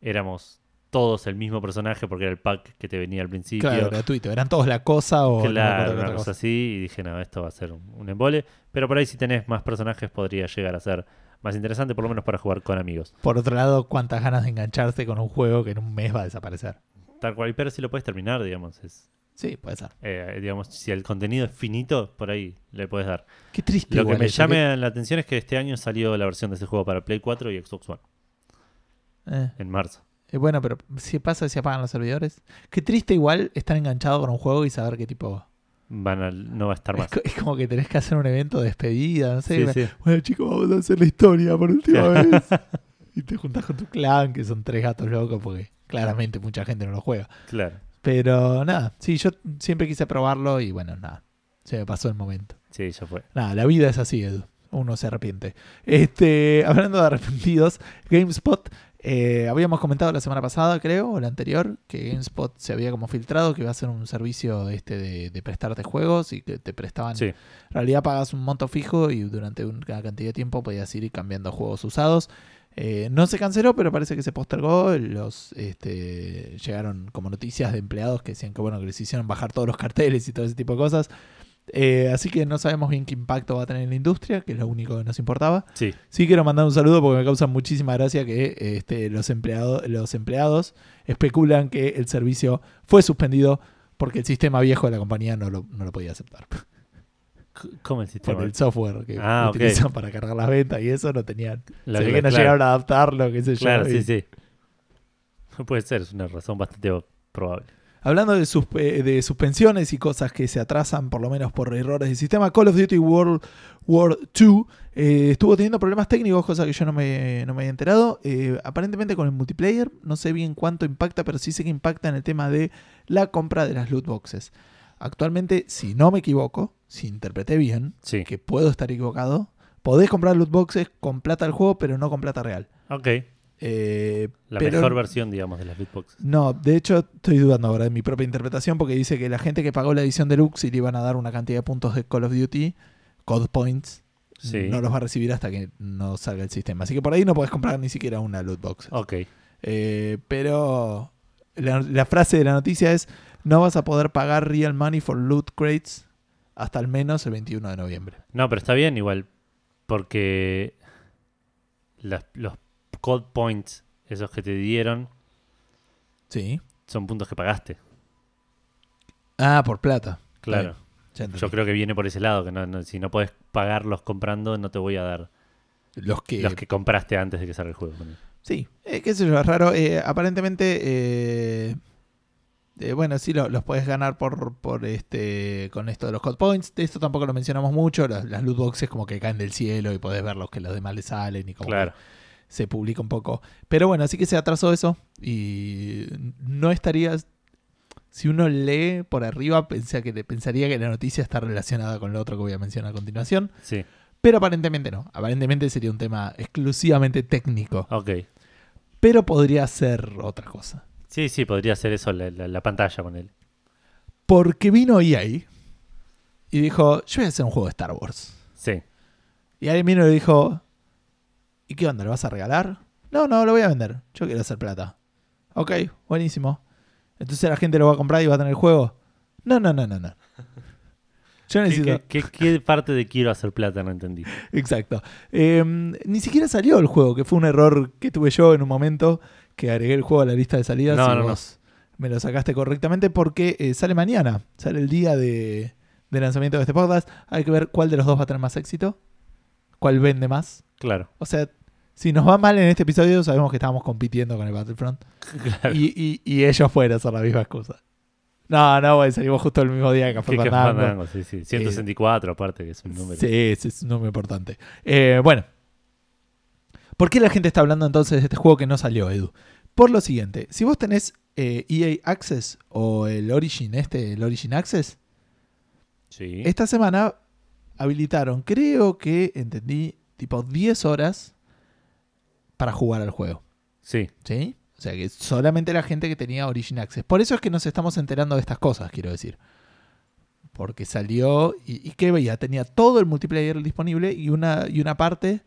S2: éramos todos el mismo personaje porque era el pack que te venía al principio.
S1: Claro, gratuito. Eran todos la cosa o no me acuerdo
S2: Claro,
S1: qué
S2: una
S1: otra
S2: cosa,
S1: cosa.
S2: así. Y dije, no, esto va a ser un, un embole. Pero por ahí, si tenés más personajes, podría llegar a ser más interesante, por lo menos para jugar con amigos.
S1: Por otro lado, cuántas ganas de engancharse con un juego que en un mes va a desaparecer.
S2: Tal cual, pero si lo puedes terminar, digamos. Es,
S1: Sí, puede ser.
S2: eh, digamos, si el contenido es finito, por ahí le puedes dar.
S1: Qué triste.
S2: Lo que
S1: igual
S2: me
S1: eso,
S2: llama la atención es que este año salió la versión de ese juego para Play 4 y Xbox One,
S1: que- eh,
S2: en marzo.
S1: eh, bueno, pero si pasa, si apagan los servidores. Qué triste igual estar enganchado con un juego y saber qué tipo.
S2: Van a- no va a estar
S1: Es,
S2: más.
S1: co- es como que tenés que hacer un evento de despedida, no sé.
S2: Sí,
S1: una-
S2: sí.
S1: Bueno, chicos, vamos a hacer la historia por última vez. Y te juntás con tu clan, que son tres gatos locos, porque claramente mucha gente no lo juega.
S2: Claro.
S1: Pero nada, sí, yo siempre quise probarlo y bueno, nada. Se me pasó el momento.
S2: Sí, ya fue.
S1: Nada, la vida es así, Edu. Uno se arrepiente. Este, hablando de arrepentidos, GameSpot, eh, habíamos comentado la semana pasada, creo, o la anterior, que GameSpot se había como filtrado, que iba a ser un servicio este de, de prestarte juegos y que te prestaban.
S2: Sí.
S1: En realidad pagas un monto fijo y durante una cantidad de tiempo podías ir cambiando juegos usados. Eh, no se canceló, pero parece que se postergó. Los este, llegaron como noticias de empleados que decían que bueno, que les hicieron bajar todos los carteles y todo ese tipo de cosas. Eh, así que no sabemos bien qué impacto va a tener en la industria, que es lo único que nos importaba.
S2: Sí,
S1: Sí quiero mandar un saludo porque me causa muchísima gracia que este, los, empleado- los empleados especulan que el servicio fue suspendido porque el sistema viejo de la compañía no lo, no lo podía aceptar.
S2: C- ¿cómo el sistema?
S1: Por el software que
S2: Ah, ok.
S1: utilizan para cargar las ventas y eso no tenían.
S2: Lo
S1: Se
S2: que-
S1: ve que no
S2: claro,
S1: llegaron a adaptarlo, qué sé yo.
S2: Claro,
S1: y-
S2: sí, sí. Puede ser, es una razón bastante probable.
S1: Hablando de, sus- eh, de suspensiones y cosas que se atrasan, por lo menos por errores del sistema, Call of Duty World War 2 estuvo teniendo problemas técnicos, cosa que yo no me, no me había enterado. Eh, aparentemente con el multiplayer, no sé bien cuánto impacta, pero sí sé que impacta en el tema de la compra de las loot boxes. Actualmente, si no me equivoco, si interpreté bien,
S2: Sí.
S1: que puedo estar equivocado, podés comprar loot boxes con plata del juego, pero no con plata real.
S2: Ok.
S1: Eh,
S2: La
S1: pero-
S2: mejor versión, digamos, de las beatboxes.
S1: no, de hecho estoy dudando ahora de mi propia interpretación porque dice que la gente que pagó la edición deluxe y le iban a dar una cantidad de puntos de Call of Duty, Code Points,
S2: Sí.
S1: no los va a recibir hasta que no salga el sistema. Así que por ahí no podés comprar ni siquiera una loot box.
S2: Ok.
S1: Eh, pero la, la frase de la noticia es, no vas a poder pagar real money for loot crates hasta al menos el 21 de noviembre.
S2: No, pero está bien igual. Porque las- los code points, esos que te dieron,
S1: Sí.
S2: son puntos que pagaste.
S1: Ah, por plata.
S2: Claro.
S1: Ya entendí.
S2: Eh, Yo creo que viene por ese lado, que no- no- si no puedes pagarlos comprando, no te voy a dar
S1: Los que
S2: los que compraste antes de que salga el juego. ponele.
S1: Sí, eh, qué sé yo, es raro. Eh, aparentemente, eh, eh, bueno, sí, lo- los puedes ganar por, por este con esto de los hot points. De esto tampoco lo mencionamos mucho. Las, las loot boxes como que caen del cielo y podés ver los que los demás le salen y como
S2: Claro.
S1: que se publica un poco. Pero bueno, así que se atrasó eso y no estaría... Si uno lee por arriba, pensé que, pensaría que la noticia está relacionada con lo otro que voy a mencionar a continuación.
S2: Sí.
S1: Pero aparentemente no. Aparentemente sería un tema exclusivamente técnico
S2: Ok.
S1: pero podría ser otra cosa.
S2: Sí, sí, podría ser eso, la, la- la pantalla con él.
S1: Porque vino EA y dijo, yo voy a hacer un juego de Star Wars.
S2: Sí.
S1: Y alguien vino y le dijo, ¿y qué onda? ¿Lo vas a regalar? No, no, lo voy a vender. Yo quiero hacer plata. Ok, buenísimo. Entonces la gente lo va a comprar y va a tener el juego. No, no, no, no, no. Yo
S2: ¿Qué-
S1: necesito.
S2: ¿Qué, qué, qué parte de quiero hacer plata no entendí?
S1: Exacto. Eh, ni siquiera salió el juego, que fue un error que tuve yo en un momento que agregué el juego a la lista de salidas.
S2: No,
S1: y
S2: no, no.
S1: vos Me lo sacaste correctamente porque eh, sale mañana, sale el día de, de lanzamiento de este podcast. Hay que ver cuál de los dos va a tener más éxito, cuál vende más.
S2: Claro.
S1: O sea, si nos va mal en este episodio, sabemos que estábamos compitiendo con el Battlefront.
S2: Claro.
S1: Y, y- y ellos fueron a hacer la misma excusa. No, no, bueno, salimos justo el mismo día que
S2: ¿Qué-
S1: fue
S2: qué
S1: Fernando.
S2: fandango? Sí, sí. 164 aparte, que es un número.
S1: Eh, Sí, sí, es un número importante. Eh, bueno. ¿Por qué la gente está hablando entonces de este juego que no salió, Edu? Por lo siguiente, si vos tenés eh, EA Access o el Origin, este, el Origin Access,
S2: Sí.
S1: esta semana habilitaron, creo que entendí, tipo 10 horas para jugar al juego.
S2: Sí.
S1: ¿Sí? O sea que solamente la gente que tenía Origin Access. Por eso es que nos estamos enterando de estas cosas, quiero decir. Porque salió y, y ¿qué veía? Tenía todo el multiplayer disponible y una, y una parte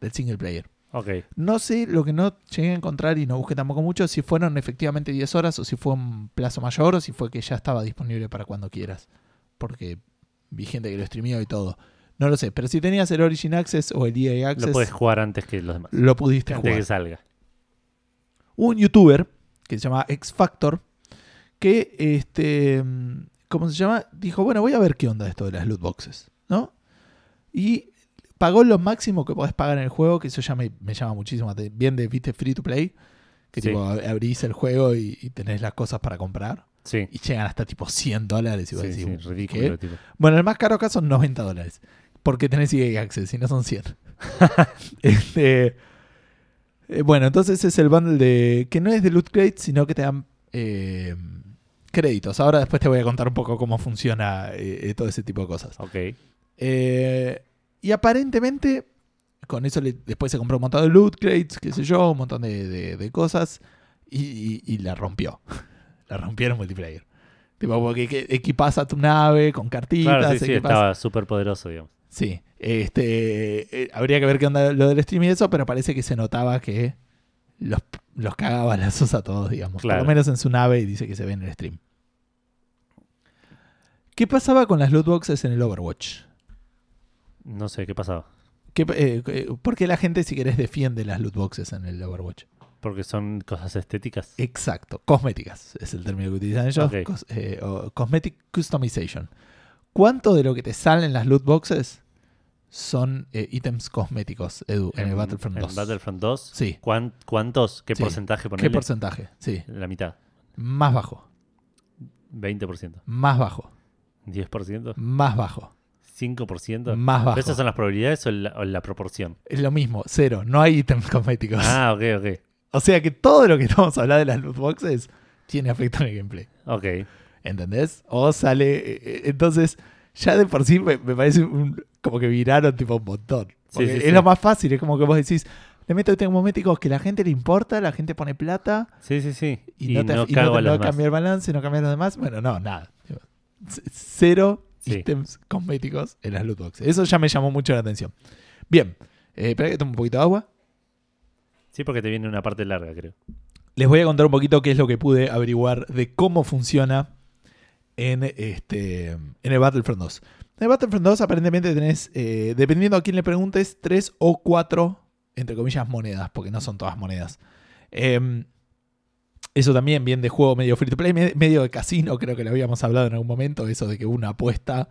S1: del single player.
S2: Ok.
S1: No sé lo que no llegué a encontrar y no busqué tampoco mucho, si fueron efectivamente 10 horas o si fue un plazo mayor o si fue que ya estaba disponible para cuando quieras. Porque vi gente que lo streameó y todo. No lo sé, pero si tenías el Origin Access o el EA
S2: Lo puedes
S1: Access,
S2: jugar antes que los demás.
S1: lo, pudiste
S2: antes
S1: jugar
S2: que salga.
S1: un youtuber que se llama X Factor, que, este, mm, ¿cómo se llama? Dijo, bueno, voy a ver qué onda esto de las loot boxes, ¿no? Y pagó lo máximo que podés pagar en el juego, que eso ya me, me llama muchísimo, aten- bien de, viste, free to play, que
S2: Sí.
S1: tipo, ab- abrís el juego y, y tenés las cosas para comprar,
S2: Sí.
S1: y llegan hasta tipo 100 dólares, y vos
S2: Sí, sí,
S1: decís,
S2: ridículo.
S1: ¿qué?
S2: tipo.
S1: Bueno, el más caro acá son 90 dólares. Porque tenés EA Access y no son 100. Este, eh, bueno, entonces es el bundle de que no es de Loot Crate, sino que te dan eh, créditos. Ahora después te voy a contar un poco cómo funciona eh, eh, todo ese tipo de cosas.
S2: Ok.
S1: Eh, y aparentemente, con eso le- después se compró un montón de loot crates, qué sé yo, un montón de, de- de cosas. Y, y- y la rompió. la rompieron multiplayer. Tipo, porque que- equipás a tu nave con cartitas.
S2: Claro, sí, sí,
S1: equipás-
S2: estaba súper poderoso, digamos.
S1: Sí, este, eh, habría que ver qué onda lo del stream y eso, pero parece que se notaba que los, los cagaba a lazos a todos, digamos. Por
S2: Claro.
S1: lo menos en su nave y dice que se ve en el stream. ¿Qué pasaba con las loot boxes en el Overwatch?
S2: No sé qué pasaba.
S1: ¿Qué- eh, eh, ¿Por qué la gente, si querés, defiende las loot boxes en el Overwatch?
S2: Porque son cosas estéticas.
S1: Eh, Exacto, cosméticas es el término que utilizan ellos.
S2: Ok.
S1: cos- eh, o cosmetic customization. ¿Cuánto de lo que te salen las loot boxes son eh, ítems cosméticos, Edu, en, el Battlefront
S2: en
S1: 2?
S2: Battlefront 2.
S1: Sí.
S2: ¿Cuán- ¿Cuántos? ¿Qué
S1: Sí.
S2: porcentaje
S1: ¿Qué
S2: ponele?
S1: porcentaje? Sí,
S2: La mitad.
S1: más bajo,
S2: 20%.
S1: más bajo,
S2: 10%.
S1: más bajo,
S2: 5%.
S1: más Mm. bajo.
S2: ¿Esas son las probabilidades o la, o la proporción?
S1: Es lo mismo, cero, no hay ítems cosméticos.
S2: Ah, ok, ok.
S1: O sea que todo lo que estamos hablando de las loot boxes tiene afecto en el gameplay.
S2: Ok.
S1: ¿Entendés? O sale. eh, eh, Entonces, ya de por sí me, me parece un- como que viraron tipo un montón. Porque
S2: sí,
S1: es
S2: sí.
S1: lo más fácil, es como que vos decís, le meto ítems cosméticos que la gente le importa, la gente pone plata
S2: Sí, sí, sí.
S1: y, no, te, y no
S2: cago
S1: te- no
S2: a los demás.
S1: cambia el balance, no cambia lo demás. Bueno, no, nada. C- Cero
S2: Sí.
S1: ítems cosméticos en las loot boxes. Eso ya me llamó mucho la atención. Bien, eh, espera que tomo un poquito de agua.
S2: Sí, porque te viene una parte larga, creo.
S1: Les voy a contar un poquito qué es lo que pude averiguar de cómo funciona en, este, en el Battlefront 2. En el Battlefront 2 aparentemente tenés, eh, dependiendo a quién le preguntes, tres o cuatro, entre comillas, monedas, porque no son todas monedas. Em, eso también bien de juego medio free to play, me- medio de casino, creo que lo habíamos hablado en algún momento, eso de que una apuesta.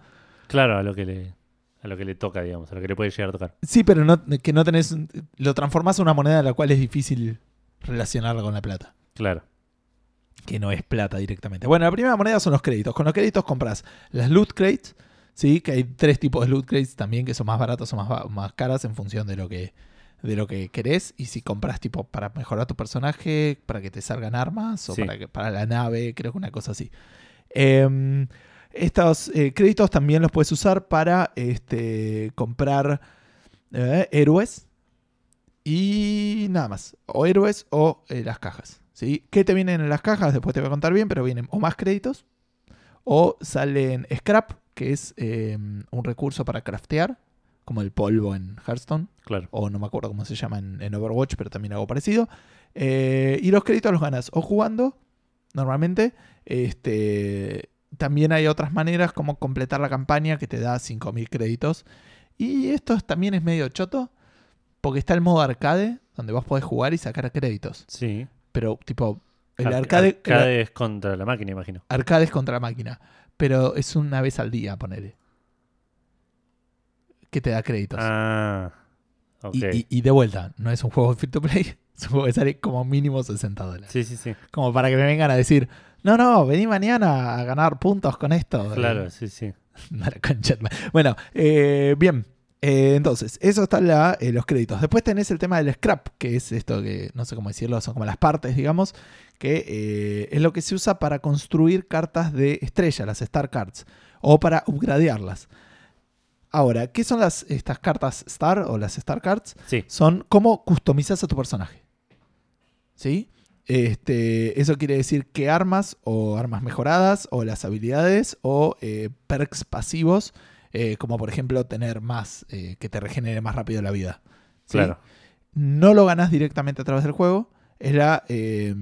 S2: Claro, a lo que le, a lo que le toca, digamos, a lo que le puede llegar a tocar.
S1: Sí, pero no, que no tenés, un- lo transformás a una moneda a la cual es difícil relacionarla con la plata.
S2: Claro.
S1: que no es plata directamente. Bueno, la primera moneda son los créditos. Con los créditos compras las loot crates, ¿sí? que hay tres tipos de loot crates también que son más baratos o más, ba- más caras en función de lo que de lo que querés y si compras tipo para mejorar tu personaje, para que te salgan armas o
S2: Sí.
S1: para, que, para la nave, creo que una cosa así. Em, estos eh, créditos también los puedes usar para este, comprar eh, héroes y nada más. O héroes o eh, las cajas. ¿sí? ¿Qué te vienen en las cajas? Después te voy a contar bien, pero vienen o más créditos o salen scrap, que es eh, un recurso para craftear, como el polvo en Hearthstone,
S2: Claro.
S1: o no me acuerdo cómo se llama en, en Overwatch, pero también algo parecido. Eh, y los créditos los ganas o jugando, normalmente, este, También hay otras maneras como completar la campaña que te da 5.000 créditos. Y esto es- también es medio choto porque está el modo arcade donde vos podés jugar y sacar créditos.
S2: Sí.
S1: Pero tipo, el
S2: Ar-
S1: arcade, el
S2: arcade es contra la máquina, imagino.
S1: arcade es contra la máquina. Pero es una vez al día, ponele. Que te da créditos.
S2: Ah. Ok.
S1: Y- Y, y de vuelta, no es un juego free to play. Es un juego que sale como mínimo 60 dólares.
S2: Sí, sí, sí.
S1: Como para que me vengan a decir, no, no, vení mañana a ganar puntos con esto.
S2: Claro, sí, sí.
S1: Anda la concha de tu madre. Bueno, eh, bien. Eh, entonces, eso está la, eh, los créditos. Después tenés el tema del scrap, que es esto que no sé cómo decirlo, son como las partes, digamos, que eh, es lo que se usa para construir cartas de estrella, las Star Cards, o para upgradearlas. Ahora, ¿qué son las, estas cartas Star o las Star Cards?
S2: Sí.
S1: son cómo customizas a tu personaje. ¿Sí? Este, eso quiere decir qué armas o armas mejoradas o las habilidades o eh, perks pasivos, eh, como por ejemplo tener más, eh, que te regenere más rápido la vida. ¿Sí?
S2: Claro.
S1: No lo ganas directamente a través del juego, es la, eh,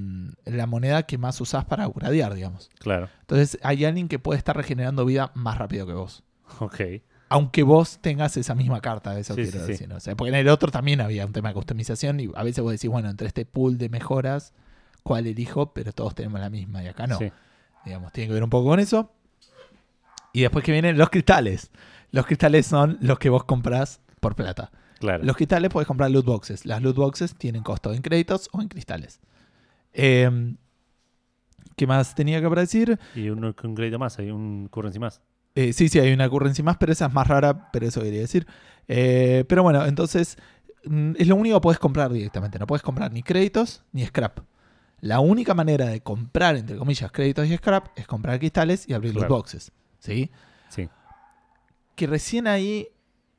S1: la moneda que más usás para upgradear, digamos.
S2: Claro.
S1: Entonces hay alguien que puede estar regenerando vida más rápido que vos.
S2: Ok.
S1: Aunque vos tengas esa misma carta, eso
S2: Sí,
S1: quiero
S2: sí, sí.
S1: decir. ¿no? O sea, porque en el otro también había un tema de customización y a veces vos decís, bueno, entre este pool de mejoras, ¿cuál elijo? Pero todos tenemos la misma y acá Ah, no.
S2: Sí.
S1: Digamos, tiene que ver un poco con eso. Y después que vienen los cristales. Los cristales son los que vos comprás por plata.
S2: Claro.
S1: Los cristales podés comprar loot boxes. Las loot boxes tienen costo en créditos o en cristales. Eh, ¿Qué más tenía que para decir?
S2: Y un, un crédito más, hay un currency más.
S1: Eh, sí, sí, hay una currency más, pero esa es más rara, pero eso quería decir. Eh, pero bueno, entonces mm, es lo único que puedes comprar directamente. No puedes comprar ni créditos ni scrap. La única manera de comprar, entre comillas, créditos y scrap es comprar cristales y abrir
S2: Claro.
S1: los boxes. ¿Sí?
S2: Sí.
S1: Que recién ahí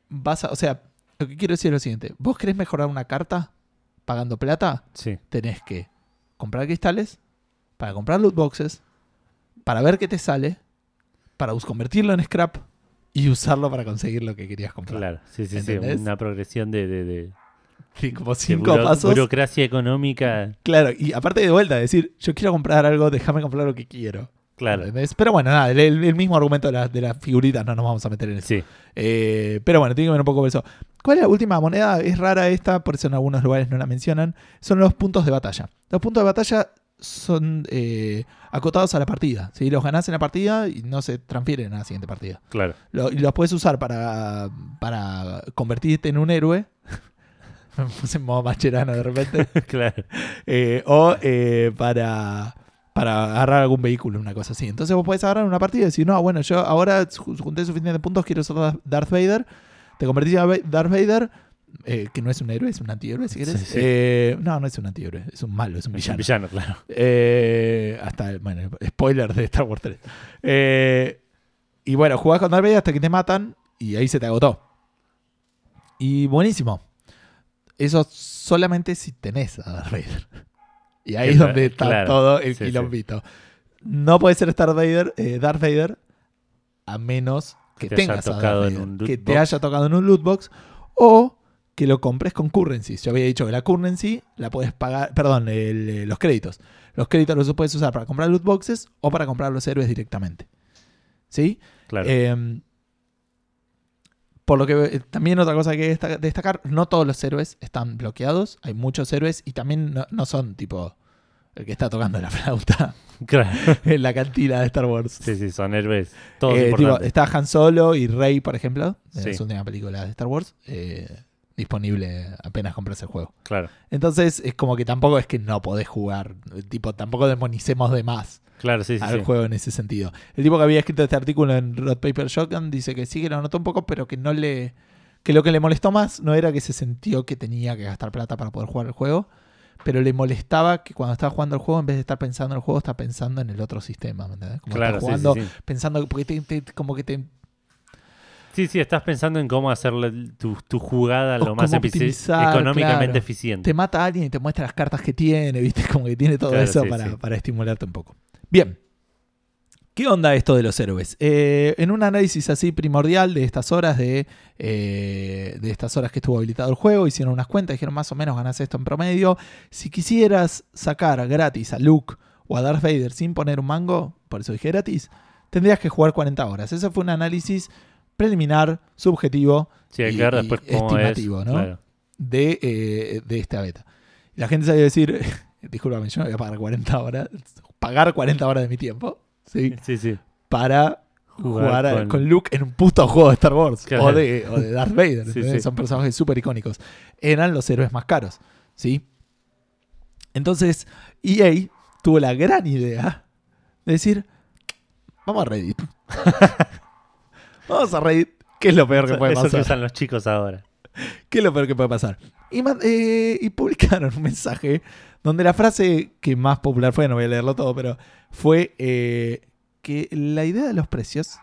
S1: vas a. O sea, lo que quiero decir es lo siguiente: ¿vos querés mejorar una carta pagando plata?
S2: Sí.
S1: tenés que comprar cristales, para comprar loot boxes, para ver qué te sale, para us- convertirlo en scrap y usarlo para conseguir lo que querías comprar.
S2: Claro. Sí, sí,
S1: ¿Entendés?
S2: sí. Una progresión de, de, de- de
S1: Sí, como cinco
S2: buro-
S1: pasos.
S2: burocracia económica.
S1: Claro, y aparte de vuelta, decir, yo quiero comprar algo, déjame comprar lo que quiero.
S2: Claro.
S1: ¿Entendés? Pero bueno, nada, el, el mismo argumento de, las- de las figuritas, no nos vamos a meter en eso.
S2: Sí.
S1: Eh, pero bueno, tiene que ver un poco con eso. ¿Cuál es la última moneda? Es rara esta, por eso en algunos lugares no la mencionan. Son los puntos de batalla. Los puntos de batalla son eh, acotados a la partida. Si Los ganás en la partida y no se transfieren a la siguiente partida.
S2: Claro.
S1: Lo- y los puedes usar para, para convertirte en un héroe. Me puse en modo macherano de repente.
S2: claro.
S1: Eh, o eh, para, para agarrar algún vehículo, una cosa así. Entonces vos podés agarrar una partida y decir, no, bueno, yo ahora ju- junté suficientes puntos, quiero ser Dar- Darth Vader. Te convertís a Ve- Darth Vader, eh, que no es un héroe, es un antihéroe, si querés.
S2: Sí, sí.
S1: Eh, no, no es un antihéroe, es un malo, es un villano.
S2: Villano, claro.
S1: Eh, hasta, bueno, spoiler de Star Wars 3. Eh, y bueno, jugás con Darth Vader hasta que te matan y ahí se te agotó. Y buenísimo. Eso solamente si tenés a Darth Vader. Y ahí es
S2: Claro,
S1: donde está
S2: claro.
S1: todo el
S2: Sí, sí.
S1: quilombito. No puede ser Star Vader, eh, Darth Vader a menos que
S2: Que te haya
S1: tengas a Darth
S2: tocado en
S1: Vader,
S2: un loot
S1: que te
S2: box.
S1: haya tocado en un loot box o que lo compres con currency. Yo había dicho que la currency la puedes pagar, perdón, el, eh, los créditos. Los créditos los puedes usar para comprar loot boxes o para comprar los héroes directamente. ¿Sí?
S2: Claro.
S1: Eh, por lo que eh, también otra cosa que hay que destaca- destacar, no todos los héroes están bloqueados, hay muchos héroes y también no, no son tipo el que está tocando la flauta
S2: claro.
S1: en la cantina de Star Wars.
S2: Sí, sí, son héroes. Todos
S1: Eh, tipo,
S2: importantes.
S1: está Han Solo y Rey, por ejemplo, en
S2: Sí.
S1: las últimas películas de Star Wars, eh, disponible apenas compras el juego.
S2: Claro.
S1: Entonces es como que tampoco es que no podés jugar, eh, tipo, tampoco demonicemos de más
S2: Claro, sí, sí.
S1: al
S2: sí.
S1: juego en ese sentido. El tipo que había escrito este artículo en Rod Paper Shotgun dice que sí que lo notó un poco, pero que no le. que lo que le molestó más no era que se sintió que tenía que gastar plata para poder jugar el juego, pero le molestaba que cuando estaba jugando el juego, en vez de estar pensando en el juego, está pensando en el otro sistema, ¿me entendés? Como
S2: Claro,
S1: está
S2: sí,
S1: jugando,
S2: sí, sí.
S1: pensando, porque te- te- como que te
S2: Sí, sí, estás pensando en cómo hacer la- tu, tu jugada
S1: O
S2: lo más
S1: cómo
S2: efici-
S1: optimizar,
S2: económicamente
S1: claro.
S2: eficiente.
S1: te mata a alguien y te muestra las cartas que tiene, ¿viste? Como que tiene todo
S2: Claro,
S1: eso
S2: sí,
S1: para,
S2: sí.
S1: para estimularte un poco. Bien. ¿Qué onda esto de los héroes? Eh, en un análisis así primordial de estas horas de, eh, de estas horas que estuvo habilitado el juego, hicieron unas cuentas, dijeron más o menos ganás esto en promedio. Si quisieras sacar gratis a Luke o a Darth Vader sin poner un mango, por eso dije gratis, tendrías que jugar 40 horas. Ese fue un análisis preliminar, subjetivo
S2: Sí, hay
S1: y-
S2: que ver
S1: y
S2: después cómo es.
S1: estimativo, ¿no?
S2: claro.
S1: de, eh, de esta beta. Y La gente sabía decir, discúlpame, yo no voy a pagar 40 horas, pagar 40 horas de mi tiempo, ¿sí?
S2: Sí, sí.
S1: Para
S2: Jugar
S1: jugar, a-
S2: con-
S1: con... Luke en un puto juego de Star Wars
S2: Claro.
S1: o, de, o de Darth Vader.
S2: Sí,
S1: ¿entendés?
S2: sí.
S1: Son personajes súper icónicos. Eran los héroes más caros, ¿sí? Entonces, EA tuvo la gran idea de decir, vamos a Reddit. vamos a Reddit, ¿qué es lo peor que
S2: Eso,
S1: puede
S2: eso que
S1: pasar?
S2: usan los chicos ahora.
S1: ¿Qué es lo peor que puede pasar? Y, man- eh, y publicaron un mensaje donde la frase que más popular fue, no voy a leerlo todo, pero fue eh, que la idea de los precios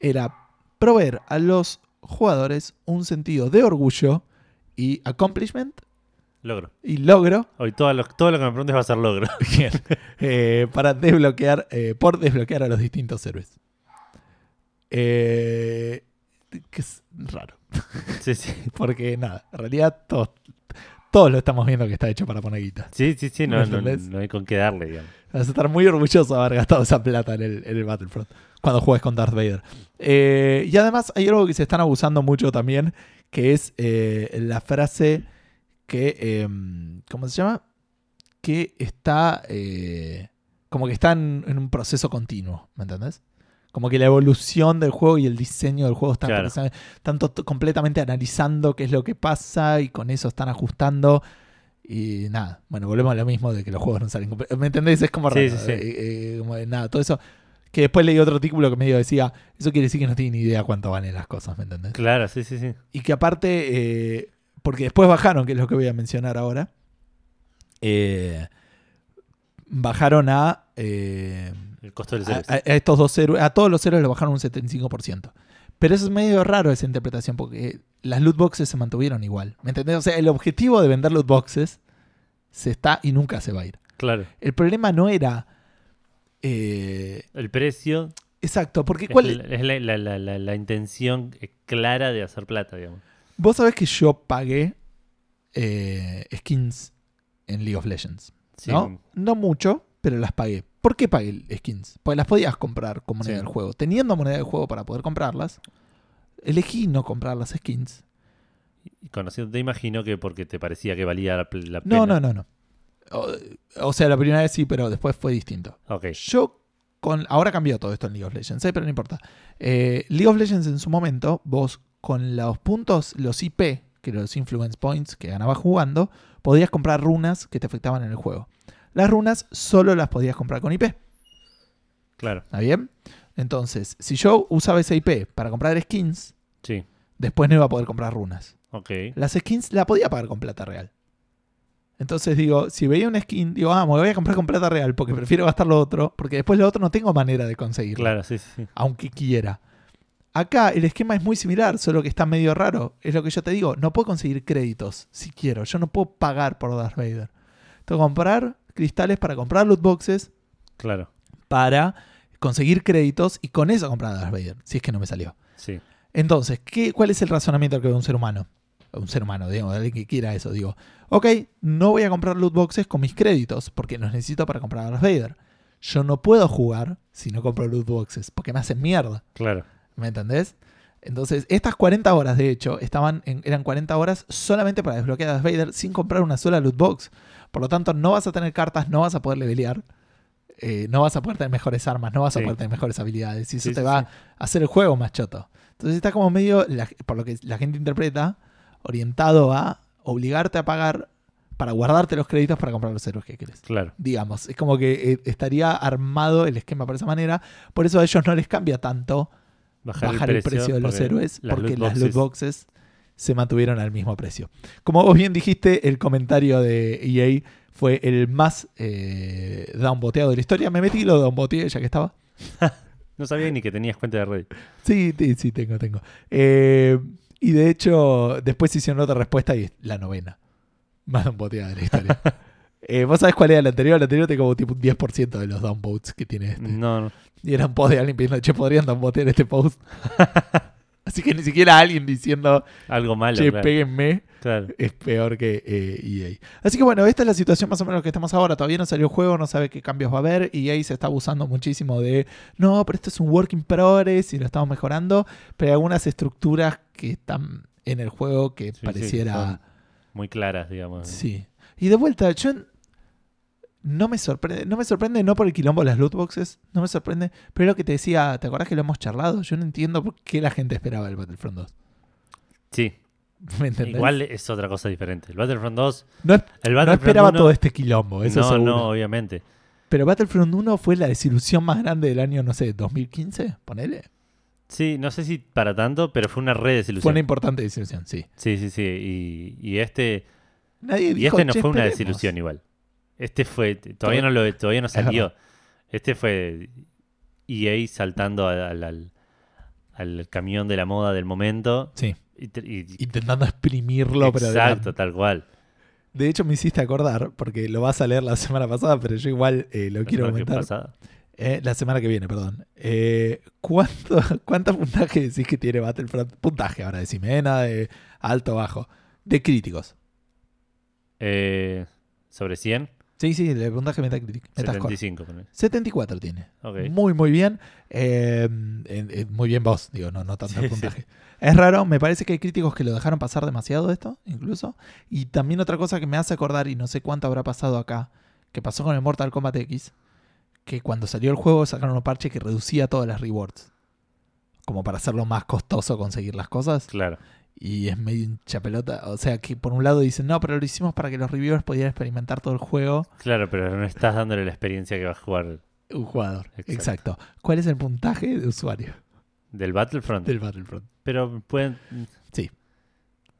S1: era proveer a los jugadores un sentido de orgullo y accomplishment
S2: Logro.
S1: y logro
S2: Hoy todo lo, todo lo que me preguntes va a ser logro.
S1: Bien. Eh, para desbloquear, eh, por desbloquear a los distintos héroes. Eh, que es raro.
S2: sí, sí.
S1: Porque nada, en realidad todos, todos lo estamos viendo que está hecho para poner guita.
S2: Sí, sí, sí. No,
S1: ¿Me
S2: no,
S1: entendés?
S2: no hay con qué darle, digamos.
S1: Vas a estar muy orgulloso de haber gastado esa plata en el, en el Battlefront cuando juegues con Darth Vader. Eh, y además hay algo que se están abusando mucho también, que es eh, la frase que, eh, ¿cómo se llama? Que está, eh, como que está en, en un proceso continuo, ¿me entendés? Como que la evolución del juego y el diseño del juego están
S2: Claro.
S1: pensando- están to- completamente analizando qué es lo que pasa y con eso están ajustando. Y nada, bueno, volvemos a lo mismo de que los juegos no salen. comple- ¿Me entendés? Es como
S2: Sí,
S1: raro,
S2: sí, sí.
S1: eh, eh, como de nada, todo eso. Que después leí otro artículo que medio decía, eso quiere decir que no tienen ni idea cuánto valen las cosas, ¿me entendés?
S2: Claro, sí, sí, sí.
S1: Y que aparte, eh, porque después bajaron, que es lo que voy a mencionar ahora, eh, bajaron a, eh,
S2: El costo del
S1: a,
S2: servicio.
S1: a- a estos dos héroes, a todos los héroes lo bajaron un 75%. Pero eso es medio raro esa interpretación, porque las loot boxes se mantuvieron igual, ¿me entendés? O sea, el objetivo de vender loot boxes se está y nunca se va a ir.
S2: Claro.
S1: El problema no era... eh,
S2: El precio
S1: exacto, porque
S2: es,
S1: ¿cuál
S2: la- es la, la- la- la- la intención eh, clara de hacer plata, digamos.
S1: Vos sabés que yo pagué eh, skins en League of Legends.
S2: Sí,
S1: ¿no? no mucho, pero las pagué. ¿Por qué pagué skins? Porque las podías comprar con moneda
S2: Sí.
S1: del juego. Teniendo moneda del juego para poder comprarlas, elegí no comprar las skins.
S2: Conociendo, te imagino que porque te parecía que valía la, pl- la pena.
S1: No, no, no, no. O, o sea, la primera vez sí, pero después fue distinto.
S2: Ok.
S1: Yo con. Ahora cambió todo esto en League of Legends, ¿eh? pero no importa. Eh, League of Legends en su momento, vos con los puntos, los IP, que eran los influence points que ganabas jugando, podías comprar runas que te afectaban en el juego. Las runas solo las podías comprar con IP, ¿está
S2: Claro,
S1: bien? Entonces, si yo usaba ese IP para comprar skins,
S2: sí.
S1: después no iba a poder comprar runas.
S2: Ok.
S1: Las skins la podía pagar con plata real. Entonces digo, si veía una skin, digo, ah, me voy a comprar con plata real porque prefiero gastar lo otro, porque después lo otro no tengo manera de conseguirlo
S2: Claro, sí, sí. sí.
S1: aunque quiera. Acá el esquema es muy similar, solo que está medio raro. Es lo que yo te digo, no puedo conseguir créditos si quiero. Yo no puedo pagar por Darth Vader. Tengo que comprar cristales para comprar loot boxes,
S2: Claro,
S1: para conseguir créditos y con eso comprar a Darth Vader, si es que no me salió.
S2: sí.
S1: Entonces, ¿qué, ¿cuál es el razonamiento que ve un ser humano? Un ser humano, digamos, alguien que quiera eso, digo. Ok, no voy a comprar loot boxes con mis créditos porque los necesito para comprar a Darth Vader. Yo no puedo jugar si no compro loot boxes porque me hacen mierda.
S2: Claro.
S1: ¿Me entendés? Entonces, estas 40 horas, de hecho, estaban en- eran 40 horas solamente para desbloquear a Darth Vader sin comprar una sola loot box. Por lo tanto, no vas a tener cartas, no vas a poder levelear, eh, no vas a poder tener mejores armas, no vas a
S2: Sí.
S1: poder tener mejores habilidades. Y eso
S2: Sí,
S1: te
S2: sí,
S1: va
S2: sí.
S1: a hacer el juego más choto. Entonces está como medio, la- por lo que la gente interpreta, orientado a obligarte a pagar para guardarte los créditos para comprar los héroes que querés
S2: Claro.
S1: digamos. Es como que eh, estaría armado el esquema por esa manera. Por eso a ellos no les cambia tanto bajar, el, precio, de los
S2: porque
S1: héroes,
S2: las
S1: porque
S2: loot
S1: las loot boxes se mantuvieron al mismo precio. Como vos bien dijiste, el comentario de EA fue el más eh, downboteado de la historia. Me metí y lo downboteé ya que estaba.
S2: No sabía ni que tenías cuenta de Reddit.
S1: Sí, sí, sí, tengo, tengo. Eh, y de hecho, después hicieron otra respuesta y es la novena. Más downboteada de la historia. Eh, ¿Vos sabés cuál era la anterior? La anterior tengo como tipo un 10% de los downvotes que tiene este.
S2: No, no.
S1: Y eran posts de alguien pidiendo, che, podrían downvotear este post. Así que ni siquiera alguien diciendo,
S2: Algo malo,
S1: che,
S2: claro.
S1: péguenme,
S2: Claro.
S1: es peor que eh, EA. Así que bueno, esta es la situación más o menos que estamos ahora. Todavía no salió el juego, no sabe qué cambios va a haber. Y EA se está abusando muchísimo de, no, pero esto es un work in progress y lo estamos mejorando. Pero hay algunas estructuras que están en el juego que
S2: Sí, sí,
S1: pareciera...
S2: Muy claras, digamos.
S1: Sí. Y de vuelta, yo en- no me sorprende, no me sorprende no por el quilombo de las loot boxes, no me sorprende, pero lo que te decía, ¿te acordás que lo hemos charlado? Yo no entiendo por qué la gente esperaba el Battlefront 2.
S2: Sí.
S1: ¿Me entendés?
S2: Igual es otra cosa diferente. El Battlefront 2.
S1: no, es-
S2: El
S1: no
S2: Battlefront
S1: esperaba
S2: 1,
S1: todo este quilombo, eso
S2: No,
S1: seguro.
S2: no, obviamente.
S1: Pero Battlefront 1 fue la desilusión más grande del año, no sé, 2015, ponele.
S2: Sí, no sé si para tanto, pero fue una re desilusión.
S1: Fue una importante desilusión, sí.
S2: Sí, sí, sí. Y, y este,
S1: Nadie
S2: y
S1: dijo,
S2: este no
S1: "Che,
S2: fue una
S1: esperemos".
S2: desilusión igual. Este fue, todavía no lo, todavía no salió. Este fue EA saltando al, al- al- al camión de la moda del momento.
S1: Sí,
S2: Y, te- y-
S1: intentando exprimirlo, pero de la
S2: exacto, tal cual.
S1: De hecho, me hiciste acordar, porque lo vas a leer la semana pasada, pero yo igual eh, lo quiero
S2: Lo que
S1: comentar.
S2: pasaba.
S1: Eh, la semana que viene, perdón. Eh, ¿cuánto, ¿Cuánto puntaje decís que tiene Battlefront? Puntaje, ahora decime, eh, nada de alto bajo. De críticos.
S2: Eh, sobre 100,
S1: Sí, sí, el puntaje Metacritic. Metascore.
S2: 75. ponele.
S1: 74 tiene.
S2: Ok.
S1: Muy, muy bien. Eh, en- en- muy bien vos, digo, no, no tanto
S2: Sí,
S1: el puntaje. Es raro, me parece que hay críticos que lo dejaron pasar demasiado esto, incluso. Y también otra cosa que me hace acordar, y no sé cuánto habrá pasado acá, que pasó con el Mortal Kombat X, que cuando salió el juego sacaron un parche que reducía todas las rewards. Como para hacerlo más costoso conseguir las cosas.
S2: Claro.
S1: Y es medio hincha pelota. O sea, que por un lado dicen, no, pero lo hicimos para que los reviewers pudieran experimentar todo el juego.
S2: Claro, pero no estás dándole la experiencia que va a jugar
S1: Un jugador.
S2: Exacto.
S1: Exacto. ¿Cuál es el puntaje de usuario
S2: del Battlefront.
S1: del Battlefront?
S2: Pero pueden.
S1: Sí.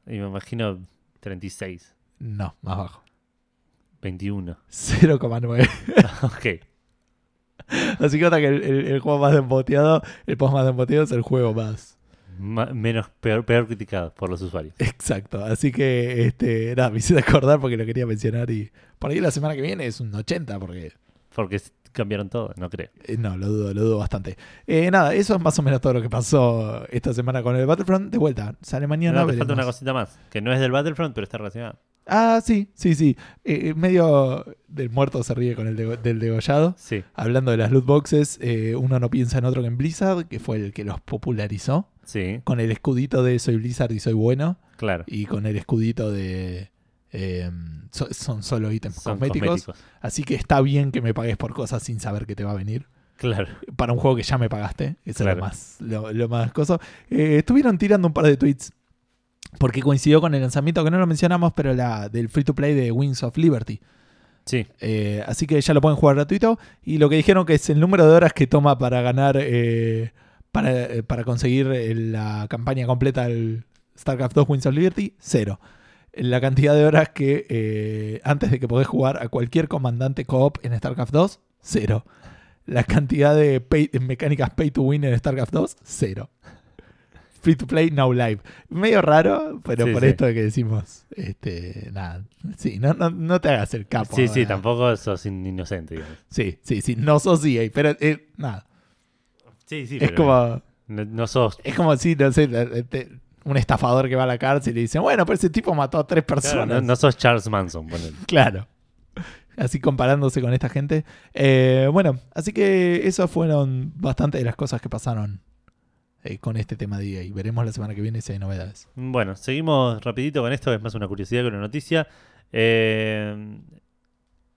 S2: Y me imagino 36,
S1: No, más bajo.
S2: 21.
S1: 0,9.
S2: ok.
S1: Así que nota que el, el- el juego más desboteado, el post más desboteado es el juego más.
S2: Ma- menos peor, peor criticado por los usuarios.
S1: Exacto. Así que, este, nada, me hiciste acordar porque lo quería mencionar y por ahí la semana que viene es un 80 porque...
S2: Porque s- cambiaron todo, no creo.
S1: eh, No, lo dudo, lo dudo bastante. Eh, nada, eso es más o menos todo lo que pasó esta semana con el Battlefront. De vuelta, sale mañana.
S2: No, te falta
S1: veremos.
S2: una cosita más, que no es del Battlefront, pero está relacionada.
S1: Ah, sí, sí, sí. Eh, medio del muerto se ríe con el dego- del degollado.
S2: Sí,
S1: Hablando de las loot boxes, eh, uno no piensa en otro que en Blizzard, que fue el que los popularizó.
S2: sí,
S1: Con el escudito de soy Blizzard y soy bueno.
S2: claro.
S1: Y con el escudito de. eh, so- son solo ítems
S2: Son
S1: cosméticos.
S2: cosméticos.
S1: Así que está bien que me pagues por cosas sin saber que te va a venir.
S2: Claro.
S1: Para un juego que ya me pagaste. Eso es
S2: Claro.
S1: lo más, lo, lo más coso. Eh, estuvieron tirando un par de tweets. Porque coincidió con el lanzamiento que no lo mencionamos, pero la del free to play de Wings of Liberty.
S2: Sí,
S1: Eh, así que ya lo pueden jugar gratuito. Y lo que dijeron que es el número de horas que toma para ganar, eh, para, eh, para conseguir eh, la campaña completa del StarCraft 2 Winds of Liberty, cero. La cantidad de horas que eh, antes de que podés jugar a cualquier comandante co-op en StarCraft 2, cero. La cantidad de pay- mecánicas pay to win en StarCraft 2, cero. Free to play, now live. Medio raro, pero
S2: Sí,
S1: por
S2: sí.
S1: esto de que decimos, este, nada, sí, no, no, no te hagas el capo. eh.
S2: sí, sí,
S1: ahora.
S2: tampoco sos in- inocente. digamos.
S1: Sí, sí, sí, no sos EA, pero eh, nada.
S2: Sí, sí,
S1: es,
S2: pero
S1: como,
S2: no, no sos.
S1: es como si, no sé, eh, te- un estafador que va a la cárcel y dice, bueno, pero ese tipo mató a tres
S2: claro,
S1: personas.
S2: no, no sos Charles Manson, ponele.
S1: Claro. Así comparándose con esta gente. Eh, bueno, así que esas fueron bastante de las cosas que pasaron eh, con este tema de EA. Veremos la semana que viene si hay novedades.
S2: Bueno, seguimos rapidito con esto, es más una curiosidad que una noticia. Eh,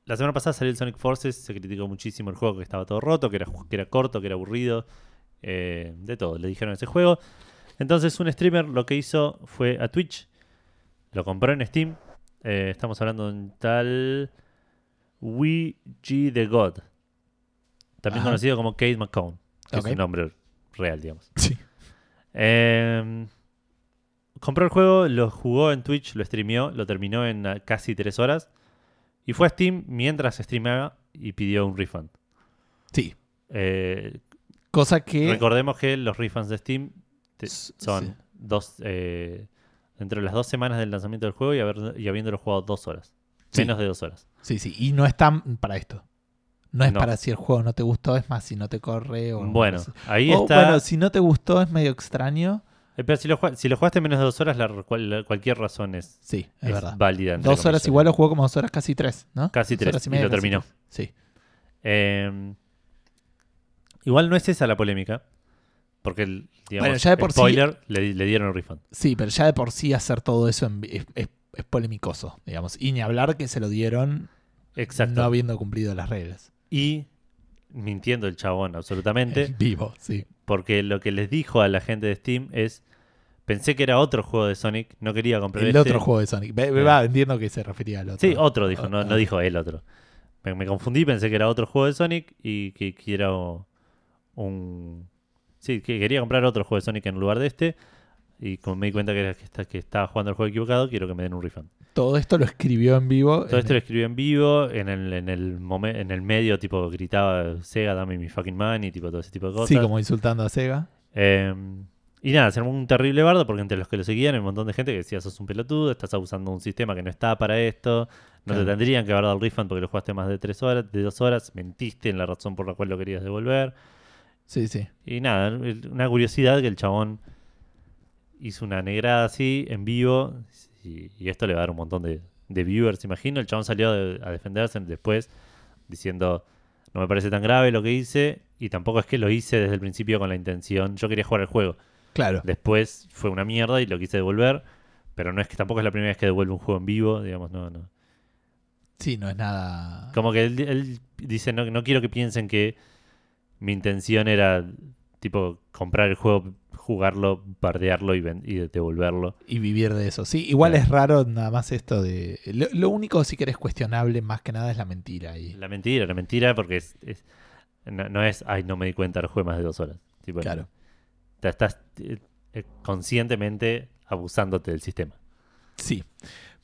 S2: la semana pasada salió el Sonic Forces, se criticó muchísimo el juego que estaba todo roto, que era, ju- que era corto, que era aburrido, eh, de todo, le dijeron a ese juego. Entonces un streamer lo que hizo fue a Twitch, lo compró en Steam, eh, estamos hablando de un tal Ouija the God, también
S1: Ajá.
S2: conocido como Kate McCone, que
S1: Ok.
S2: es un nombre real, digamos.
S1: Sí.
S2: Eh, compró el juego, lo jugó en Twitch, lo streameó, lo terminó en ah, casi tres horas. Y fue a Steam mientras streameaba y pidió un refund.
S1: Sí.
S2: Eh,
S1: Cosa que...
S2: recordemos que los refunds de Steam te-
S1: S-
S2: son
S1: sí.
S2: dos. eh, entre las dos semanas del lanzamiento del juego y, haber- y habiéndolo jugado dos horas.
S1: Sí.
S2: Menos de dos horas.
S1: Sí, sí, y no están para esto. No es
S2: No.
S1: para si el juego no te gustó, es más si no te corre o...
S2: Bueno, ahí
S1: O,
S2: está.
S1: Bueno, si no te gustó es medio extraño.
S2: Eh, Pero si lo, jue- si lo jugaste en menos de dos horas, la, cual- la- cualquier razón es,
S1: Sí, es,
S2: es
S1: verdad.
S2: válida. entre
S1: Dos horas
S2: comillas.
S1: igual lo jugó como dos horas, casi tres, ¿no?
S2: Casi
S1: Dos
S2: tres,
S1: horas
S2: y
S1: media,
S2: lo
S1: casi
S2: terminó.
S1: tres. Sí.
S2: Eh, igual no es esa la polémica. Porque, el, digamos,
S1: Bueno, ya de por sí-
S2: spoiler, le, di- le dieron el refund.
S1: Sí, pero ya de por sí hacer todo eso en- es, es- es polemicoso, digamos. Y ni hablar que se lo dieron
S2: Exacto.
S1: no habiendo cumplido las reglas.
S2: Y mintiendo el chabón, absolutamente.
S1: En vivo, sí.
S2: porque lo que les dijo a la gente de Steam es: Pensé que era otro juego de Sonic, no quería comprar
S1: el
S2: este".
S1: otro juego de Sonic. Ve- ve- va, entiendo que se refería al otro.
S2: Sí, otro dijo, no, no
S1: Ah.
S2: dijo el otro. Me, me confundí, pensé que era otro juego de Sonic y que quiero un... Sí, que quería comprar otro juego de Sonic en lugar de este y como me di cuenta que, era- que, está- que estaba jugando el juego equivocado, quiero que me den un refund.
S1: Todo esto lo escribió en vivo.
S2: Todo
S1: en
S2: esto lo escribió en vivo, en el, en el, momen- en el medio tipo gritaba Sega, dame mi fucking money, tipo todo ese tipo de cosas.
S1: Sí, como insultando a Sega.
S2: Eh, y nada, se armó un terrible bardo porque entre los que lo seguían hay un montón de gente que decía, sos un pelotudo, estás abusando de un sistema que no está para esto, no
S1: Claro.
S2: te tendrían que haber dado el refund porque lo jugaste más de tres horas, de dos horas, mentiste en la razón por la cual lo querías devolver.
S1: Sí, sí.
S2: Y nada, el- una curiosidad que el chabón hizo una negrada así en vivo y, y esto le va a dar un montón de, de viewers, imagino. El chabón salió de- a defenderse después diciendo, no me parece tan grave lo que hice y tampoco es que lo hice desde el principio con la intención, yo quería jugar el juego.
S1: Claro.
S2: Después fue una mierda y lo quise devolver. Pero no es que tampoco es la primera vez que devuelve un juego en vivo, digamos, no, no.
S1: Sí, no es nada.
S2: Como que él, él dice, no, no quiero que piensen que mi intención era, tipo, comprar el juego, jugarlo, bardearlo y, ven- y devolverlo.
S1: Y vivir de eso. Sí, igual
S2: Claro.
S1: es raro nada más esto de. Lo, lo único sí que eres cuestionable más que nada es la mentira. Y...
S2: La mentira, la mentira, porque es, es- no, no es, ay, no me di cuenta, lo jugué más de dos horas. Tipo,
S1: Claro.
S2: te estás eh, eh, conscientemente abusándote del sistema.
S1: Sí.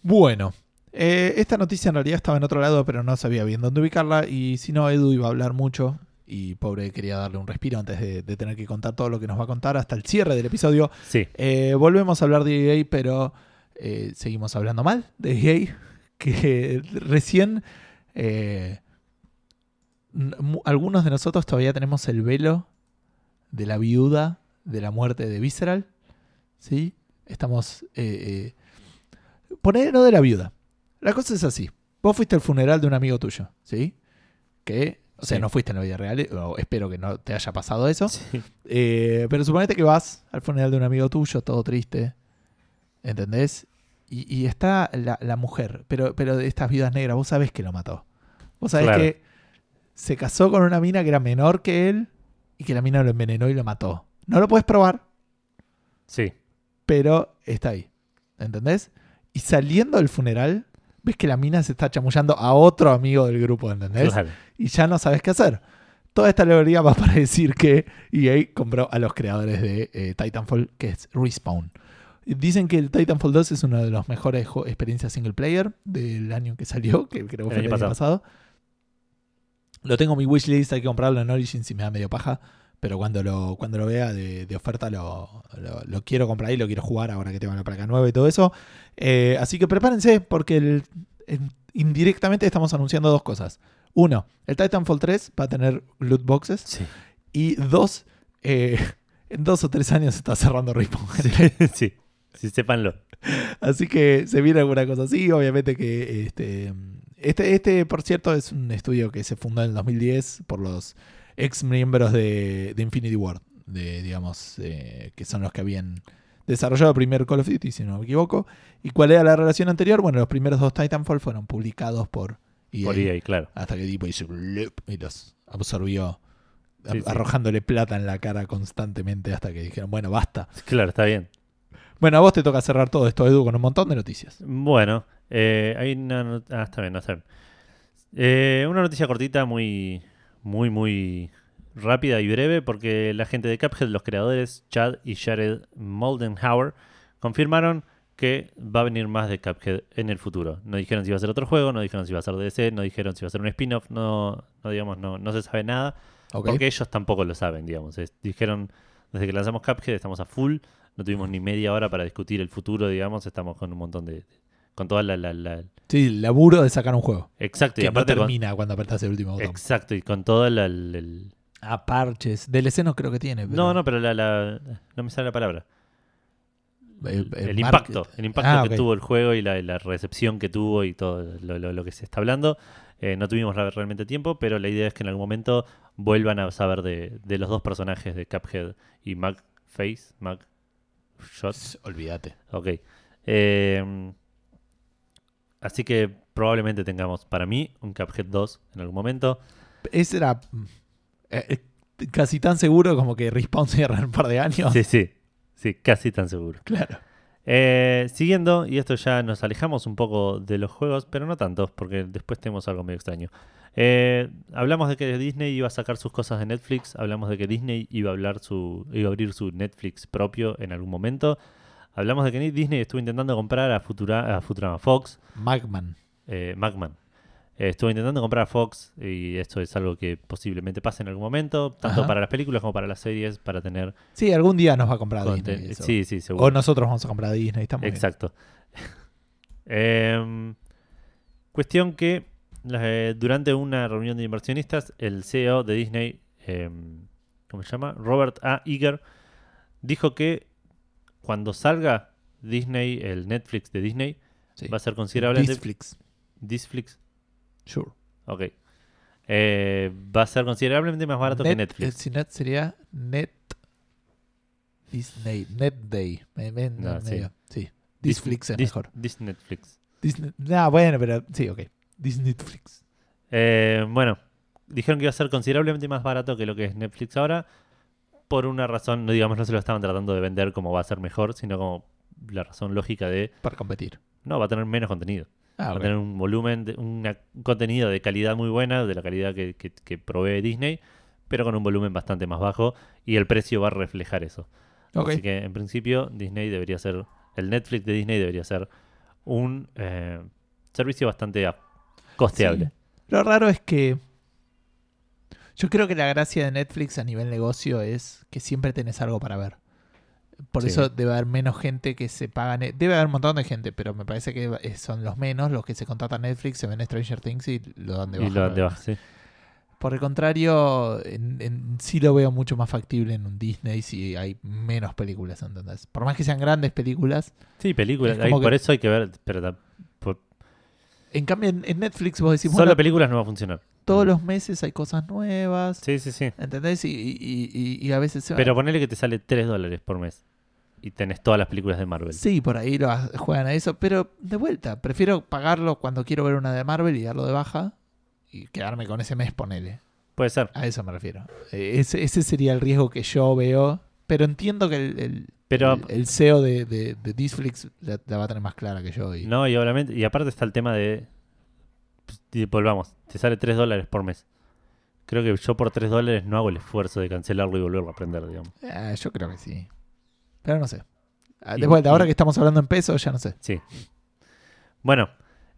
S1: Bueno, eh, esta noticia en realidad estaba en otro lado, pero no sabía bien dónde ubicarla. Y si no, Edu iba a hablar mucho. Y pobre, quería darle un respiro antes de, de tener que contar todo lo que nos va a contar hasta el cierre del episodio.
S2: Sí,
S1: Eh, volvemos a hablar de EA, pero eh, seguimos hablando mal de EA. Que recién eh, n- mu- algunos de nosotros todavía tenemos el velo de la viuda de la muerte de Visceral. ¿Sí? Estamos. Eh, eh, poné lo de la viuda. La cosa es así. Vos fuiste al funeral de un amigo tuyo, ¿sí? Que. O sea,
S2: Sí.
S1: no fuiste en la vida real, eh, o espero que no te haya pasado eso.
S2: sí,
S1: Eh, pero suponete que vas al funeral de un amigo tuyo, todo triste. ¿Entendés? Y, y está la, la mujer, pero, pero de estas viudas negras, vos sabés que lo mató. Vos sabés
S2: Claro.
S1: que se casó con una mina que era menor que él y que la mina lo envenenó y lo mató. No lo puedes probar,
S2: sí.
S1: pero está ahí. ¿Entendés? Y saliendo del funeral, ves que la mina se está chamullando a otro amigo del grupo, ¿entendés?
S2: claro.
S1: y ya no sabes qué hacer. Toda esta alegoría va para decir que EA compró a los creadores de eh, Titanfall, que es Respawn. Dicen que el Titanfall 2 es una de las mejores jo- experiencias single player del año que salió, que creo que fue el año pasado. Lo tengo en mi wishlist, hay que comprarlo en Origin si me da medio paja, pero cuando lo, cuando lo vea de, de oferta lo, lo- lo quiero comprar y lo quiero jugar ahora que tengo la placa nueva y todo eso. Eh, así que prepárense porque el- en- indirectamente estamos anunciando dos cosas. Uno, el Titanfall 3 va a tener loot boxes.
S2: Sí.
S1: Y dos, eh, en dos o tres años está cerrando Respawn.
S2: sí, sí, sépanlo.
S1: Así que se viene alguna cosa así. Obviamente que este, este, este, por cierto, es un estudio que se fundó en el 2010 por los ex miembros de, de Infinity Ward, de, digamos, eh, que son los que habían desarrollado el primer Call of Duty, si no me equivoco. ¿Y cuál era la relación anterior? Bueno, los primeros dos Titanfall fueron publicados por EA,
S2: Por E EA, claro.
S1: hasta que tipo hizo blup y los absorbió. a-
S2: Sí, sí.
S1: Arrojándole plata en la cara constantemente hasta que dijeron, bueno, basta.
S2: Claro, está bien.
S1: Bueno, a vos te toca cerrar todo esto, Edu, con un montón de noticias.
S2: Bueno, eh, hay una no- ah, está bien, no está bien. Eh, una noticia cortita, muy, muy, muy rápida y breve, porque la gente de Cuphead, los creadores Chad y Jared Moldenhauer, confirmaron que va a venir más de Cuphead en el futuro. No dijeron si va a ser otro juego, no dijeron si va a ser DC, no dijeron si va a ser un spin-off, no, no digamos, no, no se sabe nada.
S1: Ok.
S2: Porque ellos tampoco lo saben, digamos. Es- dijeron, desde que lanzamos Cuphead estamos a full, no tuvimos ni media hora para discutir el futuro, digamos, estamos con un montón de... con toda la... la, la-
S1: Sí, el laburo de sacar un juego.
S2: Exacto, y
S1: que no
S2: aparte... con,
S1: termina cuando apretas el último botón.
S2: exacto, y con toda la... la- la-
S1: Ah, parches. DLC no creo que tiene. pero-
S2: no, no, pero la, la- No me sale la palabra.
S1: eh,
S2: el,
S1: eh,
S2: el
S1: market-
S2: impacto, el impacto
S1: Ah,
S2: que
S1: ok.
S2: tuvo el juego y la, la recepción que tuvo y todo lo, lo- lo que se está hablando. Eh, no tuvimos la- realmente tiempo, pero la idea es que en algún momento vuelvan a saber de, de los dos personajes de Cuphead y Mac Face, Mac Shot.
S1: S- Olvídate.
S2: Ok. Eh, así que probablemente tengamos para mí un Cuphead 2 en algún momento.
S1: Ese era mm, eh, eh, casi tan seguro como que Respawn cierra en un par de años.
S2: Sí, sí, sí, casi tan seguro.
S1: Claro.
S2: Eh, siguiendo, y esto ya nos alejamos un poco de los juegos, pero no tantos, porque después tenemos algo medio extraño. Eh, hablamos de que Disney iba a sacar sus cosas de Netflix, hablamos de que Disney iba a, hablar su, iba a abrir su Netflix propio en algún momento, hablamos de que Disney estuvo intentando comprar a, Futura, a Futurama Fox,
S1: Magman.
S2: eh, Macman. Eh, estuvo intentando comprar a Fox y esto es algo que posiblemente pase en algún momento, tanto
S1: Ajá.
S2: para las películas como para las series, para tener...
S1: Sí, algún día nos va a comprar
S2: conte-
S1: Disney. eso.
S2: Sí, sí, seguro.
S1: O nosotros vamos a comprar a Disney. Estamos bien.
S2: Exacto. Em, cuestión que la- eh, durante una reunión de inversionistas, el CEO de Disney, em, ¿cómo se llama? Robert A. Iger, dijo que cuando salga Disney, el Netflix de Disney,
S1: Sí.
S2: va a ser considerable.
S1: Netflix.
S2: Disflix.
S1: Sure.
S2: Ok. Eh, va a ser considerablemente más barato que
S1: Net-
S2: Netflix.
S1: eh, si net sería Net Disney. Net Day. Me- me-
S2: No,
S1: me-
S2: Ah, sí.
S1: medio. sí. Disflix es
S2: Dis-
S1: mejor.
S2: Dis Netflix.
S1: Disney. Ah, bueno, pero sí, ok. Disneyflix.
S2: Eh, bueno, dijeron que iba a ser considerablemente más barato que lo que es Netflix ahora. Por una razón, no digamos, no se lo estaban tratando de vender como va a ser mejor, sino como la razón lógica de
S1: Para competir.
S2: no, va a tener menos contenido.
S1: Ah,
S2: va
S1: ok.
S2: a tener un volumen, de- una- un contenido de calidad muy buena, de la calidad que, que- que provee Disney, pero con un volumen bastante más bajo y el precio va a reflejar eso.
S1: Ok.
S2: Así que en principio, Disney debería ser, el Netflix de Disney debería ser un eh, servicio bastante a- costeable.
S1: Sí. Lo raro es que. Yo creo que la gracia de Netflix a nivel negocio es que siempre tenés algo para ver. Por
S2: Sí.
S1: eso debe haber menos gente que se paga. Ne- Debe haber un montón de gente, pero me parece que eh, son los menos los que se contratan Netflix, se ven Stranger Things y lo dan de
S2: y
S1: baja.
S2: lo dan de baja, sí.
S1: Por el contrario, en- en- sí lo veo mucho más factible en un Disney si hay menos películas, ¿entendés? Por más que sean grandes películas.
S2: Sí, películas.
S1: Es
S2: ahí
S1: como que-
S2: Por eso hay que ver. Pero ta- por-
S1: En cambio, en, en Netflix vos decís,
S2: solo
S1: bueno,
S2: películas no va a funcionar.
S1: todos los meses hay cosas nuevas.
S2: Sí, sí, sí.
S1: ¿Entendés? Y, y- y- y a veces se
S2: Pero ponele que te sale 3 dólares por mes. Y tenés todas las películas de Marvel.
S1: Sí, por ahí lo ha- juegan a eso. Pero de vuelta, prefiero pagarlo cuando quiero ver una de Marvel y darlo de baja y quedarme con ese mes, ponele.
S2: Puede ser.
S1: A eso me refiero. Eh, Ese, ese sería el riesgo que yo veo. Pero entiendo que el, el-
S2: Pero
S1: el- el CEO de, de, de Disflix la, la va a tener más clara que yo. Y,
S2: no, y obviamente. Y aparte está el tema de. pues, y volvamos. Te sale 3 dólares por mes. Creo que yo por 3 dólares no hago el esfuerzo de cancelarlo y volverlo a aprender, digamos.
S1: Ah, yo creo que sí. Pero no sé. Ah,
S2: Y-
S1: De vuelta, ahora
S2: y-
S1: que estamos hablando en pesos, ya no sé.
S2: Sí. Bueno,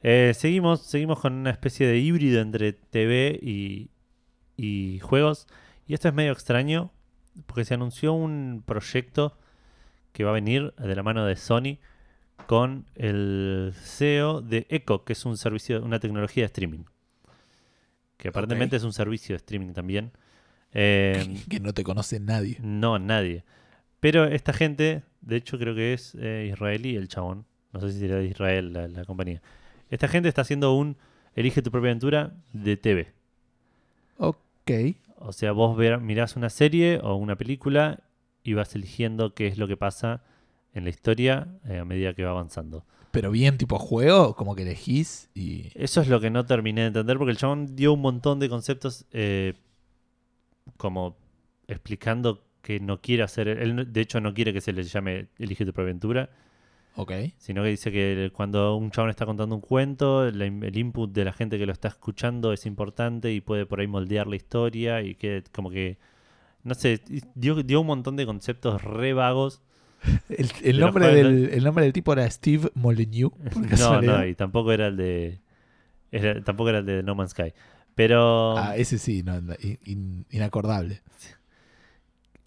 S2: eh, seguimos, seguimos con una especie de híbrido entre TV y, y juegos. Y esto es medio extraño, porque se anunció un proyecto que va a venir de la mano de Sony con el CEO de Echo, que es un servicio, una tecnología de streaming. Que aparentemente es un servicio de streaming también. Eh,
S1: Que no te conoce nadie.
S2: no, nadie. Pero esta gente, de hecho creo que es eh, israelí el chabón. No sé si era de Israel la, la compañía. Esta gente está haciendo un Elige tu propia aventura de TV.
S1: Ok.
S2: O sea, vos ver- mirás una serie o una película y vas eligiendo qué es lo que pasa en la historia eh, a medida que va avanzando.
S1: Pero bien tipo juego, como que elegís y...
S2: Eso es lo que no terminé de entender porque el chabón dio un montón de conceptos eh, como explicando que no quiere hacer... Él, no- de hecho, no quiere que se le llame Elige tu propia aventura.
S1: Ok.
S2: sino que dice que el- cuando un chabón está contando un cuento, la in- el input de la gente que lo está escuchando es importante y puede por ahí moldear la historia y que como que, no sé, y dio, dio un montón de conceptos re vagos.
S1: El, el
S2: De los
S1: nombre
S2: juegos,
S1: del, el nombre del tipo era Steve Molyneux. por
S2: No,
S1: casualidad.
S2: no, y tampoco era el de, era- tampoco era el de No Man's Sky. Pero
S1: Ah, ese sí, no, no, in- in- inacordable.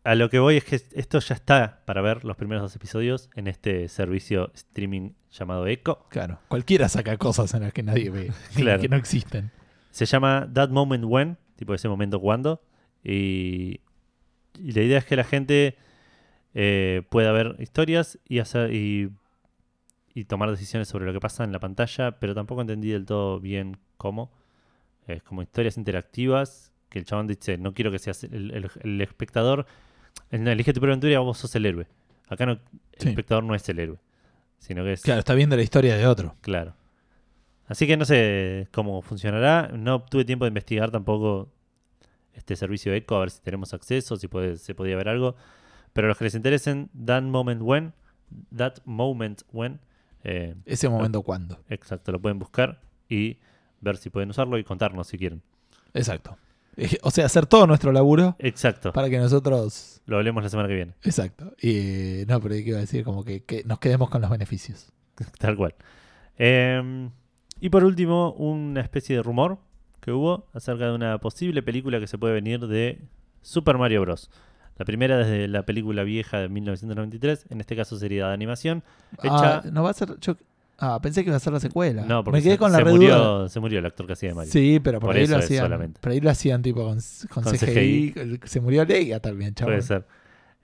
S2: a lo que voy es que esto ya está para ver los primeros dos episodios en este servicio streaming llamado Echo.
S1: Claro. Cualquiera saca cosas en las que nadie ve,
S2: Claro.
S1: que no existen.
S2: Se llama That Moment When, tipo ese momento cuando. Y, y la idea es que la gente eh, puede haber historias y, hacer, y, y tomar decisiones sobre lo que pasa en la pantalla, pero tampoco entendí del todo bien cómo. Es como historias interactivas que el chabón dice, no quiero que seas el, el- el espectador. En Elige tu propia aventura vos sos el héroe. Acá no, el
S1: Sí.
S2: espectador no es el héroe, sino que es...
S1: Claro, está viendo la historia de otro.
S2: Claro. Así que no sé cómo funcionará. No tuve tiempo de investigar tampoco este servicio Echo, a ver si tenemos acceso, si puede- se podía ver algo. Pero los que les interesen, That Moment When, That Moment When, eh,
S1: Ese momento cuando.
S2: exacto, lo pueden buscar y ver si pueden usarlo y contarnos si quieren.
S1: Exacto. Eh, O sea, hacer todo nuestro laburo
S2: Exacto,
S1: para que nosotros.
S2: lo hablemos la semana que viene,
S1: Exacto. Y eh, no, pero ¿qué iba a decir? Como que, que nos quedemos con los beneficios.
S2: tal cual. Eh, y por último, una especie de rumor que hubo acerca de una posible película que se puede venir de Super Mario Bros. La primera desde la película vieja de 1993, en este caso sería de animación. Hecha-
S1: Ah, no va a ser. yo- ah, pensé que iba a ser la secuela.
S2: No, porque
S1: Me quedé
S2: se,
S1: con la
S2: se
S1: re duda.
S2: murió, se murió el actor que hacía de Mario.
S1: Sí, pero por,
S2: Por
S1: ahí
S2: eso
S1: lo
S2: es
S1: hacían.
S2: solamente.
S1: Por ahí lo hacían tipo con, con
S2: Con
S1: CGI. Se murió Leiga también, chaval.
S2: puede ser.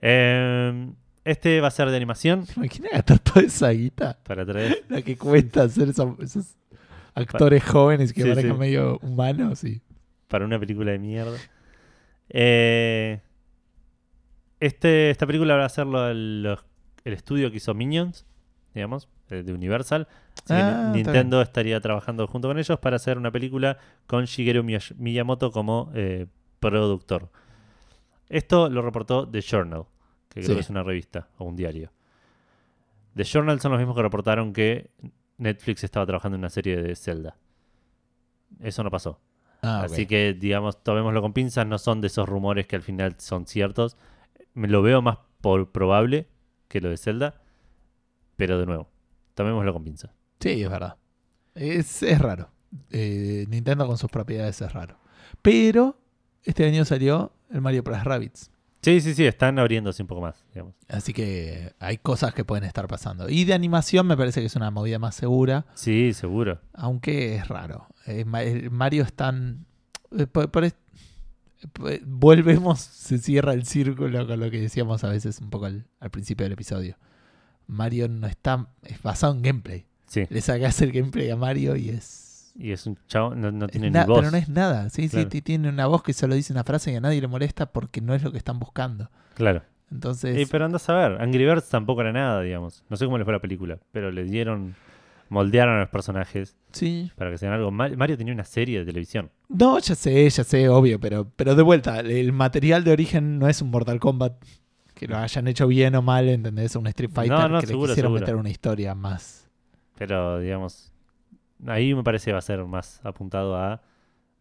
S2: Eh, este va a ser de animación
S1: Imagina gastar toda esa guita.
S2: para traer.
S1: La que cuesta hacer esa- esos actores jóvenes que
S2: Sí,
S1: parecen
S2: sí.
S1: medio humanos. Y...
S2: para una película de mierda. Eh, este, esta película va a ser lo- los- el estudio que hizo Minions, digamos, eh, de Universal. Así que
S1: Ah,
S2: Ni-
S1: está
S2: Nintendo estaría trabajando junto con ellos para hacer una película con Shigeru Miyash- Miyamoto como eh, productor. Esto lo reportó The Journal, que creo
S1: Sí.
S2: que es una revista o un diario. The Journal son los mismos que reportaron que Netflix estaba trabajando en una serie de Zelda. Eso no pasó.
S1: Ah,
S2: Así que, digamos, tomémoslo con pinzas, no son de esos rumores que al final son ciertos. Me lo veo más por probable que lo de Zelda, pero de nuevo, tomémoslo con pinzas.
S1: Sí, es verdad. Es, es raro. Eh, Nintendo con sus propiedades es raro. Pero este año salió el Mario Plus Rabbits.
S2: Sí, sí, sí, están abriéndose un poco más, digamos.
S1: Así que hay cosas que pueden estar pasando. Y de animación me parece que es una movida más segura,
S2: Sí, seguro.
S1: aunque es raro. Eh, Ma- el Mario es tan... eh, por- por es- eh, Volvemos, se cierra el círculo con lo que decíamos a veces un poco al, al principio del episodio. Mario no está... es basado en gameplay.
S2: Sí.
S1: Le sacas el gameplay a Mario y es...
S2: Y es un chavo, no, no tiene
S1: Na-
S2: ni voz.
S1: Pero no es nada. Sí,
S2: Claro.
S1: sí, ti- tiene una voz que solo dice una frase y a nadie le molesta porque no es lo que están buscando.
S2: Claro.
S1: Entonces,
S2: Eh, pero andas a ver, Angry Birds tampoco era nada, digamos. No sé cómo le fue a la película, pero le dieron, moldearon a los personajes
S1: sí.
S2: para que sean algo. Ma- Mario tenía una serie de televisión.
S1: No, ya sé, ya sé, obvio, pero, pero de vuelta, el material de origen no es un Mortal Kombat. Que lo hayan hecho bien o mal, ¿entendés? Un Street Fighter
S2: No, no,
S1: que
S2: seguro,
S1: le quisieron
S2: seguro.
S1: meter una historia más.
S2: Pero, digamos, ahí me parece va a ser más apuntado a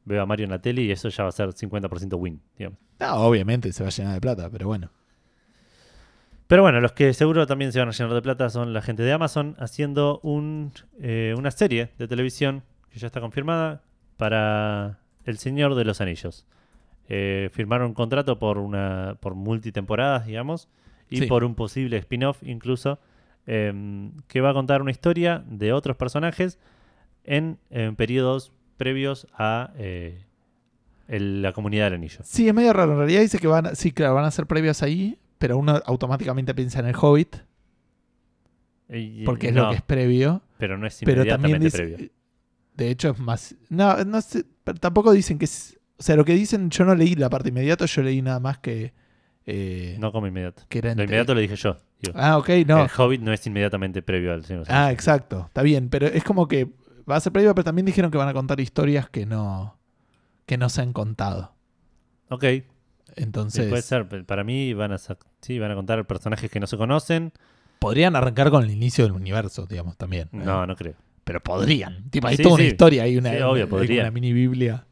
S2: veo a Mario en la tele y eso ya va a ser 50% win, digamos.
S1: No, obviamente se va a llenar de plata, pero bueno.
S2: Pero bueno, los que seguro también se van a llenar de plata son la gente de Amazon haciendo un, eh, una serie de televisión que ya está confirmada para El Señor de los Anillos. Eh, firmaron un contrato por una por multitemporadas, digamos, y
S1: Sí.
S2: por un posible spin-off incluso, em, que va a contar una historia de otros personajes en, en periodos previos a eh, el- la comunidad del anillo.
S1: Sí, es medio raro. En realidad dice que van a, sí, claro, van a ser previos ahí, pero uno automáticamente piensa en el Hobbit,
S2: Y-
S1: porque es
S2: no,
S1: lo que es previo.
S2: pero no es
S1: pero también
S2: inmediatamente
S1: dice-
S2: previo.
S1: De hecho, es más. No, no sé, pero tampoco dicen que es. O sea, lo que dicen, yo no leí la parte inmediata, yo leí nada más que. eh,
S2: No como inmediato.
S1: que era
S2: Lo
S1: entre-
S2: inmediato lo dije yo. digo.
S1: Ah, ok, no.
S2: El Hobbit no es inmediatamente previo al Señor de los
S1: Ah,
S2: Anillos.
S1: exacto. Está bien, pero es como que va a ser previo, pero también dijeron que van a contar historias que no. que no se han contado.
S2: Ok, sí,
S1: Entonces,
S2: puede ser. P- Para mí van a, sac- sí, van a contar personajes que no se conocen.
S1: podrían arrancar con el inicio del universo, digamos, también. ¿eh?
S2: No, no creo.
S1: Pero podrían. Tipo, hay
S2: Sí,
S1: toda una
S2: sí.
S1: historia, hay una,
S2: Sí, obvio,
S1: hay
S2: podría.
S1: una mini Biblia.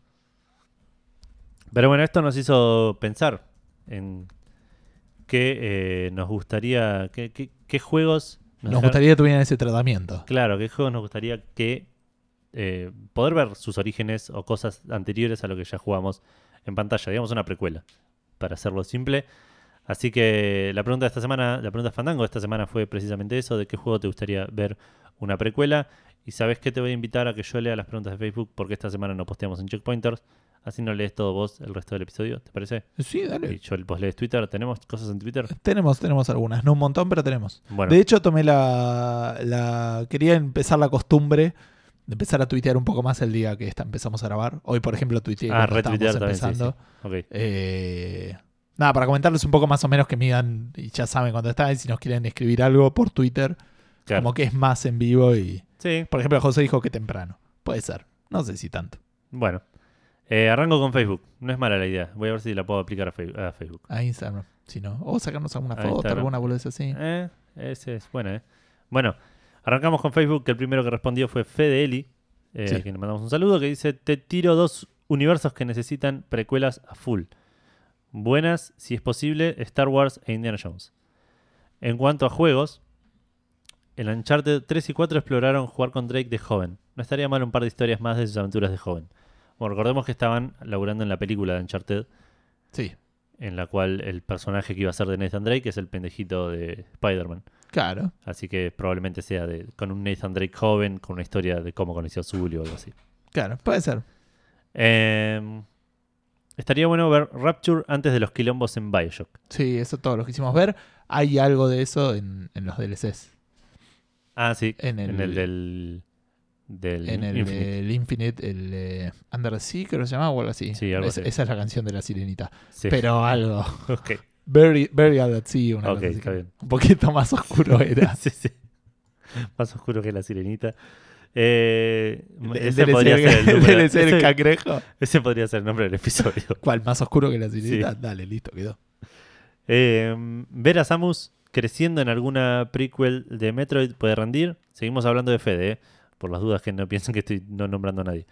S2: Pero bueno, esto nos hizo pensar en qué eh, nos gustaría, qué, qué- qué juegos
S1: Nos
S2: dejar-
S1: gustaría que tuvieran ese tratamiento.
S2: Claro, qué juegos nos gustaría que eh, poder ver sus orígenes o cosas anteriores a lo que ya jugamos en pantalla, digamos una precuela, para hacerlo simple. Así que la pregunta de esta semana, la pregunta de Fandango de esta semana fue precisamente eso, de qué juego te gustaría ver una precuela. Y sabes que te voy a invitar a que yo lea las preguntas de Facebook porque esta semana no posteamos en Checkpointers. Así no lees todo vos el resto del episodio, ¿te parece?
S1: Sí,
S2: Y
S1: dale.
S2: yo vos lees Twitter, ¿tenemos cosas en Twitter?
S1: Tenemos, tenemos algunas, no un montón, pero tenemos.
S2: Bueno, ah,
S1: De hecho, tomé la, la- Quería empezar la costumbre de empezar a tuitear un poco más el día que esta empezamos a grabar. Hoy, por ejemplo, tuiteé
S2: ah,
S1: cuando estábamos
S2: retuitear también, sí,
S1: empezando.
S2: sí. Ok.
S1: Eh, nada, para comentarles un poco más o menos que midan y ya saben cuando están, y si nos quieren escribir algo por Twitter,
S2: claro.
S1: como que es más en vivo y...
S2: Sí,
S1: Por ejemplo, José dijo que temprano. Puede ser. No sé si tanto.
S2: bueno. Eh, arranco con Facebook. No es mala la idea. Voy a ver si la puedo aplicar a, Fe- a Facebook.
S1: A Instagram, si no. O sacarnos alguna
S2: A
S1: foto,
S2: Instagram.
S1: alguna boludez así.
S2: Eh, ese es bueno, ¿eh? Bueno, arrancamos con Facebook, que el primero que respondió fue Fede Eli, eh,
S1: Sí.
S2: a quien le mandamos un saludo, que dice, te tiro dos universos que necesitan precuelas a full. Buenas, si es posible, Star Wars e Indiana Jones. En cuanto a juegos, el Uncharted 3 y 4 exploraron jugar con Drake de joven. No estaría mal un par de historias más de sus aventuras de joven. Bueno, recordemos que estaban laburando en la película de Uncharted,
S1: Sí,
S2: en la cual el personaje que iba a ser de Nathan Drake es el pendejito de Spider-Man.
S1: claro.
S2: Así que probablemente sea de, con un Nathan Drake joven, con una historia de cómo conoció a Zully o algo así.
S1: Claro, puede ser.
S2: Eh, estaría bueno ver Rapture antes de los quilombos en Bioshock.
S1: Sí, eso todo lo que hicimos ver. Hay algo de eso en, en los DLCs.
S2: Ah, sí.
S1: En el-
S2: en el del. del
S1: En el
S2: Infinite.
S1: Infinite, el, Infinite, el eh, Under Sea, creo que se llamaba o algo así.
S2: Sí, algo
S1: Es-
S2: así.
S1: Esa es la canción de la sirenita.
S2: Sí,
S1: Pero algo.
S2: ok.
S1: Very, very at Sea, una
S2: Ok,
S1: cosa así
S2: está
S1: que
S2: bien.
S1: Un poquito más oscuro era.
S2: Sí, sí. Más oscuro que la sirenita. Eh,
S1: El
S2: ese,
S1: DLC
S2: podría ser el
S1: el
S2: número-
S1: DLC del
S2: ese-
S1: cangrejo.
S2: ese podría ser el nombre del episodio.
S1: ¿Cuál? ¿Más oscuro que la sirenita? Dale, listo, quedó.
S2: Eh, ver a Samus creciendo en alguna prequel de Metroid puede rendir. Seguimos hablando de Fede, eh, por las dudas que no piensen que estoy no nombrando a nadie.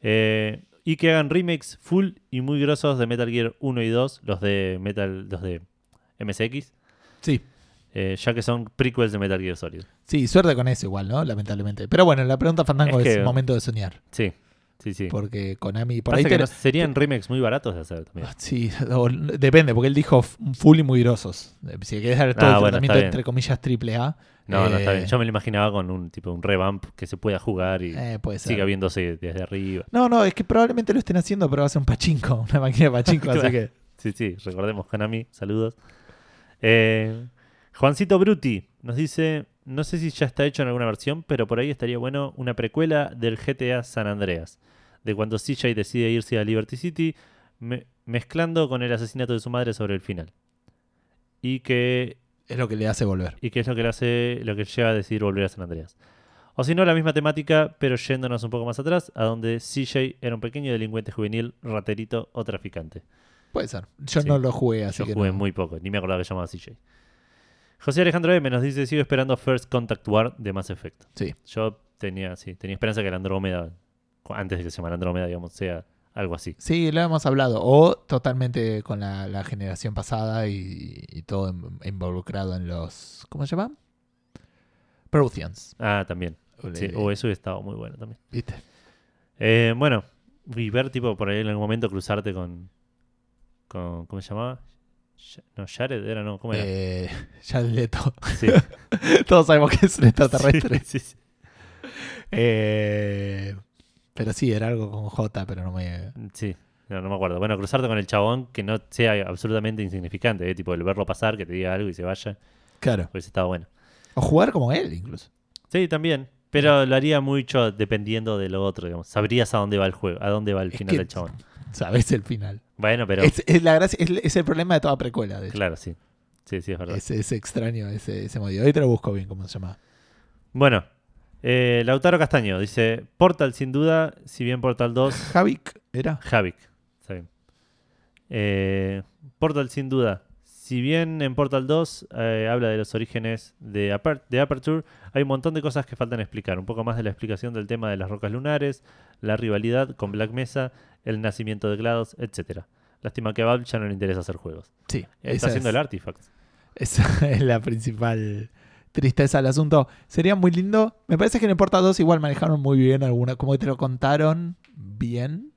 S2: Eh, y que hagan remakes full y muy grosos de Metal Gear 1 y 2, los de Metal, los de MSX,
S1: Sí.
S2: eh, ya que son prequels de Metal Gear Solid.
S1: Sí, suerte con eso igual, ¿no? Lamentablemente. Pero bueno, la pregunta Fandango
S2: Es
S1: es,
S2: que-
S1: momento de soñar.
S2: Sí, sí, sí.
S1: Porque Konami por
S2: Pasa
S1: ahí
S2: que
S1: te- Ah,
S2: no- serían remakes muy baratos de hacer también.
S1: Sí, o- depende, porque él dijo f- full y muy grosos. Eh, Si querés dar todo
S2: Ah,
S1: el
S2: bueno,
S1: tratamiento
S2: está bien.
S1: entre comillas triple A.
S2: No, no está
S1: eh,
S2: bien. Yo me lo imaginaba con un tipo un revamp que se pueda jugar y
S1: eh, puede ser.
S2: siga viéndose desde arriba.
S1: No, no, es que probablemente lo estén haciendo, pero va a ser un pachinko, una máquina de pachinko, así
S2: Claro.
S1: que.
S2: Sí, sí, recordemos Konami, saludos. Eh, Juancito Bruti nos dice, no sé si ya está hecho en alguna versión, pero por ahí estaría bueno una precuela del GTA San Andreas, de cuando CJ decide irse a Liberty City, me- mezclando con el asesinato de su madre sobre el final. Y que,
S1: Es lo que le hace volver.
S2: y que es lo que le hace, lo que lleva a decidir volver a San Andreas. O si no, la misma temática, pero yéndonos un poco más atrás, a donde CJ era un pequeño delincuente juvenil, raterito o traficante.
S1: Puede ser. Yo
S2: Sí.
S1: no lo jugué, así
S2: Yo
S1: que.
S2: jugué
S1: no.
S2: muy poco, ni me acordaba que llamaba CJ. José Alejandro M nos dice, sigo esperando First Contact War de Mass Effect.
S1: Sí.
S2: Yo tenía, sí, tenía esperanza que el Andrómeda, cu- antes de que se llamara Andrómeda, digamos, sea algo así.
S1: Sí, lo hemos hablado. O totalmente con la, la generación pasada y, y todo en- involucrado en los. ¿Cómo se llama? Protheans.
S2: Ah, también. Sí,
S1: Eh,
S2: o eso estaba muy bueno también.
S1: ¿Viste?
S2: Eh, bueno, y ver tipo por ahí en algún momento cruzarte con, con ¿cómo se llamaba? Sh- No, Jared era, no, ¿cómo era?
S1: Eh, ya el Leto.
S2: sí.
S1: Todos sabemos que es un extraterrestre.
S2: Sí, sí, sí.
S1: Eh, pero sí, era algo con J, pero no me.
S2: Sí, no, no me acuerdo. Bueno, cruzarte con el chabón que no sea absolutamente insignificante, ¿eh? tipo el verlo pasar, que te diga algo y se vaya,
S1: Claro.
S2: pues estaba bueno.
S1: O jugar como él, incluso.
S2: Sí, también. Pero lo haría mucho dependiendo de lo otro, digamos. Sabrías a dónde va el juego, a dónde va el
S1: Es
S2: final
S1: que-
S2: del chabón.
S1: Sabes el final.
S2: Bueno, pero
S1: es, es la gracia, es, es el problema de toda precuela. De hecho.
S2: claro, sí. Sí, sí, es verdad.
S1: Es, es extraño ese, ese motivo. Ahí te lo busco bien cómo se llama.
S2: Bueno, eh, Lautaro Castaño dice, Portal sin duda, si bien Portal 2
S1: Javik, ¿era?
S2: Havik. Está bien. Eh, Portal, sin duda. Si bien en Portal 2 eh, habla de los orígenes de, Aper- de Aperture, hay un montón de cosas que faltan explicar. Un poco más de la explicación del tema de las rocas lunares, la rivalidad con Black Mesa, el nacimiento de GLaDOS, etc. Lástima que a Valve ya no le interesa hacer juegos.
S1: Sí.
S2: Está
S1: esa
S2: haciendo
S1: es-
S2: el Artifact.
S1: Esa es la principal tristeza del asunto. Sería muy lindo. Me parece que en el Porta 2 igual manejaron muy bien alguna. Como que te lo contaron bien.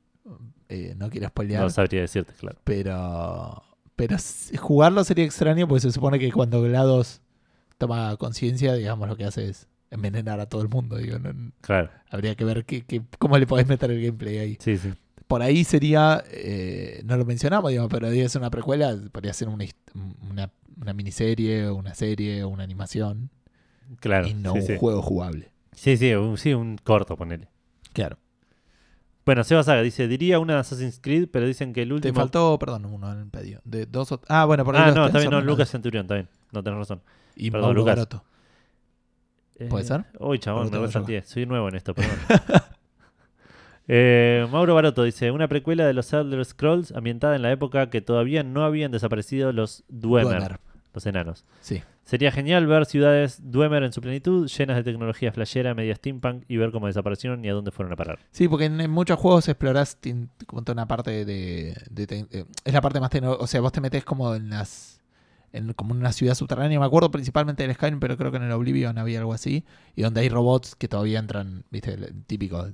S1: Eh, no quiero spoilear.
S2: No sabría decirte, claro.
S1: pero. Pero s- jugarlo sería extraño porque se supone que cuando GLaDOS toma conciencia, digamos, lo que hace es envenenar a todo el mundo. Digo, no-
S2: Claro,
S1: habría que ver qué, qué- cómo le podés meter el gameplay ahí.
S2: sí, sí.
S1: por ahí sería, eh, no lo mencionamos, digamos, pero es una precuela, podría ser una, hist- una, una miniserie, o una serie, o una animación,
S2: Claro.
S1: y no
S2: sí,
S1: un
S2: sí.
S1: juego jugable.
S2: Sí, sí, un, sí, un corto, ponele.
S1: Claro.
S2: Bueno, Seba Saga dice, diría una de Assassin's Creed, pero dicen que el
S1: Te
S2: último...
S1: faltó, perdón, uno en el pedido. De dos o- ah, bueno, por ahí
S2: Ah,
S1: los
S2: no, está bien,
S1: Spencer
S2: no,
S1: nos-
S2: Lucas Centurión, está bien. No tenés razón.
S1: Y
S2: perdón,
S1: Mauro
S2: Lucas.
S1: Baroto. ¿Puede
S2: Eh,
S1: ser?
S2: Uy, chabón,
S1: Porque
S2: me
S1: tengo
S2: resalté. Soy nuevo en esto, perdón. Eh, Mauro Baroto dice: Una precuela de los Elder Scrolls ambientada en la época que todavía no habían desaparecido los Dwemer,
S1: Duemer,
S2: los enanos.
S1: Sí.
S2: Sería genial ver ciudades Dwemer en su plenitud, llenas de tecnología flashera, media steampunk y ver cómo desaparecieron y a dónde fueron a parar.
S1: Sí, porque en, en muchos juegos explorás tin- como toda una parte de, de te- eh, es la parte más tecno- o sea, vos te metes como en las en como una ciudad subterránea, me acuerdo principalmente del Skyrim, pero creo que en el Oblivion había algo así, y donde hay robots que todavía entran, viste, el típico,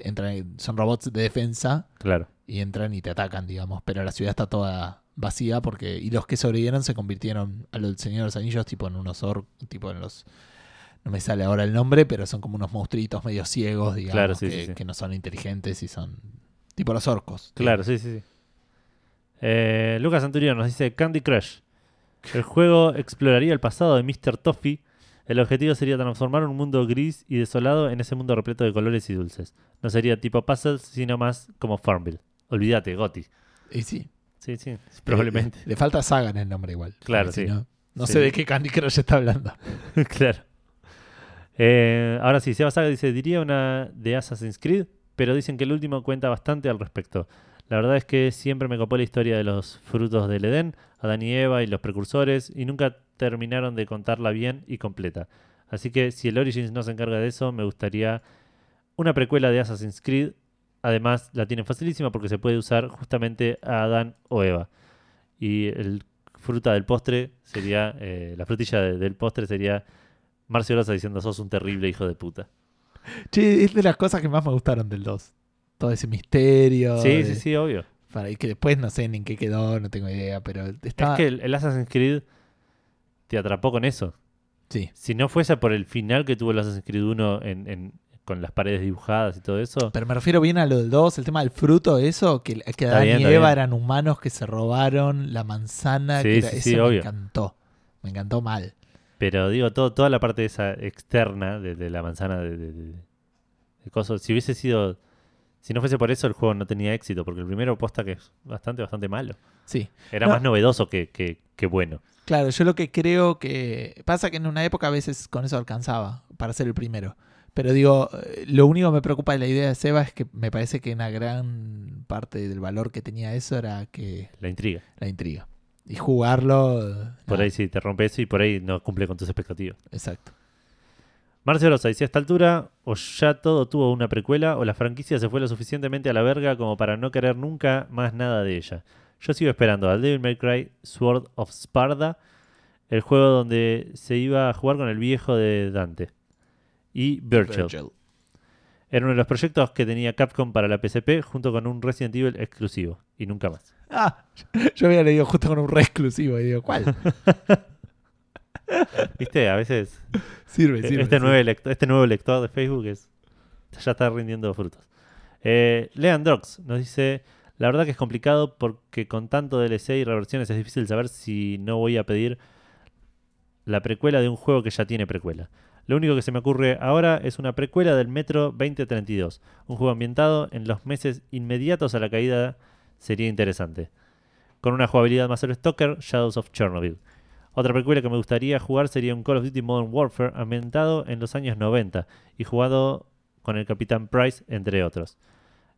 S1: entran, son robots de defensa
S2: Claro.
S1: y entran y te atacan, digamos, pero la ciudad está toda vacía porque y los que sobrevivieron se convirtieron a los Señor de los Anillos tipo en unos or, tipo en los no me sale ahora el nombre, pero son como unos monstruitos medio ciegos, digamos,
S2: Claro, sí,
S1: que,
S2: sí, sí.
S1: que no son inteligentes y son tipo los orcos.
S2: Claro, sí, sí, sí. Eh, Lucas Centurión nos dice Candy Crush. El juego exploraría el pasado de Mr. Toffee. El objetivo sería transformar un mundo gris y desolado en ese mundo repleto de colores y dulces. No sería tipo puzzles, sino más como Farmville. Olvídate, Gotti. Eh,
S1: Y sí,
S2: Sí, sí, probablemente.
S1: Le, le falta saga en el nombre igual.
S2: Claro,
S1: porque si
S2: sí.
S1: No, no
S2: Sí.
S1: sé de qué Candy Crush está hablando.
S2: claro. Eh, ahora sí, Seba Saga dice, diría una de Assassin's Creed, pero dicen que el último cuenta bastante al respecto. La verdad es que siempre me copó la historia de los frutos del Edén, Adán y Eva y los precursores, y nunca terminaron de contarla bien y completa. Así que si el Origins no se encarga de eso, me gustaría una precuela de Assassin's Creed. Además, la tienen facilísima porque se puede usar justamente a Adán o Eva. Y el fruta del postre sería, eh, la frutilla de- del postre sería Marcio Rosa diciendo, sos un terrible hijo de puta.
S1: Che, es de las cosas que más me gustaron del 2. Todo ese misterio.
S2: Sí,
S1: de-
S2: sí, sí, obvio.
S1: Para, y que después no sé ni en qué quedó, no tengo idea, pero
S2: Es
S1: estaba...
S2: que el, el Assassin's Creed te atrapó con eso.
S1: Sí.
S2: Si no fuese por el final que tuvo el Assassin's Creed 1 en- en- con las paredes dibujadas y todo eso,
S1: Pero me refiero bien a lo del 2, el tema del fruto, eso, que, que Adán
S2: bien,
S1: y
S2: está
S1: Eva
S2: bien.
S1: eran humanos que se robaron la manzana.
S2: Sí,
S1: que era-
S2: sí,
S1: eso
S2: sí,
S1: me
S2: obvio.
S1: encantó. Me encantó mal.
S2: Pero digo, todo, toda la parte esa externa de, de la manzana de, de, de- de coso, Si hubiese sido. Si no fuese por eso, el juego no tenía éxito, porque el primero posta que es bastante, bastante malo.
S1: Sí.
S2: Era
S1: No.
S2: más novedoso que, que, que bueno.
S1: Claro, yo lo que creo que. Pasa que en una época a veces con eso alcanzaba para ser el primero. Pero digo, eh, lo único que me preocupa de la idea de Seba es que me parece que una gran parte del valor que tenía eso era que
S2: La intriga.
S1: la intriga. Y jugarlo. eh,
S2: Por
S1: nada,
S2: ahí sí te rompe eso y por ahí no cumple con tus expectativas.
S1: Exacto.
S2: Marcio Rosa dice: A esta altura, o ya todo tuvo una precuela, o la franquicia se fue lo suficientemente a la verga como para no querer nunca más nada de ella. Yo sigo esperando al Devil May Cry Sword of Sparda, el juego donde se iba a jugar con el viejo de Dante. Y Virgil. Era uno de los proyectos que tenía Capcom para la PSP junto con un Resident Evil exclusivo. Y nunca más.
S1: Ah, yo había leído justo con un re exclusivo y digo, ¿cuál?
S2: Viste, a veces
S1: Sirve,
S2: Eh,
S1: sirve.
S2: este,
S1: sirve.
S2: nuevo elect- este nuevo lector de Facebook es, ya está rindiendo frutos. Eh, Leandrox nos dice: La verdad que es complicado porque con tanto DLC y reversiones es difícil saber si no voy a pedir la precuela de un juego que ya tiene precuela. Lo único que se me ocurre ahora es una precuela del Metro 2032, un juego ambientado en los meses inmediatos a la caída sería interesante. Con una jugabilidad más al Stalker, Shadows of Chernobyl. Otra precuela que me gustaría jugar sería un Call of Duty Modern Warfare ambientado en los años 90 y jugado con el Capitán Price, entre otros,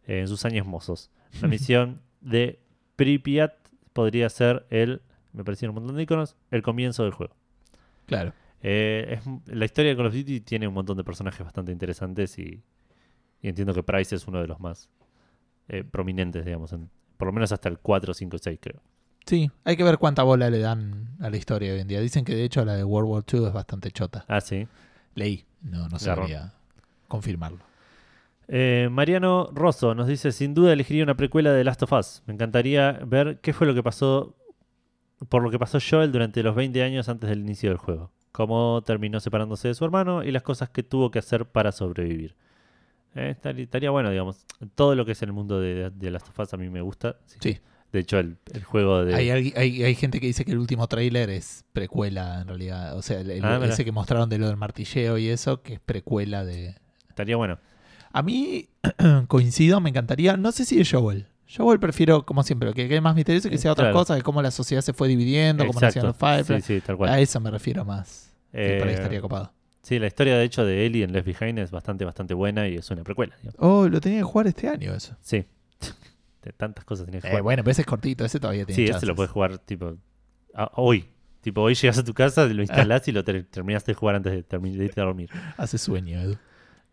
S2: eh, en sus años mozos. La misión de Pripyat podría ser el, me parecieron un montón de iconos, el comienzo del juego.
S1: Claro.
S2: Eh, es- la historia de Call of Duty tiene un montón de personajes bastante interesantes y, y entiendo que Price es uno de los más eh, prominentes, digamos, en- por lo menos hasta el 4, 5, 6 creo.
S1: Sí, hay que ver cuánta bola le dan a la historia hoy en día. Dicen que de hecho la de World War II es bastante chota.
S2: Ah, sí.
S1: Leí. No, no
S2: Garrón.
S1: sabría confirmarlo.
S2: Eh, Mariano Rosso nos dice, sin duda elegiría una precuela de Last of Us. Me encantaría ver qué fue lo que pasó, por lo que pasó Joel durante los 20 años antes del inicio del juego. Cómo terminó separándose de su hermano y las cosas que tuvo que hacer para sobrevivir. Eh, estar- estaría bueno, digamos. Todo lo que es el mundo de, de Last of Us a mí me gusta. así que-
S1: Sí.
S2: De hecho, el, el juego de.
S1: Hay, algui- hay, hay gente que dice que el último tráiler es precuela, en realidad. O sea, el, el-
S2: Ah, mirá.
S1: ese que mostraron de lo del martilleo y eso, que es precuela de...
S2: Estaría bueno.
S1: A mí, coincido, me encantaría. No sé si de Joel. Joel prefiero, como siempre, que quede más misterioso y que
S2: Eh,
S1: sea otra
S2: claro.
S1: cosa, de cómo la sociedad se fue dividiendo, cómo nacieron los
S2: sí,
S1: Fireflies.
S2: sí, tal cual.
S1: A eso me refiero más. que por ahí
S2: Eh,
S1: estaría copado.
S2: Sí, la historia de hecho de Ellie en Left Behind es bastante, bastante buena y es una precuela. digamos.
S1: Oh, lo tenía que jugar este año eso.
S2: Sí. De tantas cosas tenías que
S1: Eh,
S2: jugar.
S1: bueno, pero ese es cortito, ese todavía tiene
S2: sí, ese
S1: chances.
S2: lo puedes jugar tipo a- hoy. Tipo, hoy llegas a tu casa, lo
S1: Ah.
S2: instalás y lo ter- terminaste de jugar antes de, termi- de irte a dormir.
S1: Hace sueño, Edu.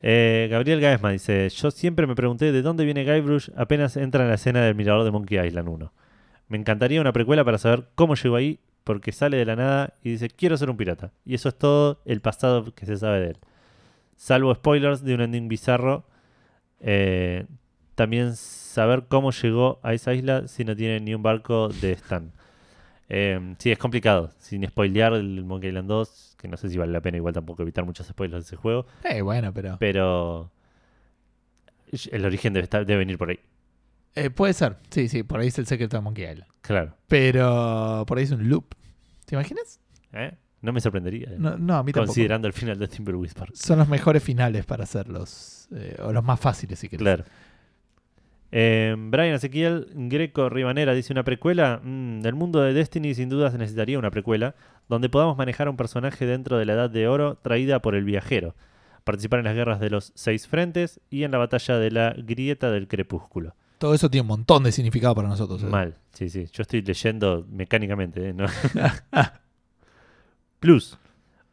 S2: Eh, Gabriel Gaesma dice: Yo siempre me pregunté de dónde viene Guybrush apenas entra en la escena del mirador de Monkey Island 1. Me encantaría una precuela para saber cómo llegó ahí, porque sale de la nada y dice: Quiero ser un pirata. Y eso es todo el pasado que se sabe de él. Salvo spoilers de un ending bizarro. eh, también saber cómo llegó a esa isla si no tiene ni un barco de Stan. Eh, sí, es complicado. Sin spoilear el Monkey Island 2, que no sé si vale la pena igual tampoco evitar muchos spoilers de ese juego.
S1: Eh, bueno, pero...
S2: Pero el origen debe, estar- debe venir por ahí.
S1: Eh, puede ser. Sí, sí, por ahí es el secreto de Monkey Island.
S2: Claro.
S1: Pero por ahí es un loop. ¿Te imaginas?
S2: ¿eh? No me sorprendería. eh,
S1: No, no, a mí tampoco.
S2: considerando el final de Timber Whisper.
S1: Son los mejores finales para hacerlos. eh, o los más fáciles, si querés.
S2: Claro. Eh, Brian Ezequiel Greco Ribanera dice una precuela. Mm, el mundo de Destiny sin duda se necesitaría una precuela donde podamos manejar a un personaje dentro de la Edad de Oro traída por el viajero, participar en las guerras de los seis frentes y en la batalla de la grieta del crepúsculo.
S1: Todo eso tiene un montón de significado para nosotros. eh.
S2: Mal, sí, sí. Yo estoy leyendo mecánicamente, ¿eh? ¿no? Plus,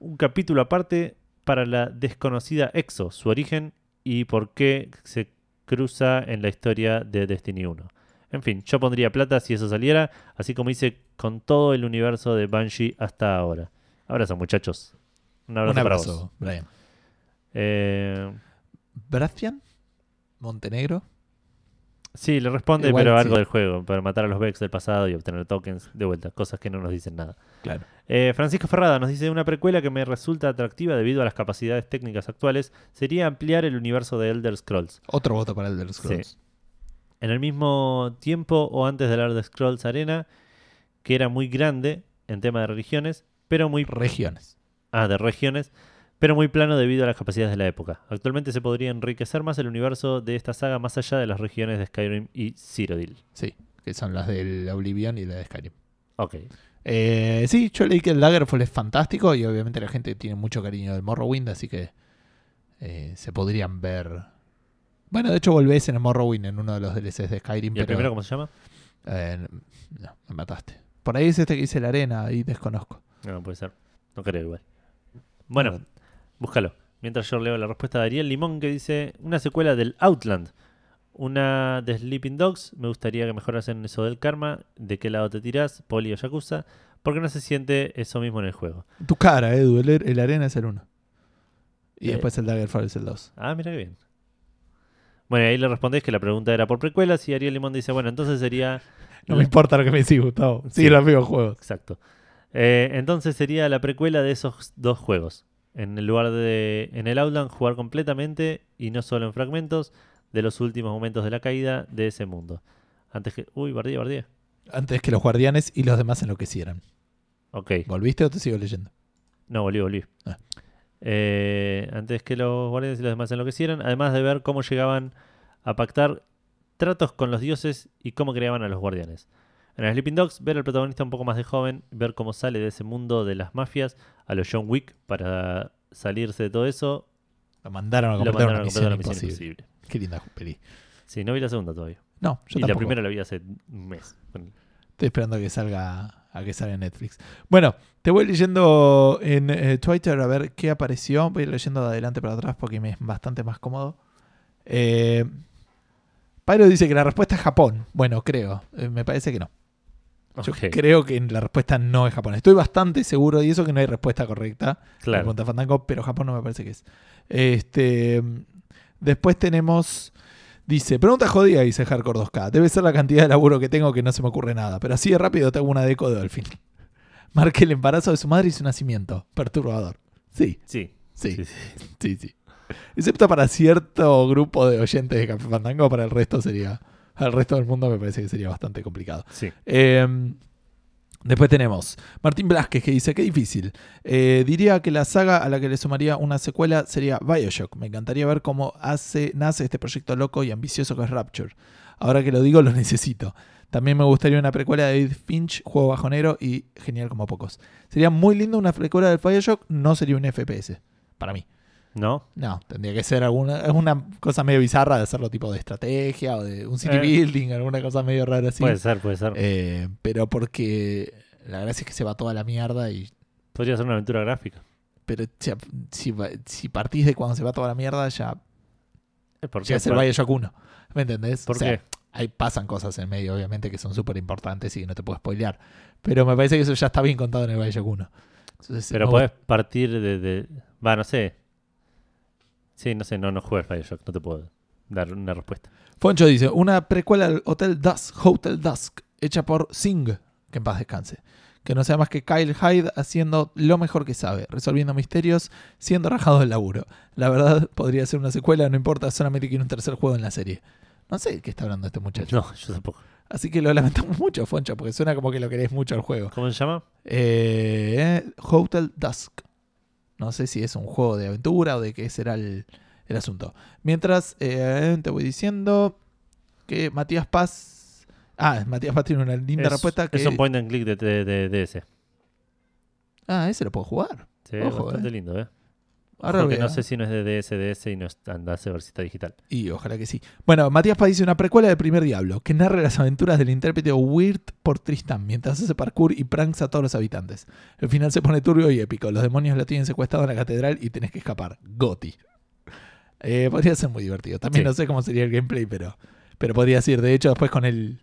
S2: un capítulo aparte para la desconocida EXO, su origen y por qué se cruza en la historia de Destiny 1. En fin, yo pondría plata si eso saliera, así como hice con todo el universo de Banshee hasta ahora. Abrazo, muchachos. Un abrazo,
S1: Un
S2: para vos.
S1: abrazo, Brian.
S2: Eh,
S1: Brazian, Montenegro.
S2: sí, le responde,
S1: Igual,
S2: pero
S1: sí.
S2: algo del juego, para matar a los Vex del pasado y obtener tokens de vuelta, cosas que no nos dicen nada.
S1: Claro.
S2: Eh, Francisco Ferrada nos dice una precuela que me resulta atractiva debido a las capacidades técnicas actuales sería ampliar el universo de Elder Scrolls.
S1: Otro voto para Elder Scrolls.
S2: En el mismo tiempo o antes del Elder Scrolls Arena, que era muy grande en tema de religiones, pero muy
S1: Regiones.
S2: ah, de regiones, pero muy plano debido a las capacidades de la época. Actualmente se podría enriquecer más el universo de esta saga más allá de las regiones de Skyrim y Cyrodiil.
S1: Sí, que son las del Oblivion y la de Skyrim.
S2: Ok.
S1: Eh, sí, yo leí que el Daggerfall es fantástico y obviamente la gente tiene mucho cariño del Morrowind, así que eh, se podrían ver. Bueno, de hecho volvés en el Morrowind en uno de los DLCs de Skyrim,
S2: ¿Y el
S1: pero
S2: primero cómo se llama?
S1: eh, no, me mataste. Por ahí es este que dice la arena, ahí desconozco.
S2: No, puede ser. No creo igual. Bueno, búscalo. Mientras yo leo la respuesta de Ariel Limón que dice una secuela del Outland. Una de Sleeping Dogs. Me gustaría que mejorasen eso del karma. ¿De qué lado te tirás? Poli o Yakuza. Porque no se siente eso mismo en el juego.
S1: Tu cara, Edu, el, el arena es el 1. Y
S2: Eh.
S1: después el Daggerfall es el 2.
S2: Ah, mira qué bien. Bueno, y ahí le respondés que la pregunta era por precuelas y Ariel Limón dice, bueno, entonces sería...
S1: No me importa lo que me decís, Gustavo. Sí,
S2: Sí.
S1: los mismos juegos.
S2: Exacto. Eh, entonces sería la precuela de esos dos juegos. En el lugar de. En el Outland, jugar completamente y no solo en fragmentos de los últimos momentos de la caída de ese mundo. Antes que. Uy, bardía, bardía.
S1: Antes que los guardianes y los demás enloquecieran.
S2: Ok.
S1: ¿Volviste o te sigo leyendo?
S2: No, volví, volví.
S1: Ah.
S2: Eh, antes que los guardianes y los demás enloquecieran, además de ver cómo llegaban a pactar tratos con los dioses y cómo creaban a los guardianes. En el Sleeping Dogs, ver al protagonista un poco más de joven, ver cómo sale de ese mundo de las mafias a los John Wick para salirse de todo eso,
S1: Lo mandaron a
S2: lo
S1: completar
S2: mandaron
S1: una
S2: a
S1: misión
S2: completar la misión
S1: imposible.
S2: imposible.
S1: Qué linda peli.
S2: Sí, no vi la segunda todavía.
S1: No, yo
S2: y
S1: tampoco.
S2: la primera la vi hace un mes. Bueno,
S1: Estoy esperando a que salga a que salga en Netflix. Bueno, te voy leyendo en eh, Twitter a ver qué apareció. Voy leyendo de adelante para atrás porque me es bastante más cómodo. Eh, Pyro dice que la respuesta es Japón. Bueno, creo. Eh, me parece que no. Yo
S2: ok,
S1: creo que la respuesta no es Japón. Estoy bastante seguro y eso que no hay respuesta correcta. la
S2: claro.
S1: pregunta Fandango, pero Japón no me parece que es. Este, después tenemos. Dice, pregunta jodida, dice Hardcore 2K. Debe ser la cantidad de laburo que tengo que no se me ocurre nada. Pero así de rápido tengo una deco de Dolphin. Marque el embarazo de su madre y su nacimiento. Perturbador. Sí,
S2: Sí,
S1: sí,
S2: sí,
S1: sí,
S2: sí.
S1: sí. Excepto para cierto grupo de oyentes de Café Fandango, para el resto sería. Al resto del mundo me parece que sería bastante complicado.
S2: Sí.
S1: Eh, después tenemos Martín Blasquez que dice, qué difícil. Eh, diría que la saga a la que le sumaría una secuela sería Bioshock. Me encantaría ver cómo hace, nace este proyecto loco y ambicioso que es Rapture. Ahora que lo digo, lo necesito. También me gustaría una precuela de David Finch, juego bajonero y genial como pocos. Sería muy lindo una precuela del Bioshock, no sería un FPS, para mí.
S2: ¿No?
S1: No, tendría que ser alguna, alguna cosa medio bizarra de hacerlo tipo de estrategia o de un city
S2: Eh.
S1: building, alguna cosa medio rara así.
S2: Puede ser, puede ser.
S1: Eh, pero porque la gracia es que se va toda la mierda y...
S2: Podría ser una aventura gráfica.
S1: Pero si, si va- si partís de cuando se va toda la mierda, ya
S2: Eh, ¿Por qué?
S1: llega a ser
S2: Por-
S1: Bioshock 1. ¿Me entendés?
S2: ¿Por
S1: O sea,
S2: qué?
S1: ahí pasan cosas en medio, obviamente, que son súper importantes y que no te puedo spoilear. Pero me parece que eso ya está bien contado en el Bioshock 1. Entonces,
S2: Pero
S1: me
S2: podés partir de, de- Va, no sé. Sí, no sé, no, no juegues Bioshock, no te puedo dar una respuesta.
S1: Foncho dice, una precuela al Hotel Dusk, Hotel Dusk, hecha por Singh, que en paz descanse. Que no sea más que Kyle Hyde haciendo lo mejor que sabe, resolviendo misterios, siendo rajado del laburo. La verdad, podría ser una secuela, no importa, solamente quiero un tercer juego en la serie. No sé de qué está hablando este muchacho.
S2: No, yo tampoco.
S1: Así que lo lamentamos mucho, Foncho, porque suena como que lo querés mucho al juego.
S2: ¿Cómo se llama?
S1: Eh, Hotel Dusk. No sé si es un juego de aventura o de qué será el, el asunto. Mientras eh, te voy diciendo que Matías Paz. Ah, Matías Paz tiene una linda
S2: es,
S1: respuesta. Que,
S2: es un point and click de, de, de- de ese.
S1: Ah, ese lo puedo jugar.
S2: Sí,
S1: Ojo,
S2: bastante
S1: eh. Ah,
S2: lindo, ¿eh?
S1: Ahora lo
S2: Porque
S1: veo.
S2: no sé si no es de DS, DS y no es andás a ver si está digital.
S1: Y ojalá que sí. Bueno, Matías Paz dice una precuela del primer Diablo que narra las aventuras del intérprete Wirt por Tristan mientras hace parkour y pranks a todos los habitantes. El final se pone turbio y épico. Los demonios lo tienen secuestrado en la catedral y tenés que escapar. Goti. Eh, podría ser muy divertido. También
S2: Sí.
S1: no sé cómo sería el gameplay, pero, pero podría ser. De hecho, después con el.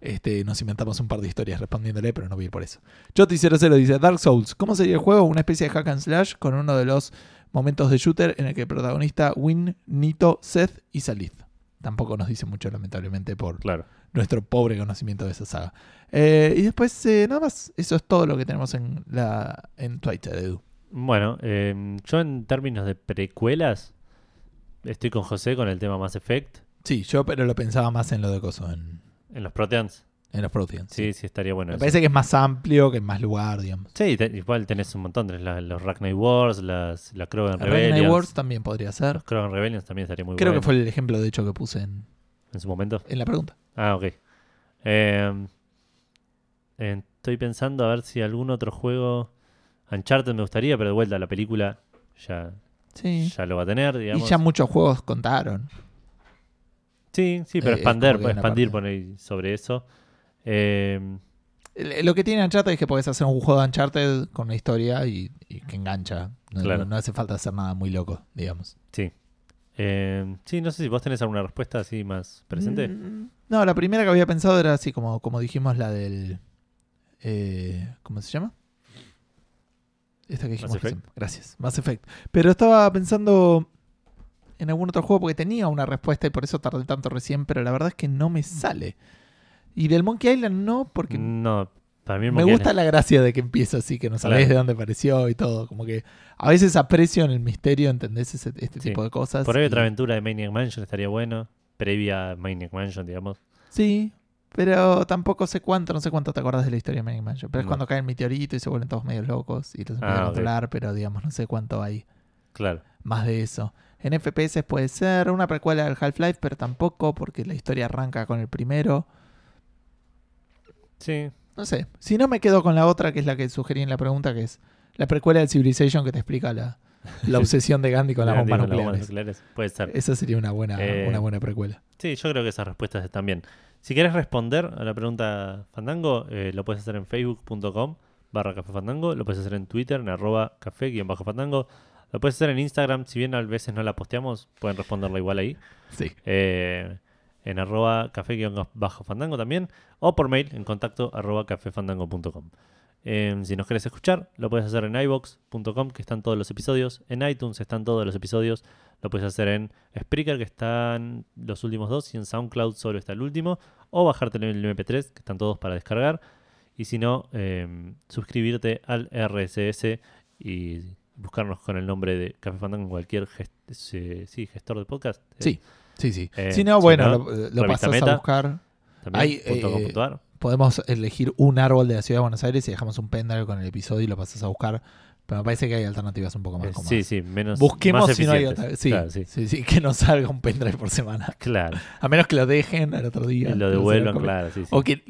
S1: Este, nos inventamos un par de historias respondiéndole, pero no voy a ir por eso. Choti00 dice: Dark Souls, ¿cómo sería el juego? Una especie de hack and slash con uno de los momentos de shooter en el que el protagonista Win, Nito, Seth y Salith. Tampoco nos dice mucho, lamentablemente, por
S2: Claro.
S1: nuestro pobre conocimiento de esa saga. Eh, y después, eh, nada más, eso es todo lo que tenemos en, la, en Twitter, Edu.
S2: Bueno, eh, yo en términos de precuelas, estoy con José con el tema Mass Effect.
S1: Sí, yo pero lo pensaba más en lo de coso, en,
S2: En los Proteans.
S1: en los Proteans.
S2: Sí, sí, estaría bueno.
S1: Me
S2: eso.
S1: parece que es más amplio, que en más lugar, digamos.
S2: Sí, te- igual tenés un montón. Tenés la- los Ragnar Wars, las, la Krogan
S1: Ragnarok
S2: Rebellions.
S1: Wars también podría ser.
S2: Los Krogan Rebellions también estaría muy
S1: Creo
S2: bueno.
S1: que fue el ejemplo, de hecho, que puse en,
S2: En su momento.
S1: en la pregunta.
S2: Ah, ok. Eh, eh, estoy pensando a ver si algún otro juego. Uncharted me gustaría, pero de vuelta, la película ya,
S1: Sí.
S2: ya lo va a tener,
S1: Y
S2: digamos.
S1: ya muchos juegos contaron.
S2: Sí, sí,
S1: Eh,
S2: pero
S1: es
S2: expander,
S1: como que una
S2: expandir
S1: parte.
S2: por ahí sobre eso. Eh,
S1: L- Eh, Lo que tiene Uncharted es que podés hacer un juego de Uncharted con una historia y, y que engancha. No,
S2: Claro.
S1: no- no hace falta hacer nada muy loco, digamos.
S2: sí. Eh, sí, no sé si vos tenés alguna respuesta así más presente.
S1: Mm, No, la primera que había pensado era así, como, como dijimos, la del. eh, ¿Cómo se llama? Esta que dijimos.
S2: Mass
S1: recién. Gracias, Mass Effect. Pero estaba pensando en algún otro juego porque tenía una respuesta y por eso tardé tanto recién, pero la verdad es que no me sale. Y del Monkey Island no, porque
S2: No, para mí el
S1: Me
S2: Monkey
S1: gusta la gracia de que empieza así, que no sabés
S2: Claro.
S1: de dónde apareció y todo. Como que a veces aprecio en el misterio, ¿entendés? Ese- este
S2: Sí.
S1: tipo de cosas.
S2: Por ahí
S1: y-
S2: otra aventura de Maniac Mansion estaría bueno. Previa a Maniac Mansion, digamos.
S1: Sí, pero tampoco sé cuánto, no sé cuánto te acordás de la historia de Manic Mansion. Pero es
S2: No.
S1: cuando cae el meteorito y se vuelven todos medio locos y los empiezan
S2: Mm. Ah, ok.
S1: a controlar, pero digamos, no sé cuánto hay
S2: Claro.
S1: más de eso. En FPS puede ser una precuela del Half-Life, pero tampoco porque la historia arranca con el primero.
S2: Sí.
S1: No sé. Si no, me quedo con la otra, que es la que sugerí en la pregunta, que es la precuela del Civilization que te explica la, la obsesión de Gandhi con las
S2: Digo,
S1: bombas
S2: las bombas
S1: nucleares.
S2: nucleares. Puede ser.
S1: Esa sería una buena,
S2: Eh,
S1: una buena precuela.
S2: Sí, yo creo que esas respuestas están bien. Si quieres responder a la pregunta Fandango, eh, lo puedes hacer en facebook.com barra Café Fandango, lo puedes hacer en Twitter en arroba café guión bajo Fandango, lo puedes hacer en Instagram, si bien a veces no la posteamos, pueden responderla igual ahí,
S1: Sí.
S2: eh, en arroba café guión bajo Fandango también, o por mail en contacto arroba cafefandango.com. Eh, si nos querés escuchar, lo puedes hacer en ibox.com, que están todos los episodios. En iTunes están todos los episodios. Lo puedes hacer en Spreaker, que están los últimos dos, y en SoundCloud solo está el último. O bajarte el MP3, que están todos para em, descargar. Y si no, eh, suscribirte al RSS y buscarnos con el nombre de Café Fandango en cualquier gest- se- sí, gestor de podcast. eh,
S1: Sí, sí, sí.
S2: Eh,
S1: si no,
S2: si
S1: bueno,
S2: no,
S1: lo, lo
S2: revista
S1: pasas
S2: Meta.
S1: a buscar.
S2: también,
S1: hay,
S2: punto com,
S1: eh,
S2: punto ar.
S1: Podemos elegir un árbol de la ciudad de Buenos Aires y dejamos un pendrive con el episodio y lo pasas a buscar. Pero me parece que hay alternativas un poco más
S2: Eh,
S1: cómodas.
S2: sí, sí, menos
S1: Busquemos
S2: más
S1: si no hay
S2: eficientes.
S1: otra. Sí,
S2: Claro, sí.
S1: sí, sí, que no salga un pendrive por semana.
S2: Claro,
S1: A menos que lo dejen al otro
S2: y
S1: día.
S2: lo
S1: que se
S2: devuelvan,
S1: copien.
S2: claro, sí, sí.
S1: O que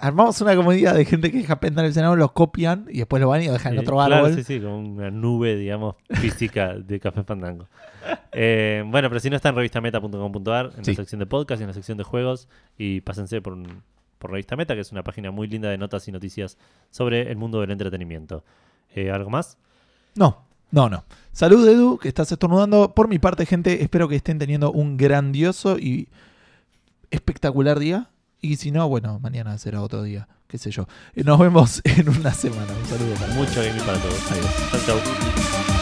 S1: armamos una comunidad de gente que deja pendrives en árbol, lo copian y después lo van y lo dejan en
S2: Eh,
S1: otro
S2: claro,
S1: árbol.
S2: sí, sí, como una nube, digamos, física de Café Fandango. Eh, bueno, pero si no está en revistameta.com.ar, en
S1: Sí.
S2: la sección de podcast y en la sección de juegos, y pásense por, un- por Revista Meta, que es una página muy linda de notas y noticias sobre el mundo del entretenimiento. Eh, ¿Algo más?
S1: No, no, no. Salud, Edu, que estás estornudando. Por mi parte, gente, espero que estén teniendo un grandioso y espectacular día. Y si no, bueno, mañana será otro día, qué sé yo. Eh, Nos vemos en una semana. Un saludo para todos.
S2: Mucho gaming para todos. Adiós. Chau, chau.